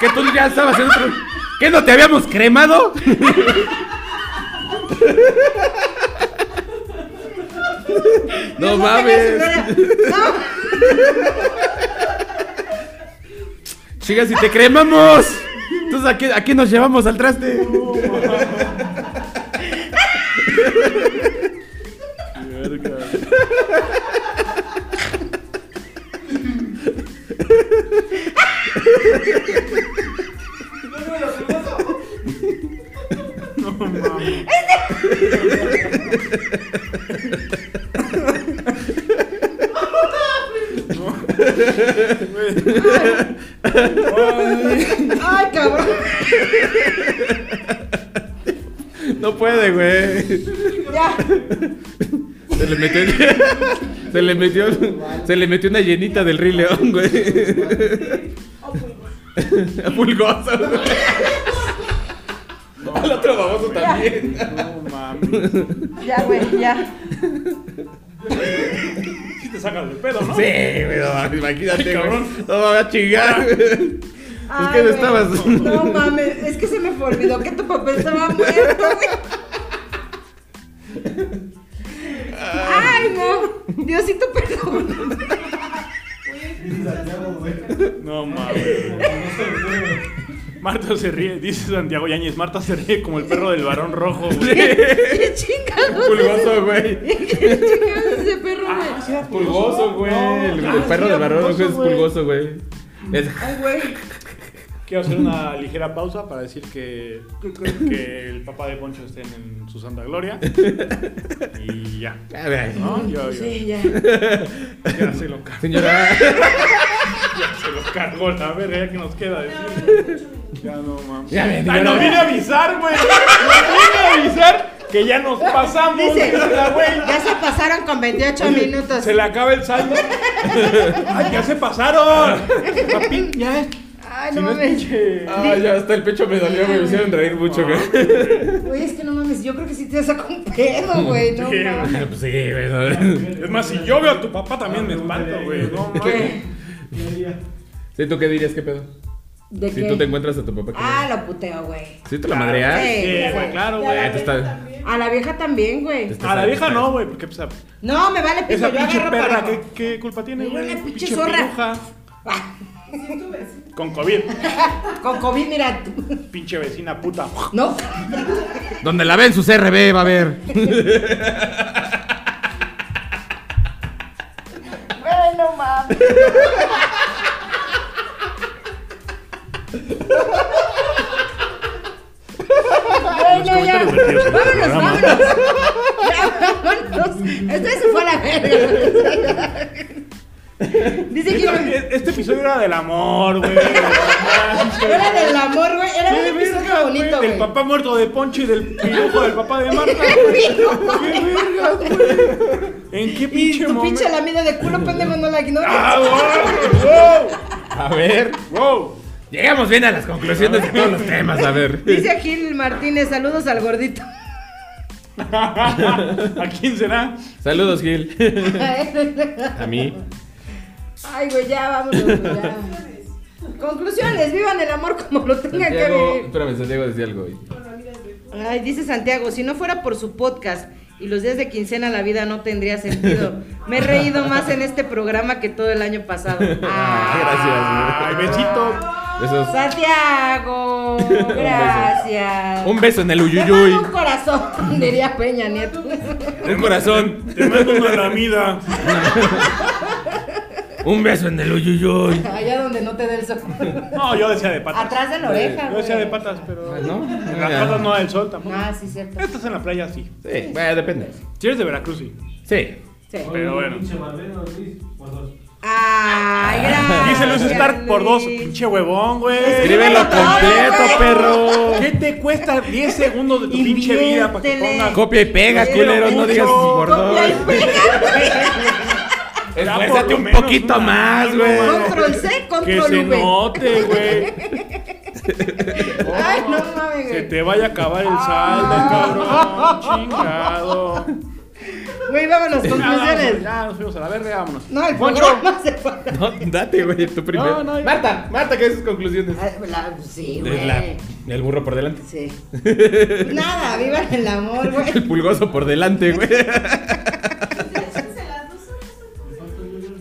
S2: que tú ya estabas en otro. ¿Qué no te habíamos cremado? No mames.
S3: No,
S2: Chinga, si te cremamos. Entonces, ¿a qué, a qué nos llevamos al traste?
S4: Verga. No mames.
S3: ay, cabrón.
S2: No puede, güey.
S3: Ya.
S2: Se le metió. Se le metió. Se le metió una llenita del Rey León, güey. Pulgoso, güey. Al otro baboso también.
S4: No mames.
S3: Ya, güey, ya.
S4: Sí te sacas del pedo, ¿no?
S2: Sí, güey, no mames, imagínate,
S4: Ay, cabrón.
S2: cabrón. Ah. No me va a chingar. güey.
S3: Ay,
S2: que no
S3: güey.
S2: estabas.
S3: No mames, es que se me fue, olvidó que tu papá estaba muerto, güey. Ay, no. Diosito, perdón.
S16: Dice Santiago, güey.
S4: No mames. Marta se ríe, dice Santiago Yáñez. Marta se ríe como el perro del varón rojo, güey.
S3: ¿Qué chingados?
S2: Pulgoso, güey.
S3: ¿Qué chingados es ese perro, güey?
S2: Pulgoso, güey. el, el perro del varón rojo es pulgoso, güey. Es-
S3: Ay, güey.
S4: Quiero hacer una ligera pausa para decir que, que el papá de Poncho esté en su santa gloria. Y ya.
S2: A ver,
S4: ¿No? Yo, yo,
S3: Sí, ya.
S4: Ya se lo cargo.
S2: Señora.
S4: Ya se lo cargó la verga. Ya que nos queda decir. Ya no mames.
S2: Ya me dio
S4: Ay, nos
S2: la-
S4: vine a avisar, güey. Nos vine a avisar que ya nos pasamos.
S3: Dice,
S4: la güey.
S3: ya se pasaron con 28 minutos.
S4: Se le acaba el saldo. Ay, ya se pasaron. Papi, ya.
S3: Ay,
S4: Si
S3: no
S4: no es
S3: mames.
S4: pinche-
S2: Ah, ya hasta el pecho me dolió, me hicieron reír mucho, güey.
S3: Güey, es que no mames, yo creo que sí te saca un pedo, güey. No
S4: Sí,
S3: mames.
S2: Pues sí, güey. ¿no?
S4: Es más, si yo veo a tu papá también me espanto, güey. No mames.
S3: Güey,
S8: ¿Qué haría?
S2: Sí, ¿tú qué dirías? ¿Qué pedo?
S3: ¿De
S2: Si
S3: qué?
S2: tú te encuentras a tu papá, ¿qué
S3: Ah, lo puteo, güey.
S2: pedo? ¿Sí te la madreas?
S3: Sí.
S4: Sí, güey, claro,
S9: Ya la
S4: güey.
S2: tú
S9: veo
S2: estás-
S9: también.
S3: A la vieja también, güey.
S2: Estás-
S4: A la vieja no, güey, porque pues, a-
S3: No, me vale pito,
S4: esa
S3: yo
S4: pinche
S3: agarro
S4: perra,
S3: para.
S4: ¿qué, qué culpa tiene,
S3: Me
S4: güey?
S3: huele a pinche zorra. Ah.
S4: piruja.
S9: Sí, tú ves.
S4: Con COVID.
S3: Con COVID, mira tú.
S4: Pinche vecina puta.
S3: No,
S2: Donde la ven sus RB va a ver.
S3: bueno, mames. Bueno, ya.
S4: divertidos en el
S3: Vámonos,
S4: programa.
S3: vámonos. Ya, vámonos. Esto se fue a la verga. Dice que
S4: Este,
S3: era-
S4: este episodio era del amor, güey. del romance.
S3: era del amor, güey. Era un
S4: Qué
S3: episodio
S4: verga,
S3: bonito,
S4: güey. Del
S3: güey.
S4: papá muerto de Poncho y del pirojo del papá de Marta. ¡Qué vergas, güey! ¿En qué
S3: Y
S4: pinche
S3: tu
S4: momento?
S3: pinche lamida de culo, pendejo, no la ignores.
S4: ¡Ah, wow!
S2: A ver.
S4: ¡Wow! ¡Wow!
S2: Llegamos bien a las conclusiones de todos los temas, a ver.
S3: Dice Gil Martínez, saludos al gordito.
S4: ¿A quién será?
S2: Saludos, Gil. A mí.
S3: Ay, güey, ya vámonos. güey, ya. Conclusiones, vivan el amor como lo tengan que
S2: Santiago,
S3: vivir.
S2: espérame, Santiago decía algo. güey.
S9: Con la vida de tu-
S3: Ay, dice Santiago, si no fuera por su podcast y los días de quincena la vida no tendría sentido. Me he reído más en este programa que todo el año pasado. Ah.
S4: ¡Ay, besito!
S2: Besos.
S3: Santiago, gracias.
S2: Un beso en el
S3: Te
S2: uyuyuy.
S3: mando un corazón, diría Peña Nieto.
S2: Un corazón.
S4: Te mando una lamida.
S2: Un beso en el uyuyuy.
S3: Allá donde no te dé el sol.
S4: No, yo decía de patas.
S3: Atrás de la oreja.
S4: Yo decía de
S3: güey.
S4: patas, pero.
S2: ¿No?
S4: En Pues, las patas no da el sol tampoco.
S3: Ah, sí, cierto.
S4: Estás en la playa, sí.
S2: Sí, bueno, depende.
S4: Si eres de Veracruz, sí.
S2: Sí.
S3: Sí.
S4: Pero bueno.
S8: Pinche barbero, Luis, por dos.
S3: Ay, gracias.
S4: Dice Luis Stark por dos.
S3: Luis.
S4: Pinche huevón, güey.
S2: Escríbelo completo, perro.
S4: ¿Qué te cuesta 10 segundos de tu pinche vida para que
S3: Inviértele.
S4: pongas
S2: Copia y pega, culeros, no digas por
S3: Copia y
S2: dos.
S4: Ya, por lo
S2: Esfuérzate un
S4: menos
S2: poquito
S4: una
S2: más,
S4: mano,
S2: güey.
S4: mano.
S3: Control C,
S4: Que
S3: control
S4: se
S3: V.
S4: note, güey.
S3: Ay, no mames,
S4: Se
S3: güey.
S4: te vaya a acabar el saldo, cabrón. Chingado.
S3: Güey, vámonos,
S4: Ya, vámonos,
S3: conclusiones.
S4: Ya nos fuimos a la verga, vámonos.
S3: No, el
S4: Ah, Poncho.
S3: programa se fue.
S2: No, date, güey, tú primero.
S4: No, no, yo-
S2: Marta, Marta, ¿qué es sus conclusiones?
S3: Ah, la- Sí,
S2: Es
S3: güey.
S2: la- el burro por delante.
S3: Sí. Nada, vivan el amor, güey.
S2: El pulgoso por delante, güey.
S9: Échense las dos horas,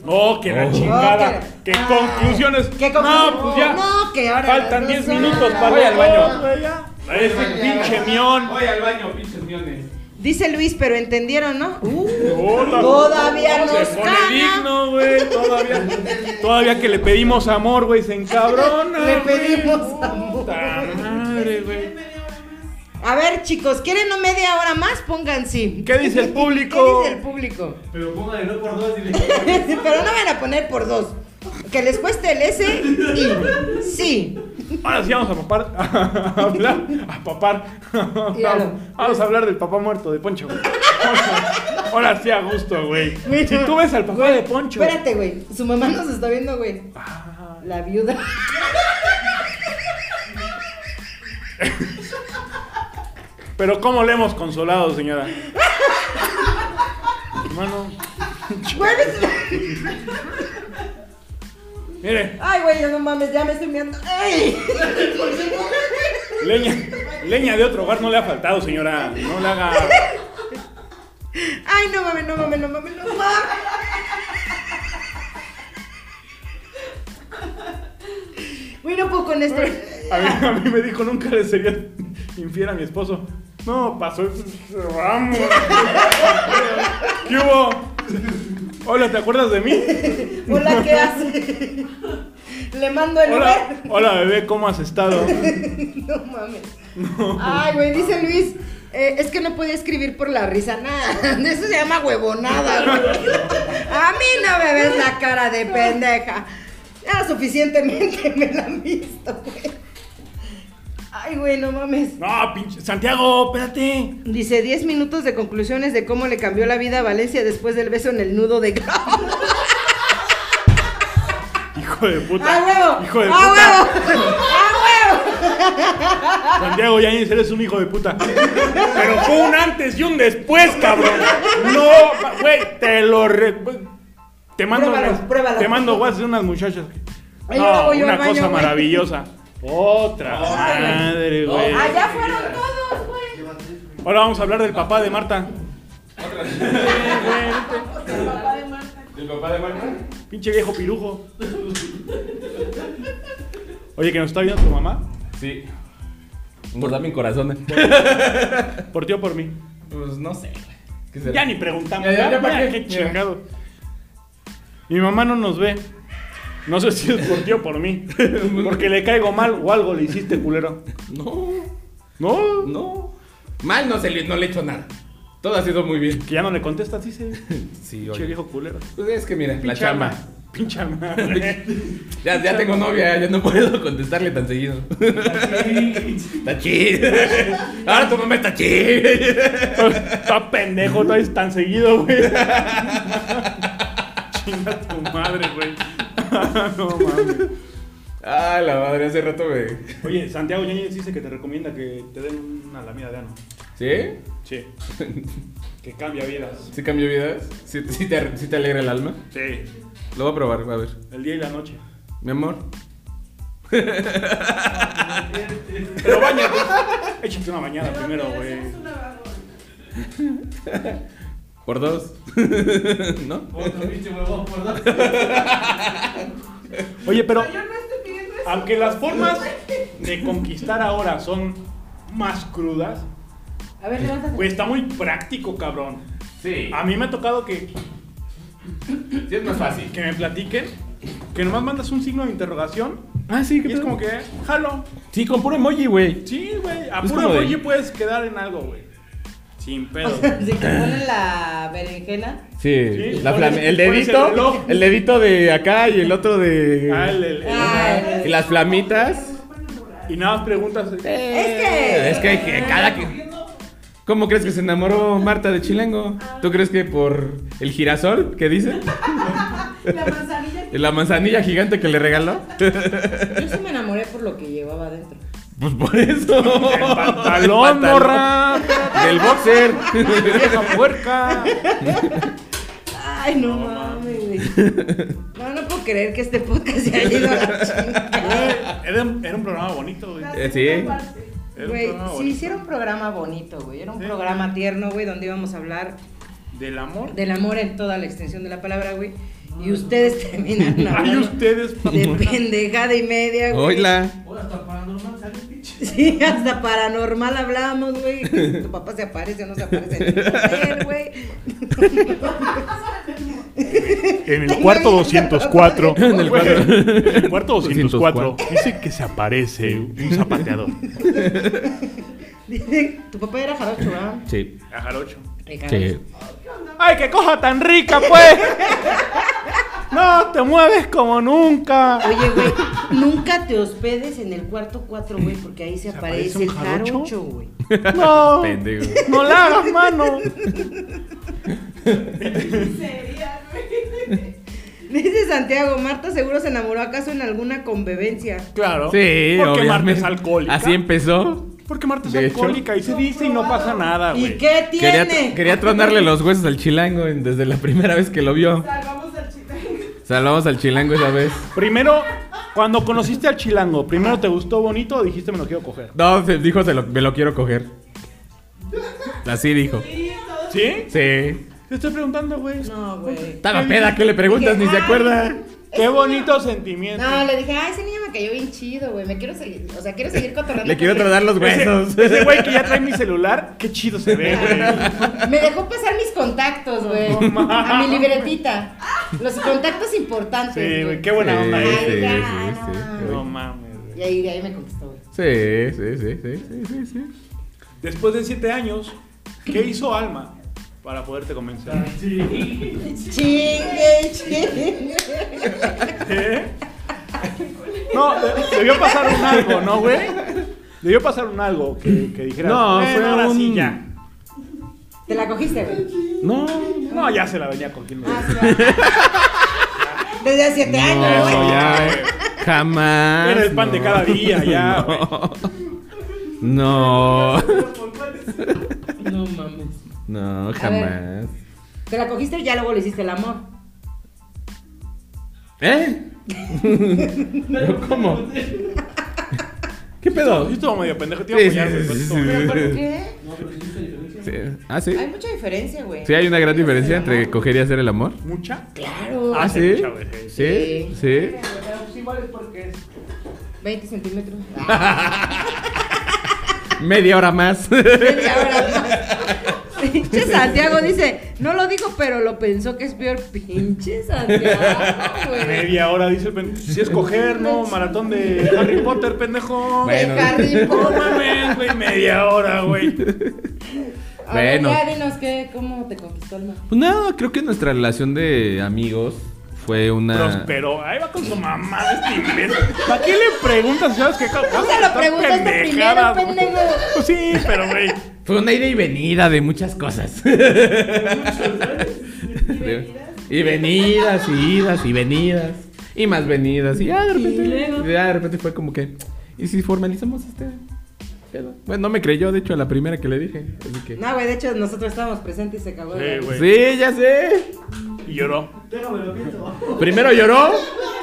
S4: No, que la
S2: Oh.
S4: chingada.
S3: Oh,
S4: que
S3: que-
S4: conclusiones.
S3: ¿Qué
S4: No, pues ya.
S3: No, que ahora.
S4: Faltan
S3: las
S4: 10
S3: dos
S4: minutos
S3: horas.
S4: para
S2: Voy al baño.
S4: güey, ya. Ese pinche mión.
S8: Voy al baño, pinches miones.
S3: Dice Luis, pero entendieron, ¿no? Uh,
S4: Hola,
S3: todavía
S4: se
S3: nos
S4: pone
S3: gana.
S4: digno, güey. Todavía, todavía que le pedimos amor, güey, se encabrona.
S3: Le
S4: güey.
S3: pedimos amor.
S4: Puta madre, güey.
S9: media hora más.
S3: A ver, chicos, ¿quieren no media hora más? Pongan sí.
S4: ¿Qué dice el público?
S3: ¿Qué dice el público?
S8: Pero póngale no por dos y le
S3: Pero no van a poner por dos. Que les cueste el S y sí.
S4: Ahora sí vamos a papar, a hablar, a papar.
S3: Míralo.
S4: Vamos a hablar del papá muerto de Poncho. güey. Ahora sí a gusto, güey.
S3: Mira.
S4: Si tú ves al papá de Poncho.
S3: Espérate, güey. Su mamá nos está viendo, güey.
S8: Ah.
S3: La viuda.
S4: Pero cómo le hemos consolado, señora. Hermano,
S3: Güey, es-
S4: mire,
S3: Ay, güey, ya no mames, ya me estoy mirando. ¡Ay!
S4: leña, leña de otro hogar no le ha faltado, señora. No le haga.
S3: Ay, no mames, no mames, no mames, no mames. Güey, no puedo con esto.
S4: A mí, a mí me dijo nunca le sería infiel a mi esposo. No, pasó. Vamos. ¿Qué hubo? Hola, ¿te acuerdas de mí?
S3: Hola, ¿qué hace? Le mando el
S4: Hola,
S3: Uber.
S4: hola bebé, ¿cómo has estado?
S3: No mames. Ay, güey, dice Luis. eh, es que no podía escribir por la risa, nada. De Eso se llama huevonada, güey. A mí no me ves la cara de pendeja. Ya suficientemente me la han visto, güey. Ay, güey, no mames.
S4: No, pinche. Santiago, espérate.
S3: Dice 10 minutos de conclusiones de cómo le cambió la vida a Valencia después del beso en el nudo de Gabo.
S4: Hijo Hijo de puta.
S3: ¡A huevo!
S4: Hijo de
S3: ¡A
S4: puta.
S3: huevo! ¡A huevo!
S4: Santiago Yañez, eres un hijo de puta. Pero fue un antes y un después, cabrón. No, güey, te lo re- Te mando,
S3: Pruébalo,
S4: unas-
S3: pruébalo.
S4: te mando WhatsApp de unas muchachas.
S3: Ay, yo no voy al
S4: una
S3: baño,
S4: cosa
S3: güey.
S4: maravillosa. Otra madre, güey.
S3: Allá fueron todos, güey.
S4: Ahora vamos a hablar del papá de Marta.
S9: El papá de Marta.
S8: ¿El papá de Marta?
S4: Pinche viejo pirujo. Oye, que nos está viendo tu mamá.
S2: Sí. Nos da mi corazón. eh.
S4: Por ti o por mí.
S2: Pues no sé. güey. ¿Qué será?
S4: Ya ni preguntamos.
S2: Ya, ya, ya, ¿para
S4: Mira,
S2: qué? Mira.
S4: chingado. Mi mamá no nos ve. No sé si es por ti o por mí. Porque le caigo mal o algo le hiciste, culero.
S2: No,
S4: No.
S2: no. Mal no, se le, no le he hecho nada. Todo ha sido muy bien.
S4: Que ya no le contestas, dice.
S2: Sí,
S4: Pinche viejo culero.
S2: Pues es que mira, la
S4: Pinche
S2: chamba.
S4: ama. Pinche madre.
S2: Ya, ya tengo novia, ya no puedo contestarle tan seguido. Está chido. Ahora tu mamá está chida.
S4: Está pendejo, no es tan seguido, güey. Chinga tu madre, güey. no mames.
S2: Ah, la madre, hace rato me.
S4: Oye, Santiago Yáñez dice que te recomienda que te den una lamida de ano.
S2: ¿Sí?
S4: Sí. que cambia vidas.
S2: ¿Sí cambió vidas? ¿Sí, sí te, sí te alegra el alma?
S4: Sí.
S2: Lo voy a probar, a ver.
S4: El día y la noche.
S2: Mi amor.
S4: Pero bañate. Échate una bañada primero, güey.
S9: Es una vagón.
S2: Por dos. ¿No?
S8: Otro pinche huevón, por dos.
S4: Oye, pero
S9: Yo no estoy pidiendo eso.
S4: aunque las formas de conquistar ahora son más crudas,
S3: A ver, levántate.
S4: güey, está muy práctico, cabrón.
S2: Sí.
S4: A mí me ha tocado que,
S2: Sí, es más fácil.
S4: que me platiquen que nomás mandas un signo de interrogación
S2: Ah, sí,
S4: y es como que, jalo.
S2: Sí, con puro emoji, güey.
S4: Sí, güey, a
S2: Es
S4: puro
S2: como de-
S4: emoji puedes quedar en algo, güey. Sin pedo.
S3: Si te ponen la berenjena.
S2: Sí,
S4: Sí,
S2: la
S4: pones-
S2: flame- el
S4: pones el
S2: dedito,
S4: reloj.
S2: el, dedito de acá y el otro de
S4: Ah, el- el- el-
S3: Ay,
S2: y las flamitas.
S4: y nada más preguntas. "Eh,
S3: que-
S2: es que, que cada que ¿Cómo crees que se enamoró Marta de Chilango? ¿Tú crees que por el girasol que dice?
S9: La manzanilla.
S2: ¿La manzanilla gigante que le regaló?
S3: Yo sí me enamoré por lo que llevaba adentro.
S2: Pues por eso. El
S4: pantalón, morra.
S2: Del boxer.
S4: Vieja puerca.
S3: Ay, no, mames, güey. No, no puedo creer que este podcast se haya ido a la chingada.
S4: Era un, era un programa bonito, güey.
S9: La
S2: Eh,
S9: segunda
S2: sí.
S9: parte.
S4: Era un
S3: Güey,
S4: programa
S3: sí,
S4: bonito.
S3: sí era un programa bonito, güey. Era un
S4: Sí.
S3: programa tierno, güey, donde íbamos a hablar
S4: Del amor.
S3: del amor en toda la extensión de la palabra, güey. Y ustedes terminan
S4: Ay,
S3: hablando
S4: ustedes,
S3: de pendejada y media, güey.
S2: Hola.
S8: Ahora hasta paranormal sale un pinche.
S3: Sí, hasta paranormal hablamos, güey. Tu papá se aparece o no se aparece en el hotel, güey.
S4: En el cuarto 204.
S2: En el cuarto.
S4: En el cuarto 204.
S2: 204.
S4: Dice que se aparece un zapateador.
S3: Dice, tu papá era jarocho, ¿verdad?
S2: Sí.
S4: A jarocho.
S3: Eh,
S2: Sí.
S3: jarocho.
S4: ¡Ay, qué coja tan rica, pues! No, te mueves como nunca.
S3: Oye, güey, nunca te hospedes en el cuarto 4, güey, porque ahí se,
S4: aparece
S3: aparece,
S4: un
S3: el
S4: jarocho?
S3: jarocho, güey.
S4: No,
S2: Pendejo.
S4: no la hagas, mano.
S9: Sería, güey.
S3: Dice Santiago, Marta seguro se enamoró acaso en alguna convivencia.
S4: Claro.
S2: Sí,
S4: Porque Marta
S2: obviamente.
S4: es alcohólica.
S2: Así empezó.
S4: Porque Marta es
S2: De hecho.
S4: alcohólica y se dice y no pasa nada,
S3: ¿Y
S4: Ah, güey.
S3: qué
S2: Quería,
S3: tiene?
S2: quería tronarle los huesos al chilango en- desde la primera vez que lo vio.
S9: Salvamos al chilango.
S2: Salvamos al chilango esa vez.
S4: Primero, cuando conociste al chilango, primero te gustó bonito o dijiste me lo quiero coger.
S2: No, se dijo, se lo- me lo quiero coger. Así dijo.
S9: Sí, todos.
S4: ¿Sí?
S2: Sí.
S4: Te estoy preguntando, güey.
S3: No, güey.
S2: Estaba peda, ¿qué le preguntas? Ni se acuerda.
S4: Qué bonito sentimiento.
S3: "Ah". No, le dije, ay, ese niño me cayó bien chido, güey. Me quiero seguir, o sea, quiero seguir cotorreando.
S2: Le quiero
S3: con él".
S2: tronar los huesos.
S4: Ese ese güey que ya trae mi celular, qué chido se ve, güey.
S3: Me dejó pasar mis contactos, güey. a mi libretita. Los contactos importantes.
S4: Sí, güey, qué buena
S2: Sí,
S4: onda
S3: Ay,
S2: sí,
S4: ese.
S3: ya,
S2: sí,
S3: no.
S2: sí.
S4: No mames, güey.
S3: Y ahí de ahí me contestó, güey.
S2: Sí, sí, sí, sí, sí, sí, sí.
S4: Después de siete años, ¿qué hizo Alma para poderte convencer?
S3: Chingue, chingue.
S4: ¿Eh? No, de- debió pasar un algo, ¿no, güey? Debió pasar un algo que, que dijera.
S2: No, fue
S4: ahora
S2: un-
S4: sí ya.
S3: Te la cogiste, güey.
S2: No. Ah.
S4: No, ya se la venía cogiendo.
S3: Ah, sí, va. Desde hace siete años.
S2: No, ya, eh. Jamás.
S4: Era el pan de
S2: no.
S4: cada día, ya. güey.
S2: No.
S8: No mames.
S2: No,
S3: ver.
S2: jamás.
S3: Te la cogiste y ya luego le hiciste el amor.
S2: ¿Eh? ¿Yo cómo? ¿Qué pedo?
S4: Yo estaba medio pendejo, te iba a
S2: Sí,
S4: apoyar,
S2: sí,
S4: güey,
S2: sí,
S4: con
S2: sí,
S4: esto.
S2: sí,
S3: ¿Por
S2: sí.
S3: qué?
S2: Sí. ¿Ah, sí?
S3: Hay mucha diferencia, güey.
S2: Sí, hay una gran diferencia entre coger y hacer el amor.
S4: ¿Mucha?
S3: Claro.
S2: Ah,
S4: Ah,
S2: sí.
S4: sí, mucha, güey,
S2: Sí,
S3: Sí.
S2: sí.
S8: Pues igual es porque es.
S3: 20 centímetros.
S2: Media hora más.
S3: Media hora más. Pinche Santiago dice, no lo digo, pero lo pensó que es peor. Pinche Santiago, güey.
S4: Media hora, dice el pendejo. Si es coger, no, maratón de Harry Potter, pendejo.
S2: Bueno.
S3: De Harry
S4: No
S3: Potter.
S4: mames, güey, media hora, güey.
S3: A ver,
S2: Bueno.
S3: ya dinos que, cómo te conquistó el mar.
S2: Pues nada, creo que nuestra relación de amigos fue una.
S4: Próspero, ahí va con su mamá este imbécil. ¿Para qué le preguntas? ¿Sabes qué?
S3: No se lo preguntaste primero, pendejo.
S4: Pues sí, pero güey.
S2: Fue una ida y venida de muchas cosas. De- y venidas, y idas, y venidas. Y más venidas. Y ya de repente. ya de repente fue como que. ¿Y si formalizamos este? pedo?" Bueno, no me creyó, de hecho, a la primera que le dije. Así que.
S3: No, güey, de hecho nosotros estábamos presentes y se cagó. de
S4: Sí,
S3: risa.
S4: güey.
S2: Sí, ya sé.
S4: Y lloró.
S8: Déjame lo pienso.
S2: Primero lloró,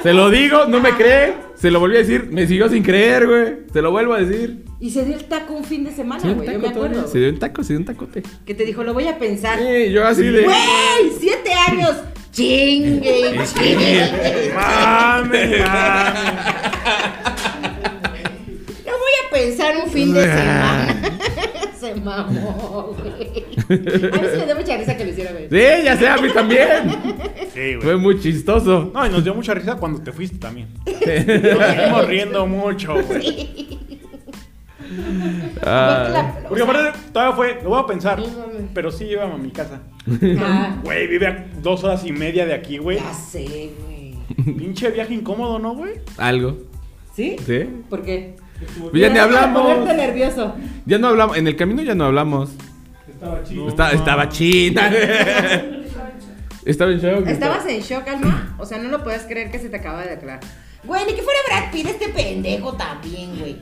S2: se lo digo, no me cree. Se lo volví a decir, me siguió sin creer, güey. Se lo vuelvo a decir.
S3: Y se dio el taco un fin de
S2: Se
S3: semana,
S2: dio un
S3: Ah, güey. Yo me
S2: taco todavía,
S3: acuerdo.
S2: se dio un taco, se dio un tacote.
S3: Que te dijo, lo voy a pensar.
S2: Sí, yo así de.
S3: ¡Güey! ¡Siete años! ¡Chingue! ¡Chingue!
S4: Mame, mame.
S3: Lo voy a pensar un fin
S2: Ah.
S3: de semana. Se mamó, güey. A mí sí me dio mucha risa que lo hiciera, güey.
S2: Sí, ya sé, a mí también.
S4: Sí,
S2: Fue
S4: güey.
S2: muy chistoso.
S4: No, y nos dio mucha risa cuando te fuiste también. Nos seguimos riendo mucho, güey.
S2: Ah,
S4: Porque aparte, todavía fue, lo voy a pensar.
S3: No mames.
S4: Pero sí llévame a mi casa.
S3: Ah,
S4: Güey, vive a dos horas y media de aquí, güey.
S3: ya sé, güey.
S4: Pinche viaje incómodo, ¿no, güey?
S2: algo.
S3: ¿Sí?
S2: Sí.
S3: ¿Por qué?
S2: Pues ya ni
S3: Era para
S2: hablamos.
S3: Ponerte nervioso.
S2: Ya no hablamos. En el camino ya no hablamos.
S8: Estaba chido.
S2: Está- estaba china. estaba en shock.
S3: ¿Estabas en shock, Alma? O sea, no lo puedes creer que se te acaba de aclarar. Güey, ni que fuera Brad Pitt este pendejo también, güey.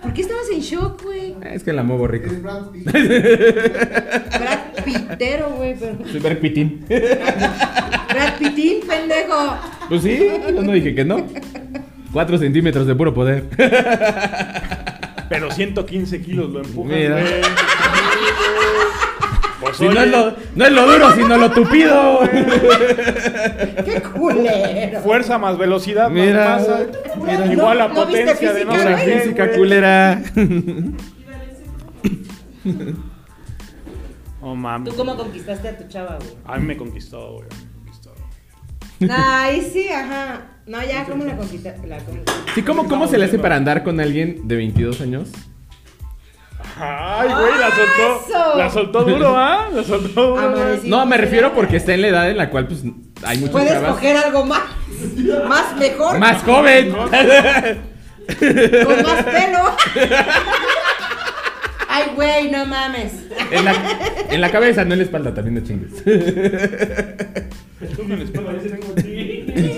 S3: ¿Por qué estabas en shock, güey?
S2: Ah, Es que la muevo rico.
S8: Es Brad Pitt.
S3: Brad Pittero, güey, pero...
S2: Soy Brad Pittín.
S3: Brad Pittín, pendejo.
S2: Pues sí, yo no dije que no. Cuatro centímetros de puro poder.
S4: Pero 115 kilos lo empujan.
S2: Mira.
S4: güey. Pues
S2: Si no,
S4: oye,
S2: es lo, no es lo duro, sino lo tupido.
S3: ¡Qué culero!
S4: fuerza más velocidad
S2: Mira,
S4: más masa.
S2: mira.
S4: Igual la
S3: ¿No- no viste
S4: potencia de no
S3: física,
S4: sé
S2: La
S3: güey?
S4: qué,
S2: física
S4: güey.
S2: culera.
S4: Oh, mami.
S3: ¿Tú cómo conquistaste a tu chava, güey?
S4: A mí me conquistó, güey. me conquistó.
S3: Ay, sí, ajá. No, ya, ¿cómo la conquistaste? La conquistaste.
S2: Sí, ¿cómo, ¿Cómo se le hace para andar con alguien de 22 años?
S4: Ay, güey, la soltó.
S3: ¡Aso!
S4: La soltó duro, ¿ah? La soltó duro. güey.
S3: Amanecí.
S2: No, me refiero porque está en la edad en la cual pues hay muchas
S3: ¿Puedes
S2: chavas
S3: coger algo más? ¿Más mejor?
S2: más joven.
S3: ¿Con más pelo? Ay, güey, no mames.
S2: En la, en la cabeza, no en la espalda, también no chingues.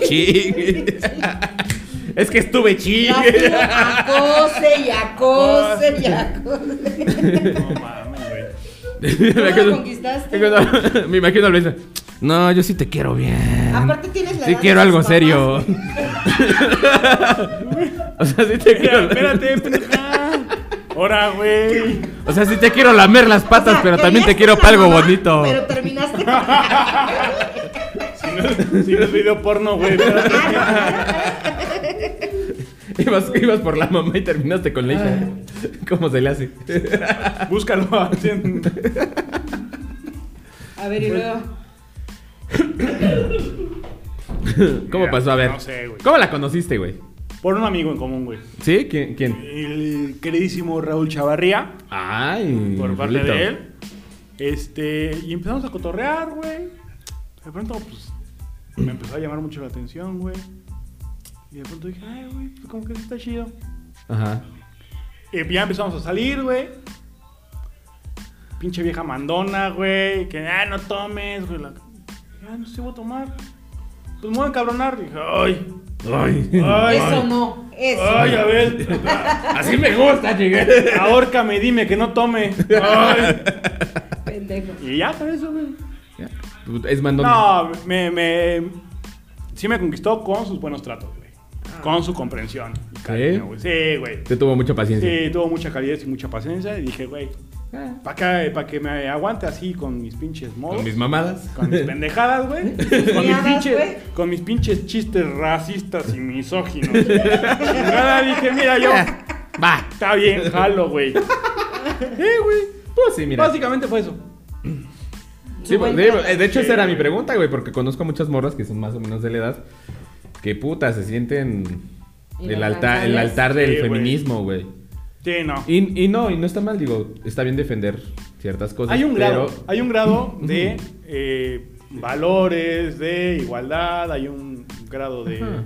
S2: Chingues. Es que estuve
S3: La
S2: chingue.
S3: tuve acose y acose y acose.
S4: No mames, güey.
S2: Me acuerdo-
S3: conquistaste?
S2: me acuerdo- Me imagino a Luisa. No, yo sí te quiero bien.
S3: Aparte tienes la
S2: Sí
S3: edad
S2: quiero
S3: de
S2: algo
S3: tus
S2: serio.
S3: papás.
S2: o sea, sí te
S4: Mira,
S2: quiero.
S4: espérate, pendeja. Ahora, güey.
S2: O sea, sí te quiero lamer las
S3: O
S2: patas,
S3: sea,
S2: pero también te
S3: querías
S2: quiero para
S3: ser la
S2: algo
S3: mamá,
S2: bonito.
S3: Pero terminaste con-
S4: Si no, si no es video porno, güey. espérate.
S2: Ibas, ibas por la mamá y terminaste con la hija. ¿Cómo se le hace?
S4: Búscalo así en-
S3: A ver, y luego.
S2: ¿Cómo
S4: Mira,
S2: pasó? A ver.
S4: no sé, güey.
S2: ¿Cómo la conociste, güey?
S4: Por un amigo en común, güey.
S2: ¿Sí? ¿Quién? quién?
S4: El queridísimo Raúl Chavarría.
S2: Ay.
S4: por parte
S2: Rulito.
S4: de él. Este, y empezamos a cotorrear, güey. De pronto, pues, me empezó a llamar mucho la atención, güey. Y de pronto dije, ay, güey, pues como que sí está chido.
S2: Ajá.
S4: Y ya empezamos a salir, güey. Pinche vieja mandona, güey. Que, ah, no tomes, güey. La- Ah, no sé, voy a tomar. Pues me voy a encabronar. Dije, ay,
S2: Ay.
S4: ay.
S3: Eso no, eso.
S4: Ay, a ver.
S2: Así me gusta, llegué.
S4: Ahórcame, dime que no tome. Ay.
S3: Pendejo.
S4: Y ya con eso, güey.
S2: Es mandón.
S4: No, me, me. Sí me conquistó con sus buenos tratos, güey. Con su comprensión. y cariño, güey. Sí, güey.
S2: Te tuvo mucha paciencia. Ah,
S4: Sí, tuvo mucha calidez y mucha paciencia. Y dije, güey, para que, pa que me aguante así con mis pinches modos.
S2: Con mis mamadas.
S4: con mis pendejadas, güey. Con mis
S3: miadas,
S4: pinches,
S3: güey.
S4: con mis pinches chistes racistas y misóginos. Nada, dije, mira, yo.
S2: Va.
S4: Está bien, jalo, güey.
S2: Eh, güey. Pues sí, mira.
S4: Básicamente fue eso.
S2: Sí, pues,
S3: Su buen
S2: de,
S3: trato.
S2: de hecho, esa era mi pregunta, güey, porque conozco muchas morras que son más o menos de la edad que puta se sienten el altar, el
S3: Inalcanzables.
S2: altar del
S4: Sí, güey.
S2: feminismo, güey.
S4: Sí, no.
S2: Y, y no, y no está mal, digo, está bien defender ciertas cosas.
S4: Hay un grado,
S2: Pues, pero-
S4: hay un grado de eh, valores, de igualdad, hay un grado de,
S2: Ajá.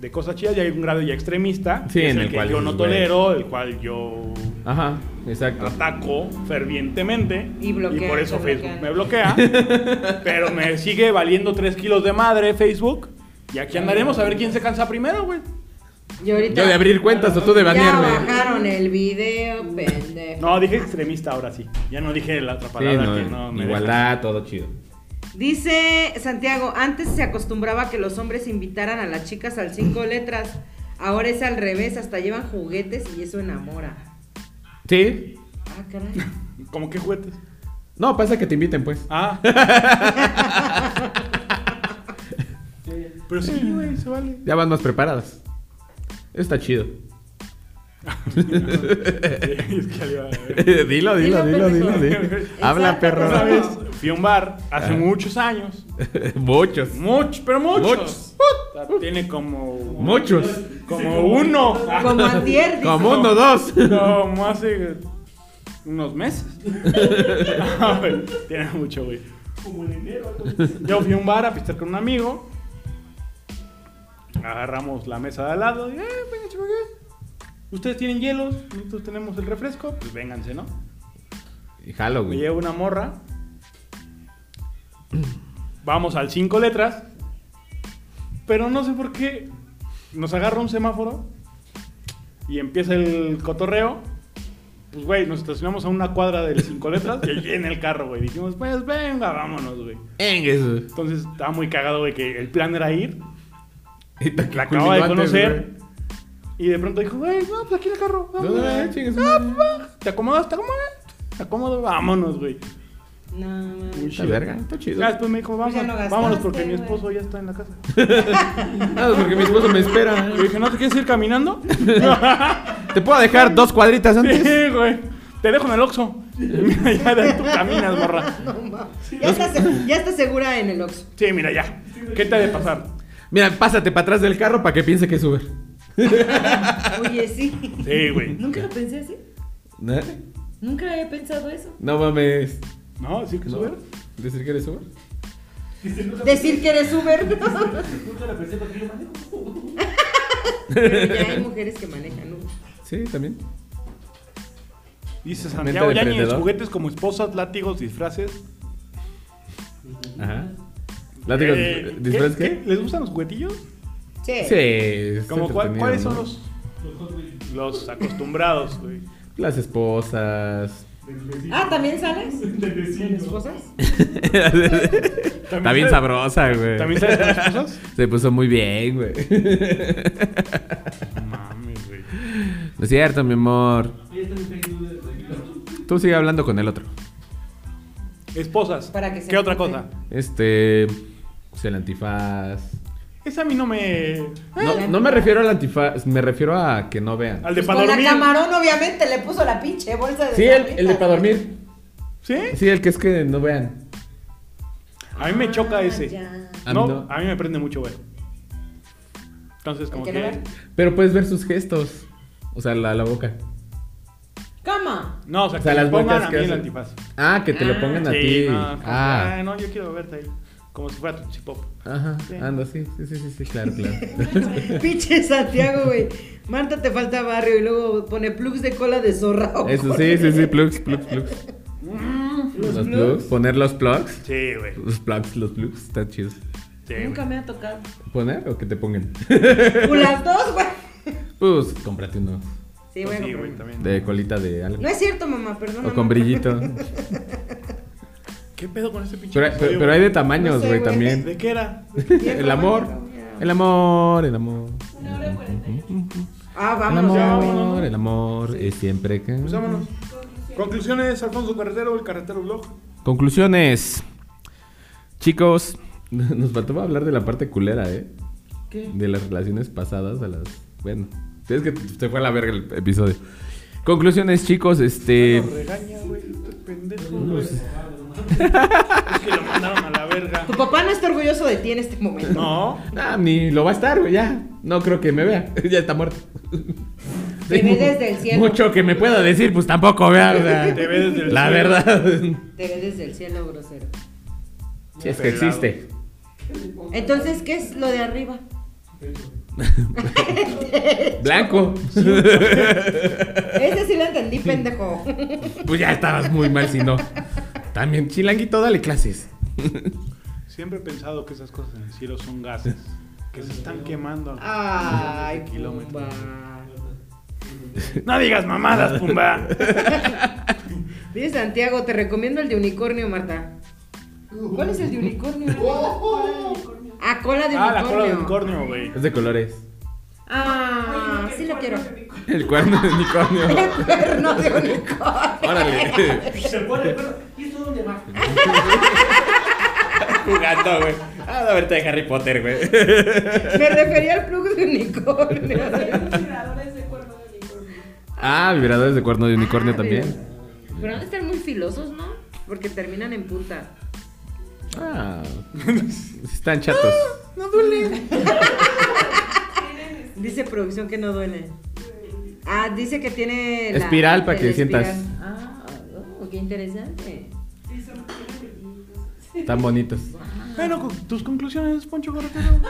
S4: de cosas chidas y hay un grado ya extremista,
S2: Sí,
S4: que es
S2: en
S4: el,
S2: el
S4: que
S2: cual
S4: yo
S2: dices,
S4: no
S2: güey.
S4: tolero, el cual yo
S2: Ajá, exacto.
S4: ataco fervientemente
S3: Y bloquea,
S4: por eso
S3: te
S4: Facebook
S3: bloquean.
S4: me bloquea, pero me sigue valiendo 3 kilos de madre Facebook y aquí andaremos a ver quién se cansa primero, güey.
S3: Y ahorita.
S2: Yo de abrir cuentas o tú de
S3: Ya
S2: banearme.
S3: bajaron el video, pendejo.
S4: No, dije extremista ahora sí, ya no dije la otra
S2: Sí,
S4: palabra
S2: no,
S4: que no me
S2: igualdad, todo chido.
S3: Dice Santiago, antes se acostumbraba que los hombres invitaran a las chicas al cinco letras. Ahora es al revés, hasta llevan juguetes y eso enamora.
S2: Sí.
S3: Ah, caray.
S4: deja. ¿Cómo que juguetes?
S2: No, pasa que te inviten, pues.
S4: Ah. Pero sí, güey, se vale.
S2: Ya van más preparadas. Está chido.
S4: Es que le va a-
S2: dilo, dilo, dilo, dilo, dilo. Habla,
S3: Exacto,
S4: Una
S2: perro.
S4: vez fui a un bar hace muchos años.
S2: Muchos.
S4: Muchos, pero muchos.
S2: Muchos.
S4: Puta, Tiene como.
S2: Muchos.
S4: Como uno.
S3: Como antier, dice.
S2: Como uno, dos.
S4: Como hace unos meses. No, güey, Tiene mucho, güey.
S8: Como en enero. algo así.
S4: Yo fui a un bar a pistear con un amigo. Agarramos la mesa de al lado. Y, eh, vénganse para acá. Ustedes tienen hielos, nosotros tenemos el refresco, pues vénganse, ¿no?
S2: Y jalo,
S4: Me
S2: güey.
S4: lleva una morra. Vamos al cinco letras. Pero no sé por qué nos agarra un semáforo y empieza el cotorreo. Pues, güey, nos estacionamos a una cuadra del cinco letras y allí en el carro, güey. Dijimos, pues, venga, vámonos, güey.
S2: Engues, güey.
S4: Entonces estaba muy cagado, güey, que el plan era ir.
S2: Y te
S4: La
S2: culminó
S4: acababa de
S2: antes,
S4: conocer. Y de pronto dijo, güey, no, pues aquí el carro.
S2: güey.
S4: vámonos,
S2: No,
S4: güey.
S2: no, no, chingues,
S4: Ah,
S2: madre.
S4: va, Te acomodas, te acomodas. Te acomodo, vámonos, güey.
S3: No, mames.
S4: Muy
S2: Está
S4: chido.
S2: verga, está chido.
S4: Ya después me dijo,
S3: Pues
S4: vamos,
S3: ya lo gastaste,
S4: vámonos porque mi
S3: güey.
S4: esposo ya está en la casa.
S2: Ah, porque mi esposo me espera. ¿eh?
S4: Le dije, ¿no te quieres ir caminando?
S2: ¿Te puedo dejar dos cuadritas antes?
S4: sí, güey. Te dejo en el Oxxo. Mira, ya de ahí tú caminas, morra.
S3: Ya está, se- ya está segura en el Oxxo.
S4: Sí, mira, ya. ¿Qué te ha de pasar?
S2: Mira, pásate para atrás del carro para que piense que es Uber.
S3: Oye, sí.
S4: Sí, güey.
S17: Nunca lo pensé así.
S2: ¿Eh?
S17: Nunca había pensado eso.
S2: No mames.
S4: No, sí que
S2: No.
S4: subir.
S2: ¿Decir que eres Uber?
S8: Dice, nunca
S3: Decir que eres Uber.
S8: pensé- Nunca la pensé porque yo manejo.
S3: Pero ya hay mujeres que manejan Uber.
S2: Sí, también.
S4: Dice
S2: Mente
S4: Santiago,
S2: de
S4: ya ni los
S2: emprendedor.
S4: juguetes como esposas, látigos, disfraces.
S2: Ajá. ¿Látigos?
S4: Eh,
S2: ¿Disfraz
S4: ¿qué-
S2: qué?
S4: qué? ¿Les gustan los juguetillos?
S3: Sí.
S2: Sí. está
S4: Como cuál-
S2: entretenido,
S4: ¿Cuáles son
S2: ¿no?
S4: los, los acostumbrados, güey?
S2: Las esposas.
S3: Ah, ¿también sales?
S8: Del
S3: ¿Con
S8: vecino.
S3: esposas?
S2: Está bien eh.
S4: sabroso.
S2: sabrosa, güey.
S4: ¿También sabes las esposas?
S2: Se puso muy bien, güey.
S4: Mames, güey.
S2: No es cierto, mi amor.
S8: Oye, esta es mi Facebook de- de-
S2: Tú sigue hablando con el otro.
S4: Esposas.
S3: Para que se
S4: ¿Qué otra
S3: empute.
S4: cosa?
S2: Este. Pues el antifaz.
S4: Esa a mí no me.
S3: Ah,
S2: No, no me refiero al antifaz, me refiero a que no vean.
S4: Al de
S3: Pues
S4: para
S3: con la
S4: dormir.
S3: camarón, obviamente, le puso la pinche bolsa de.
S2: Sí, el,
S3: sabritas,
S2: el de para
S3: güey.
S2: dormir.
S4: ¿Sí?
S2: Sí, el que es que no vean.
S4: A mí me choca
S3: Ah,
S4: ese.
S3: ya.
S2: A mí
S4: no,
S2: no.
S4: a mí me prende mucho, güey. Entonces, como
S3: ¿El
S4: que.
S3: que no ve?
S2: Pero puedes ver sus gestos. O sea, la, la boca.
S3: Cama.
S4: No, o sea,
S2: O
S4: que
S2: sea,
S4: me
S2: las
S4: pongan
S2: vueltas
S4: a mí
S2: que
S4: el
S2: hacen.
S4: antifaz.
S2: Ah, que te lo pongan a
S4: Sí,
S2: ti.
S4: no, como que,
S2: ah.
S4: "Ay, no, yo quiero verte ahí. Como si fuera tu chipop.
S2: Ajá,
S4: pues, Sí.
S2: anda, sí, sí, sí, sí, sí, claro, claro.
S3: Pinche Santiago, güey. Marta, te falta barrio. Y luego pone plugs de cola de zorra. o
S2: Eso
S3: cola
S2: sí,
S3: de-
S2: sí, sí, plugs, plugs, plugs.
S3: Los
S2: Mm, Los
S3: plugs.
S2: plugs, poner los plugs.
S4: Sí, güey.
S2: Los plugs, los plugs, está chido.
S4: Sí,
S17: Nunca me ha tocado.
S2: ¿Poner o que te pongan?
S3: Pues las dos, güey.
S2: Pues cómprate uno
S3: Sí,
S4: pues
S3: bueno.
S4: sí,
S3: pero-
S4: güey, también.
S2: de colita de algo.
S3: No es cierto, mamá, perdón.
S2: O con brillito.
S4: ¿Qué pedo con ese pinche
S2: Pero,
S4: episodio,
S2: pero- pero hay de
S4: güey?
S2: tamaños,
S3: No sé,
S2: güey,
S3: güey.
S2: también.
S4: ¿De qué era? Pues
S2: El amor. El amor, el amor.
S9: Una hora cuarenta y ocho.
S3: Ah,
S2: El
S3: vámonos. ya, güey.
S2: amor, el amor es siempre que.
S4: Pues vámonos. Conclusiones, Alfonso Carretero, el Carretero Blog.
S2: Conclusiones. Chicos, nos faltó hablar de la parte culera, ¿eh? De las relaciones pasadas a las. Bueno, es que se fue a la verga el episodio. Conclusiones, chicos, este.
S4: Nos regaña, güey, este pendejo, güey. Es que lo mandaron a la verga.
S3: Tu papá no está orgulloso de ti en este momento.
S4: No.
S2: Ah, ni lo va a estar, güey, ya. No creo que me vea. ya está muerto.
S3: Te ve desde el cielo.
S2: Mucho que me pueda decir, pues tampoco, vea. o sea,
S4: Te ve desde el
S2: La
S4: cielo.
S2: verdad.
S3: Te ve desde el cielo, grosero.
S2: Si es que existe.
S3: Entonces, ¿qué es lo de arriba?
S2: Blanco.
S3: Ese sí lo entendí, pendejo.
S2: Pues ya estabas muy mal si no. También, chilanguito, dale clases.
S4: Siempre he pensado que esas cosas en el cielo son gases que se están quemando.
S3: Ay,
S4: Kilómetros.
S3: Pumba.
S4: No digas mamadas, Pumba.
S3: Dice Santiago, te recomiendo el de unicornio, Marta. ¿Cuál es el de unicornio? Ah, cola de unicornio.
S4: Ah, la cola de unicornio, güey.
S2: Es de colores.
S3: Ah, sí lo quiero.
S2: El cuerno de unicornio.
S3: El cuerno de unicornio.
S2: Órale.
S8: Se pone el perro. ¿Y esto dónde va?
S2: Jugando, güey. Ah, la verdad de Harry Potter, güey.
S3: Me refería al plug de unicornio.
S9: Hay vibradores de cuerno de unicornio.
S2: Ah, vibradores de cuerno de unicornio
S3: Ah,
S2: también.
S3: Pero pero han de estar muy filosos, ¿no? Porque terminan en punta.
S2: Ah. Están chatos.
S3: No duele. dice producción que no duele. Ah, dice que tiene. la-
S2: Espiral para que
S3: el
S2: sientas.
S3: espiral. Ah, oh, qué interesante.
S9: Sí, son tienen brillitos.
S2: Tan bonitos.
S4: Bueno, con- tus conclusiones, Poncho Carretero.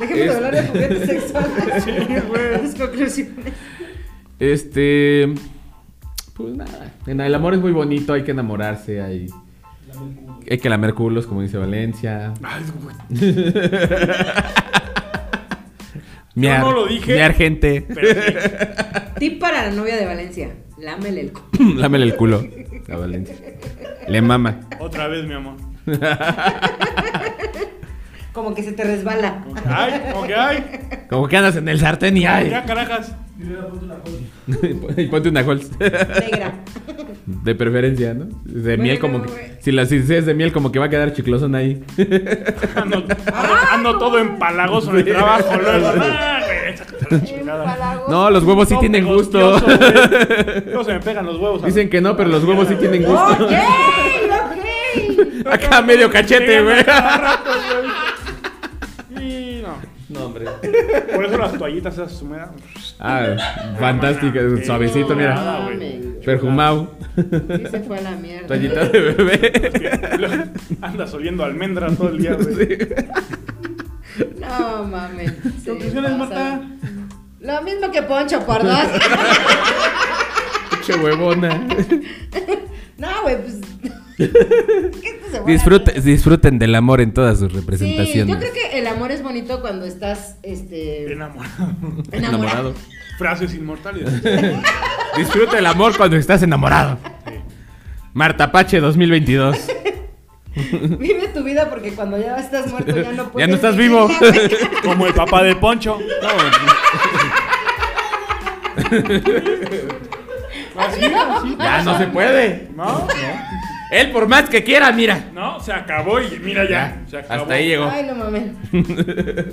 S3: Déjame de
S2: Es-
S3: hablar de juguetes sexuales.
S4: Sí, güey.
S3: Tus conclusiones.
S2: Este. Pues nada. en- El amor es muy bonito, hay que enamorarse, hay. Hay que lamer culos, como dice Valencia.
S4: Ay, güey.
S2: Miar-
S4: no lo dije.
S2: Miar gente.
S4: Pero sí.
S3: Tip para la novia de Valencia. Lámele el cu.
S2: Lámele el culo a Valencia. Le mama.
S4: Otra vez, mi amor.
S3: Como que se te resbala.
S4: Como que, ay, como que, ay.
S2: Como que andas en el sartén y ay.
S4: Ya, carajas.
S8: Y le da punto la joya.
S2: y ponte una Halls.
S3: Negra.
S2: De preferencia, ¿no? De
S3: Bueno,
S2: miel como que-
S3: güey.
S2: si las si es de miel como que va a quedar chiclosón ahí.
S4: Ando, ando- ando todo empalagoso en el trabajo luego. Ah, güey, sácate la chingada.
S2: No, los huevos sí
S4: Todo
S2: tienen gusto.
S4: pegostioso, güey. Luego se me pegan los huevos. a
S2: Dicen
S4: la-
S2: que no, pero los huevos sí tienen gusto.
S3: ¡Ok! ¡Ok!
S2: Acá medio cachete,
S4: Llegan
S2: güey.
S4: a cada rato, güey. Y no.
S2: No, hombre.
S4: Por eso las toallitas esas húmedas.
S2: Ah, fantástico, suavecito, mira.
S4: Nada, güey.
S3: Mames.
S2: Perfumado,
S3: Sí se fue a la mierda.
S2: toallita de bebé.
S4: Andas oliendo almendras todo el día, güey.
S3: No mames. se
S4: Conclusiones,
S3: pasaron.
S4: Marta.
S3: Lo mismo que Poncho, pardas.
S2: Che huevona.
S3: no, güey, pues. Esto se va a la
S2: Disfruten, disfruten del amor en todas sus
S3: mierda. Sí,
S2: representaciones.
S3: yo creo que el amor es bonito cuando estás este
S4: Enamorado.
S3: enamorado.
S2: enamorado.
S4: Frases inmortales.
S2: Disfruta el amor cuando estás enamorado. Marta Pache 2022.
S3: Vive tu vida porque cuando ya estás muerto ya no
S2: Ya
S3: puedes.
S2: no estás
S3: vivirla,
S2: vivo.
S3: güey.
S4: Como el papá de Poncho.
S2: ¿Ah,
S4: Así, así.
S2: Ya no se puede.
S4: No,
S2: Él por más que quiera, mira.
S4: no, se acabó y mira ya. se acabó.
S2: hasta ahí llegó.
S3: Ay, no mames.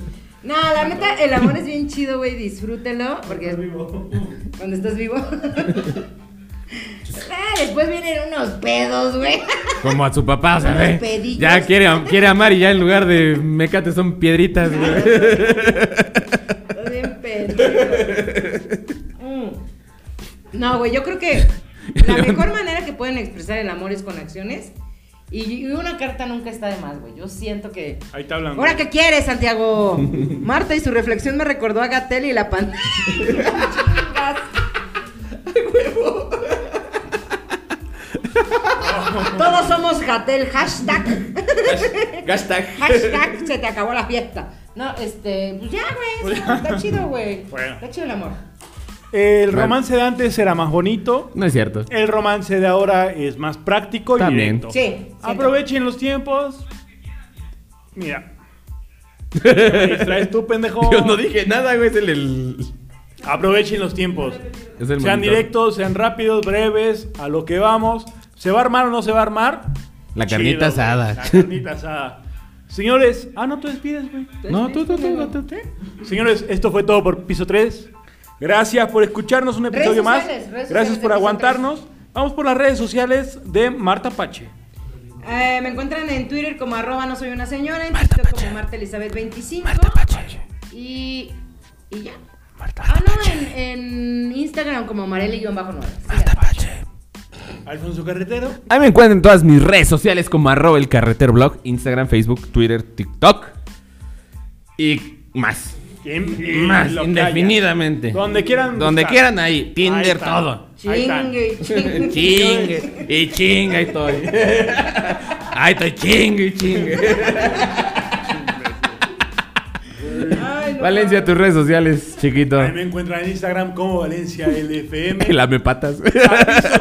S3: No, la neta, el amor es bien chido, güey. Disfrútelo. Porque cuando estás vivo. Ah, después vienen unos pedos, güey.
S2: Como a su papá, o sea,
S3: Unos
S2: ve.
S3: pedillos.
S2: Ya quiere, quiere amar y ya en lugar de mecate son piedritas, güey.
S3: Estás bien pendejo. Mm. No, güey, yo creo que la mejor manera que pueden expresar el amor es con acciones. Y y una carta nunca está de más, güey. Yo siento que.
S4: Ahí te hablan.
S3: ¿Ahora qué quieres, Santiago? Marta y su reflexión me recordó a Gatel y la pandemia. Todos somos Búscate el hashtag.
S4: Hashtag.
S3: Hashtag se te acabó la fiesta. No, este, pues ya, güey. Está, está chido, güey.
S4: Bueno.
S3: Está chido el amor.
S4: El romance de antes era más bonito.
S2: No es cierto.
S4: El romance de ahora es más práctico y
S2: También.
S4: directo.
S3: Sí. siento.
S4: Aprovechen los tiempos. Mira. Me distraes tú, pendejo.
S2: Yo no dije nada, güey. Es el. el-
S4: Aprovechen los tiempos.
S2: es el
S4: Sean
S2: monitor.
S4: directos, sean rápidos, breves, a lo que vamos. ¿Se va a armar o no se va a armar?
S2: La carnita
S4: Chido, güey.
S2: asada.
S4: La carnita asada. Señores, ah, no, tú despides, güey.
S2: No, tú, tú, tú, tú, tú.
S4: Señores, esto fue todo por piso 3. Gracias por escucharnos un episodio
S3: Redes
S4: más.
S3: sociales, redes
S4: Gracias
S3: sociales de
S4: por
S3: Piso
S4: aguantarnos. Vamos por las redes sociales de Marta Pache.
S3: Eh, me encuentran en Twitter como arroba no soy una señora, en TikTok como Marta Elizabeth 25. Y, y ya. ah, no, en, en Instagram como Marely-9.
S4: Alfonso Carretero.
S18: Ahí me encuentran en todas mis redes sociales como arroba el carretero blog, Instagram, Facebook, Twitter, TikTok y más.
S4: ¿Quién
S18: Más,
S4: lo calla?
S18: indefinidamente.
S4: Donde quieran.
S18: Donde
S4: buscar.
S18: quieran ahí,
S4: Ahí
S18: Tinder
S4: está.
S18: todo.
S4: Ahí está.
S3: Chingue, chingue.
S18: Chingue, y chingue, ahí estoy. Ahí estoy, chingue, y chingue.
S3: Ay, no.
S2: Valencia, tus redes sociales, chiquito.
S4: Ahí me encuentran en Instagram como Valencia LFM.
S2: Que lame patas.
S4: Piso 3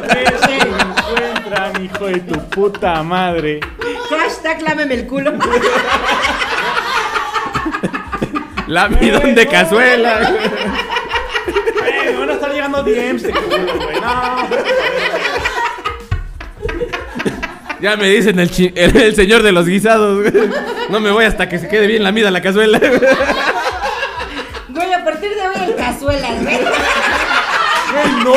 S4: me encuentran, hijo de tu puta madre.
S3: Hashtag lámeme el culo.
S2: Lamidón de cazuela.
S4: Güey, me van a estar llegando DMs de culo, güey. No.
S2: Ya me dicen el, chi- el, el señor de los guisados. No me voy hasta que se quede bien lamida la cazuela.
S3: Güey, a partir de hoy el cazuelas, güey.
S4: Güey, no.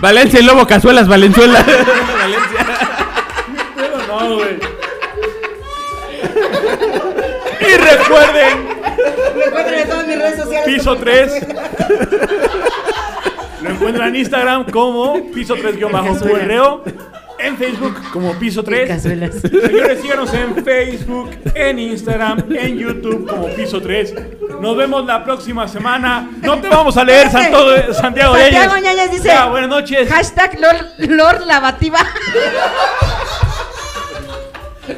S2: Valencia y Lobo Cazuelas, Valenzuela. Valencia.
S4: Pero no, güey. Y recuerden,
S3: Me encuentran en todas mis redes sociales.
S4: piso
S3: como
S4: 3.
S3: Cazuelas.
S4: Lo encuentran en Instagram como piso 3 correo. En Facebook como piso 3.
S13: Cazuelas.
S4: Señores, síganos en Facebook, en Instagram, en YouTube como piso 3. Nos vemos la próxima semana. No te vamos a leer, Santo- eh, Santiago Yáñez.
S3: Santiago Yáñez dice-
S4: Ya, buenas noches.
S3: Hashtag Lord, Lord Lavativa.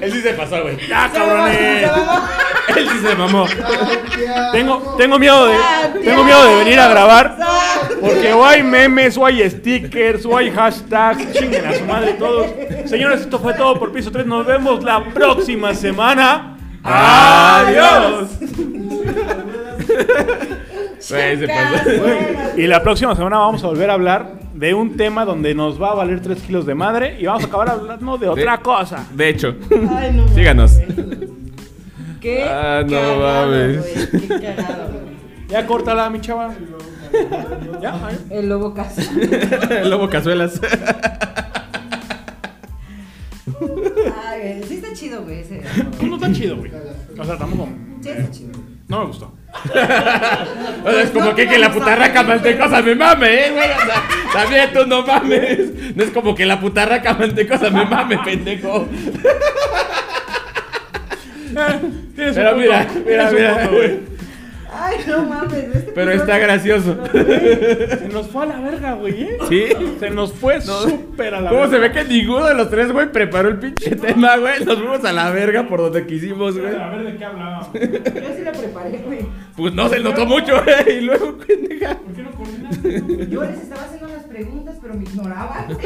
S2: Él sí se pasó, güey.
S4: Ya, cabrones.
S2: Él sí se mamó.
S4: Tengo, tengo miedo de, tengo miedo de venir a grabar.
S3: Ah,
S4: Porque o hay memes, o hay stickers, o hay hashtags. Chinguen a su madre todos. Señores, esto fue todo por piso 3. Nos vemos la próxima semana. Adiós.
S2: Güey, se pasó.
S4: Y la próxima semana vamos a volver a hablar de un tema donde nos va a valer 3 kilos de madre y vamos a acabar hablando de otra cosa.
S2: De hecho,
S3: Ay, no.
S2: síganos.
S3: ¿Qué?
S2: Ah, no
S3: cagado,
S2: mames.
S3: güey, Qué cagado, güey.
S4: Ya córtala, mi chava. Ya, ay.
S3: El lobo caso.
S2: Lobo Cazuelas.
S3: Ay, güey, sí está chido, güey. ese.
S4: pues, No tan chido, güey. O sea, tampoco.
S3: Sí está chido.
S4: No me gustó.
S2: O
S4: Pues
S2: sea, es como que, que la putarraca mantecosa me mame, eh, güey. O sea, también tú no mames. No es como que la putarraca mantecosa me mame, pendejo.
S4: Tienes
S2: Pero
S4: un punto,
S2: mira, mira,
S4: tienes un
S2: mira.
S4: punto, güey.
S3: Ay, no mames. güey, este
S2: Pero
S3: puto-
S2: está gracioso.
S4: Se nos fue a la verga, güey, ¿eh?
S2: ¿Sí?
S4: Se nos fue súper a la
S2: ¿Cómo
S4: verga.
S2: se ve que ninguno de los tres, güey, preparó el pinche tema, güey? Nos fuimos a la verga por donde quisimos, güey.
S4: A ver de qué hablábamos.
S3: Yo sí la preparé, güey.
S2: Pues no se notó mucho, güey. Y luego, pendeja.
S4: ¿Por qué no coordinaste?
S3: Yo les estaba haciendo las preguntas, pero me ignoraban.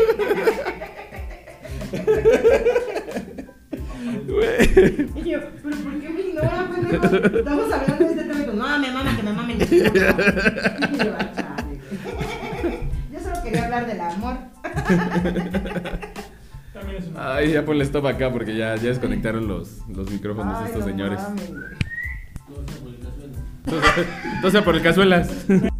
S2: Güey.
S3: Y yo, ¿pero por qué me ignoran? güey? No, Estamos hablando de este tema. y tú, No, me mama, que me mamen. Y yo, "Ah, chale". Yo solo quería hablar del amor.
S2: Ay, ya ponle stop acá porque ya, ya desconectaron los, los micrófonos
S3: Ay,
S2: estos
S3: no
S2: señores.
S3: mames, güey.
S2: Entonces, por el cazuelas.